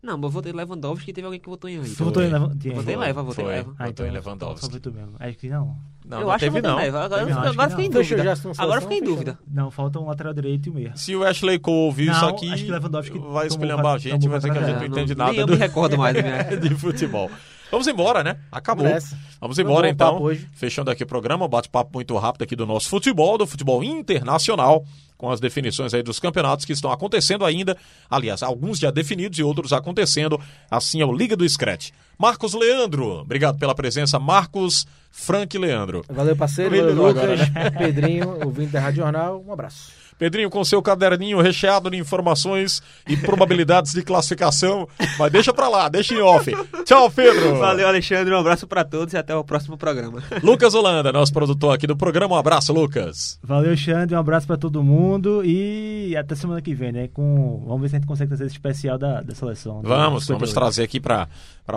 Speaker 8: Não, mas eu votei Lewandowski e teve alguém que votou em Henrique.
Speaker 6: Tu votou em Lewandowski?
Speaker 8: Eu votei
Speaker 4: Foi,
Speaker 8: Leva, votei
Speaker 4: foi.
Speaker 8: Leva.
Speaker 4: Ah, votou em Lewandowski.
Speaker 6: então, Foi tu mesmo. Acho que não.
Speaker 4: Não,
Speaker 8: eu
Speaker 4: não
Speaker 8: acho que
Speaker 4: teve,
Speaker 8: eu votei
Speaker 4: não.
Speaker 8: em Leva. Agora,
Speaker 6: Teve não,
Speaker 8: agora
Speaker 6: acho que
Speaker 8: fiquei em
Speaker 6: não.
Speaker 7: Fechou
Speaker 8: dúvida.
Speaker 7: já, se não
Speaker 8: Agora
Speaker 7: seleção,
Speaker 8: eu fiquei em
Speaker 7: fechou.
Speaker 8: dúvida.
Speaker 6: Não, falta um lateral direito e um meia.
Speaker 4: Se o Ashley Cole ouvir
Speaker 6: Não,
Speaker 4: isso aqui,
Speaker 6: acho que Lewandowski
Speaker 4: vai
Speaker 6: tomou
Speaker 4: esculhambar a
Speaker 6: quatro-
Speaker 4: gente, vai dizer que a
Speaker 6: tomou
Speaker 4: gente não
Speaker 6: quatro
Speaker 4: entende
Speaker 6: a
Speaker 8: Nem
Speaker 4: nada
Speaker 8: eu me
Speaker 4: do-
Speaker 8: recordo mais. né?
Speaker 4: (laughs) de futebol. Vamos embora, né? Acabou.
Speaker 7: Nessa.
Speaker 4: Vamos
Speaker 7: Foi
Speaker 4: embora
Speaker 7: bom o
Speaker 4: então.
Speaker 7: papo hoje.
Speaker 4: Fechando aqui o programa, um bate-papo muito rápido aqui do nosso futebol, do futebol internacional, com as definições aí dos campeonatos que estão acontecendo ainda. Aliás, alguns já definidos e outros acontecendo. Assim é o Liga do Scratch. Marcos Leandro, obrigado pela presença, Marcos Frank Leandro.
Speaker 7: Valeu, parceiro.
Speaker 4: Melhorou
Speaker 7: Valeu, Lucas.
Speaker 4: agora,
Speaker 7: Pedrinho, ouvinte da Rádio Jornal. Um abraço.
Speaker 4: Pedrinho com seu caderninho recheado de informações e probabilidades de classificação, mas deixa pra lá, deixa em off. Tchau, Pedro.
Speaker 8: Valeu, Alexandre. Um abraço pra todos e até o próximo programa.
Speaker 4: Lucas Holanda, nosso produtor aqui do programa. Um abraço, Lucas.
Speaker 6: Valeu, Xande. Um abraço pra todo mundo. E até semana que vem, né? Com... Vamos ver se a gente consegue trazer esse especial da, da seleção. né? do
Speaker 4: Vamos,
Speaker 6: 58.
Speaker 4: vamos trazer aqui para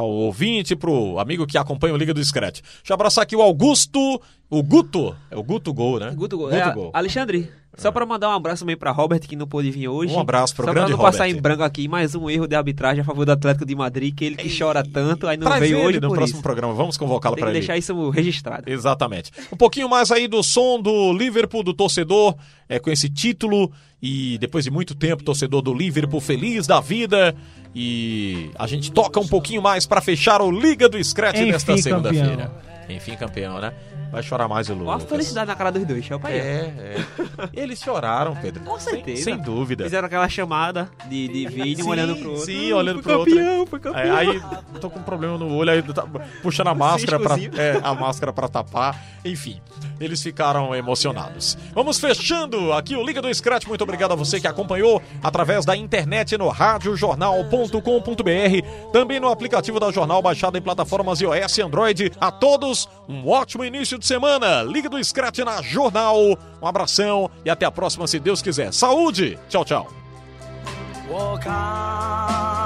Speaker 4: o ouvinte, para o amigo que acompanha o Liga do Scratch. Deixa eu abraçar aqui o Augusto, o Guto. É o Guto Gol, né?
Speaker 8: Guto Gol.
Speaker 4: Guto
Speaker 8: É,
Speaker 4: Gol.
Speaker 8: Alexandre, só pra mandar um abraço também pra Robert, que não pôde vir hoje.
Speaker 4: Um abraço pro
Speaker 8: Só
Speaker 4: grande
Speaker 8: pra não passar
Speaker 4: Robert.
Speaker 8: em branco aqui, mais um erro de arbitragem a favor do Atlético de Madrid, que ele que chora tanto, aí não
Speaker 4: Traz
Speaker 8: veio
Speaker 4: ele
Speaker 8: hoje
Speaker 4: no
Speaker 8: por
Speaker 4: próximo
Speaker 8: isso.
Speaker 4: programa. Vamos convocá-lo
Speaker 8: Tem
Speaker 4: para
Speaker 8: que
Speaker 4: ele.
Speaker 8: deixar isso registrado.
Speaker 4: Exatamente. Um pouquinho mais aí do som do Liverpool, do torcedor, é, com esse título. E depois de muito tempo, torcedor do Liverpool feliz da vida. E a gente toca um pouquinho mais para fechar o Liga do Scratch
Speaker 6: Enfim,
Speaker 4: nesta segunda-feira. Enfim, campeão, né? Vai chorar mais o Lu.
Speaker 8: Uma
Speaker 4: Lucas.
Speaker 8: felicidade na cara dos dois, é o pai.
Speaker 4: É, é. Eles choraram, Pedro.
Speaker 8: Com certeza.
Speaker 4: Sem dúvida.
Speaker 8: Fizeram aquela chamada de, de vídeo, um
Speaker 4: Sim,
Speaker 8: olhando pro outro.
Speaker 4: Sim,
Speaker 8: Hum,
Speaker 4: olhando
Speaker 8: foi
Speaker 4: pro
Speaker 8: campeão,
Speaker 4: outro.
Speaker 8: Foi campeão,
Speaker 4: É, aí tô com um problema no olho, aí tá puxando a máscara pra,
Speaker 8: ciscozinho.
Speaker 4: é, a máscara pra tapar. Enfim, eles ficaram emocionados. Vamos fechando aqui o Liga do Scratch. Muito obrigado a você que acompanhou através da internet no radiojornal.com.br, também no aplicativo da Jornal baixado em plataformas iOS e Android. A todos, um ótimo início de semana. Liga do Scratch na Jornal. Um abração e até a próxima, se Deus quiser. Saúde! Tchau, tchau.
Speaker 5: Walk on.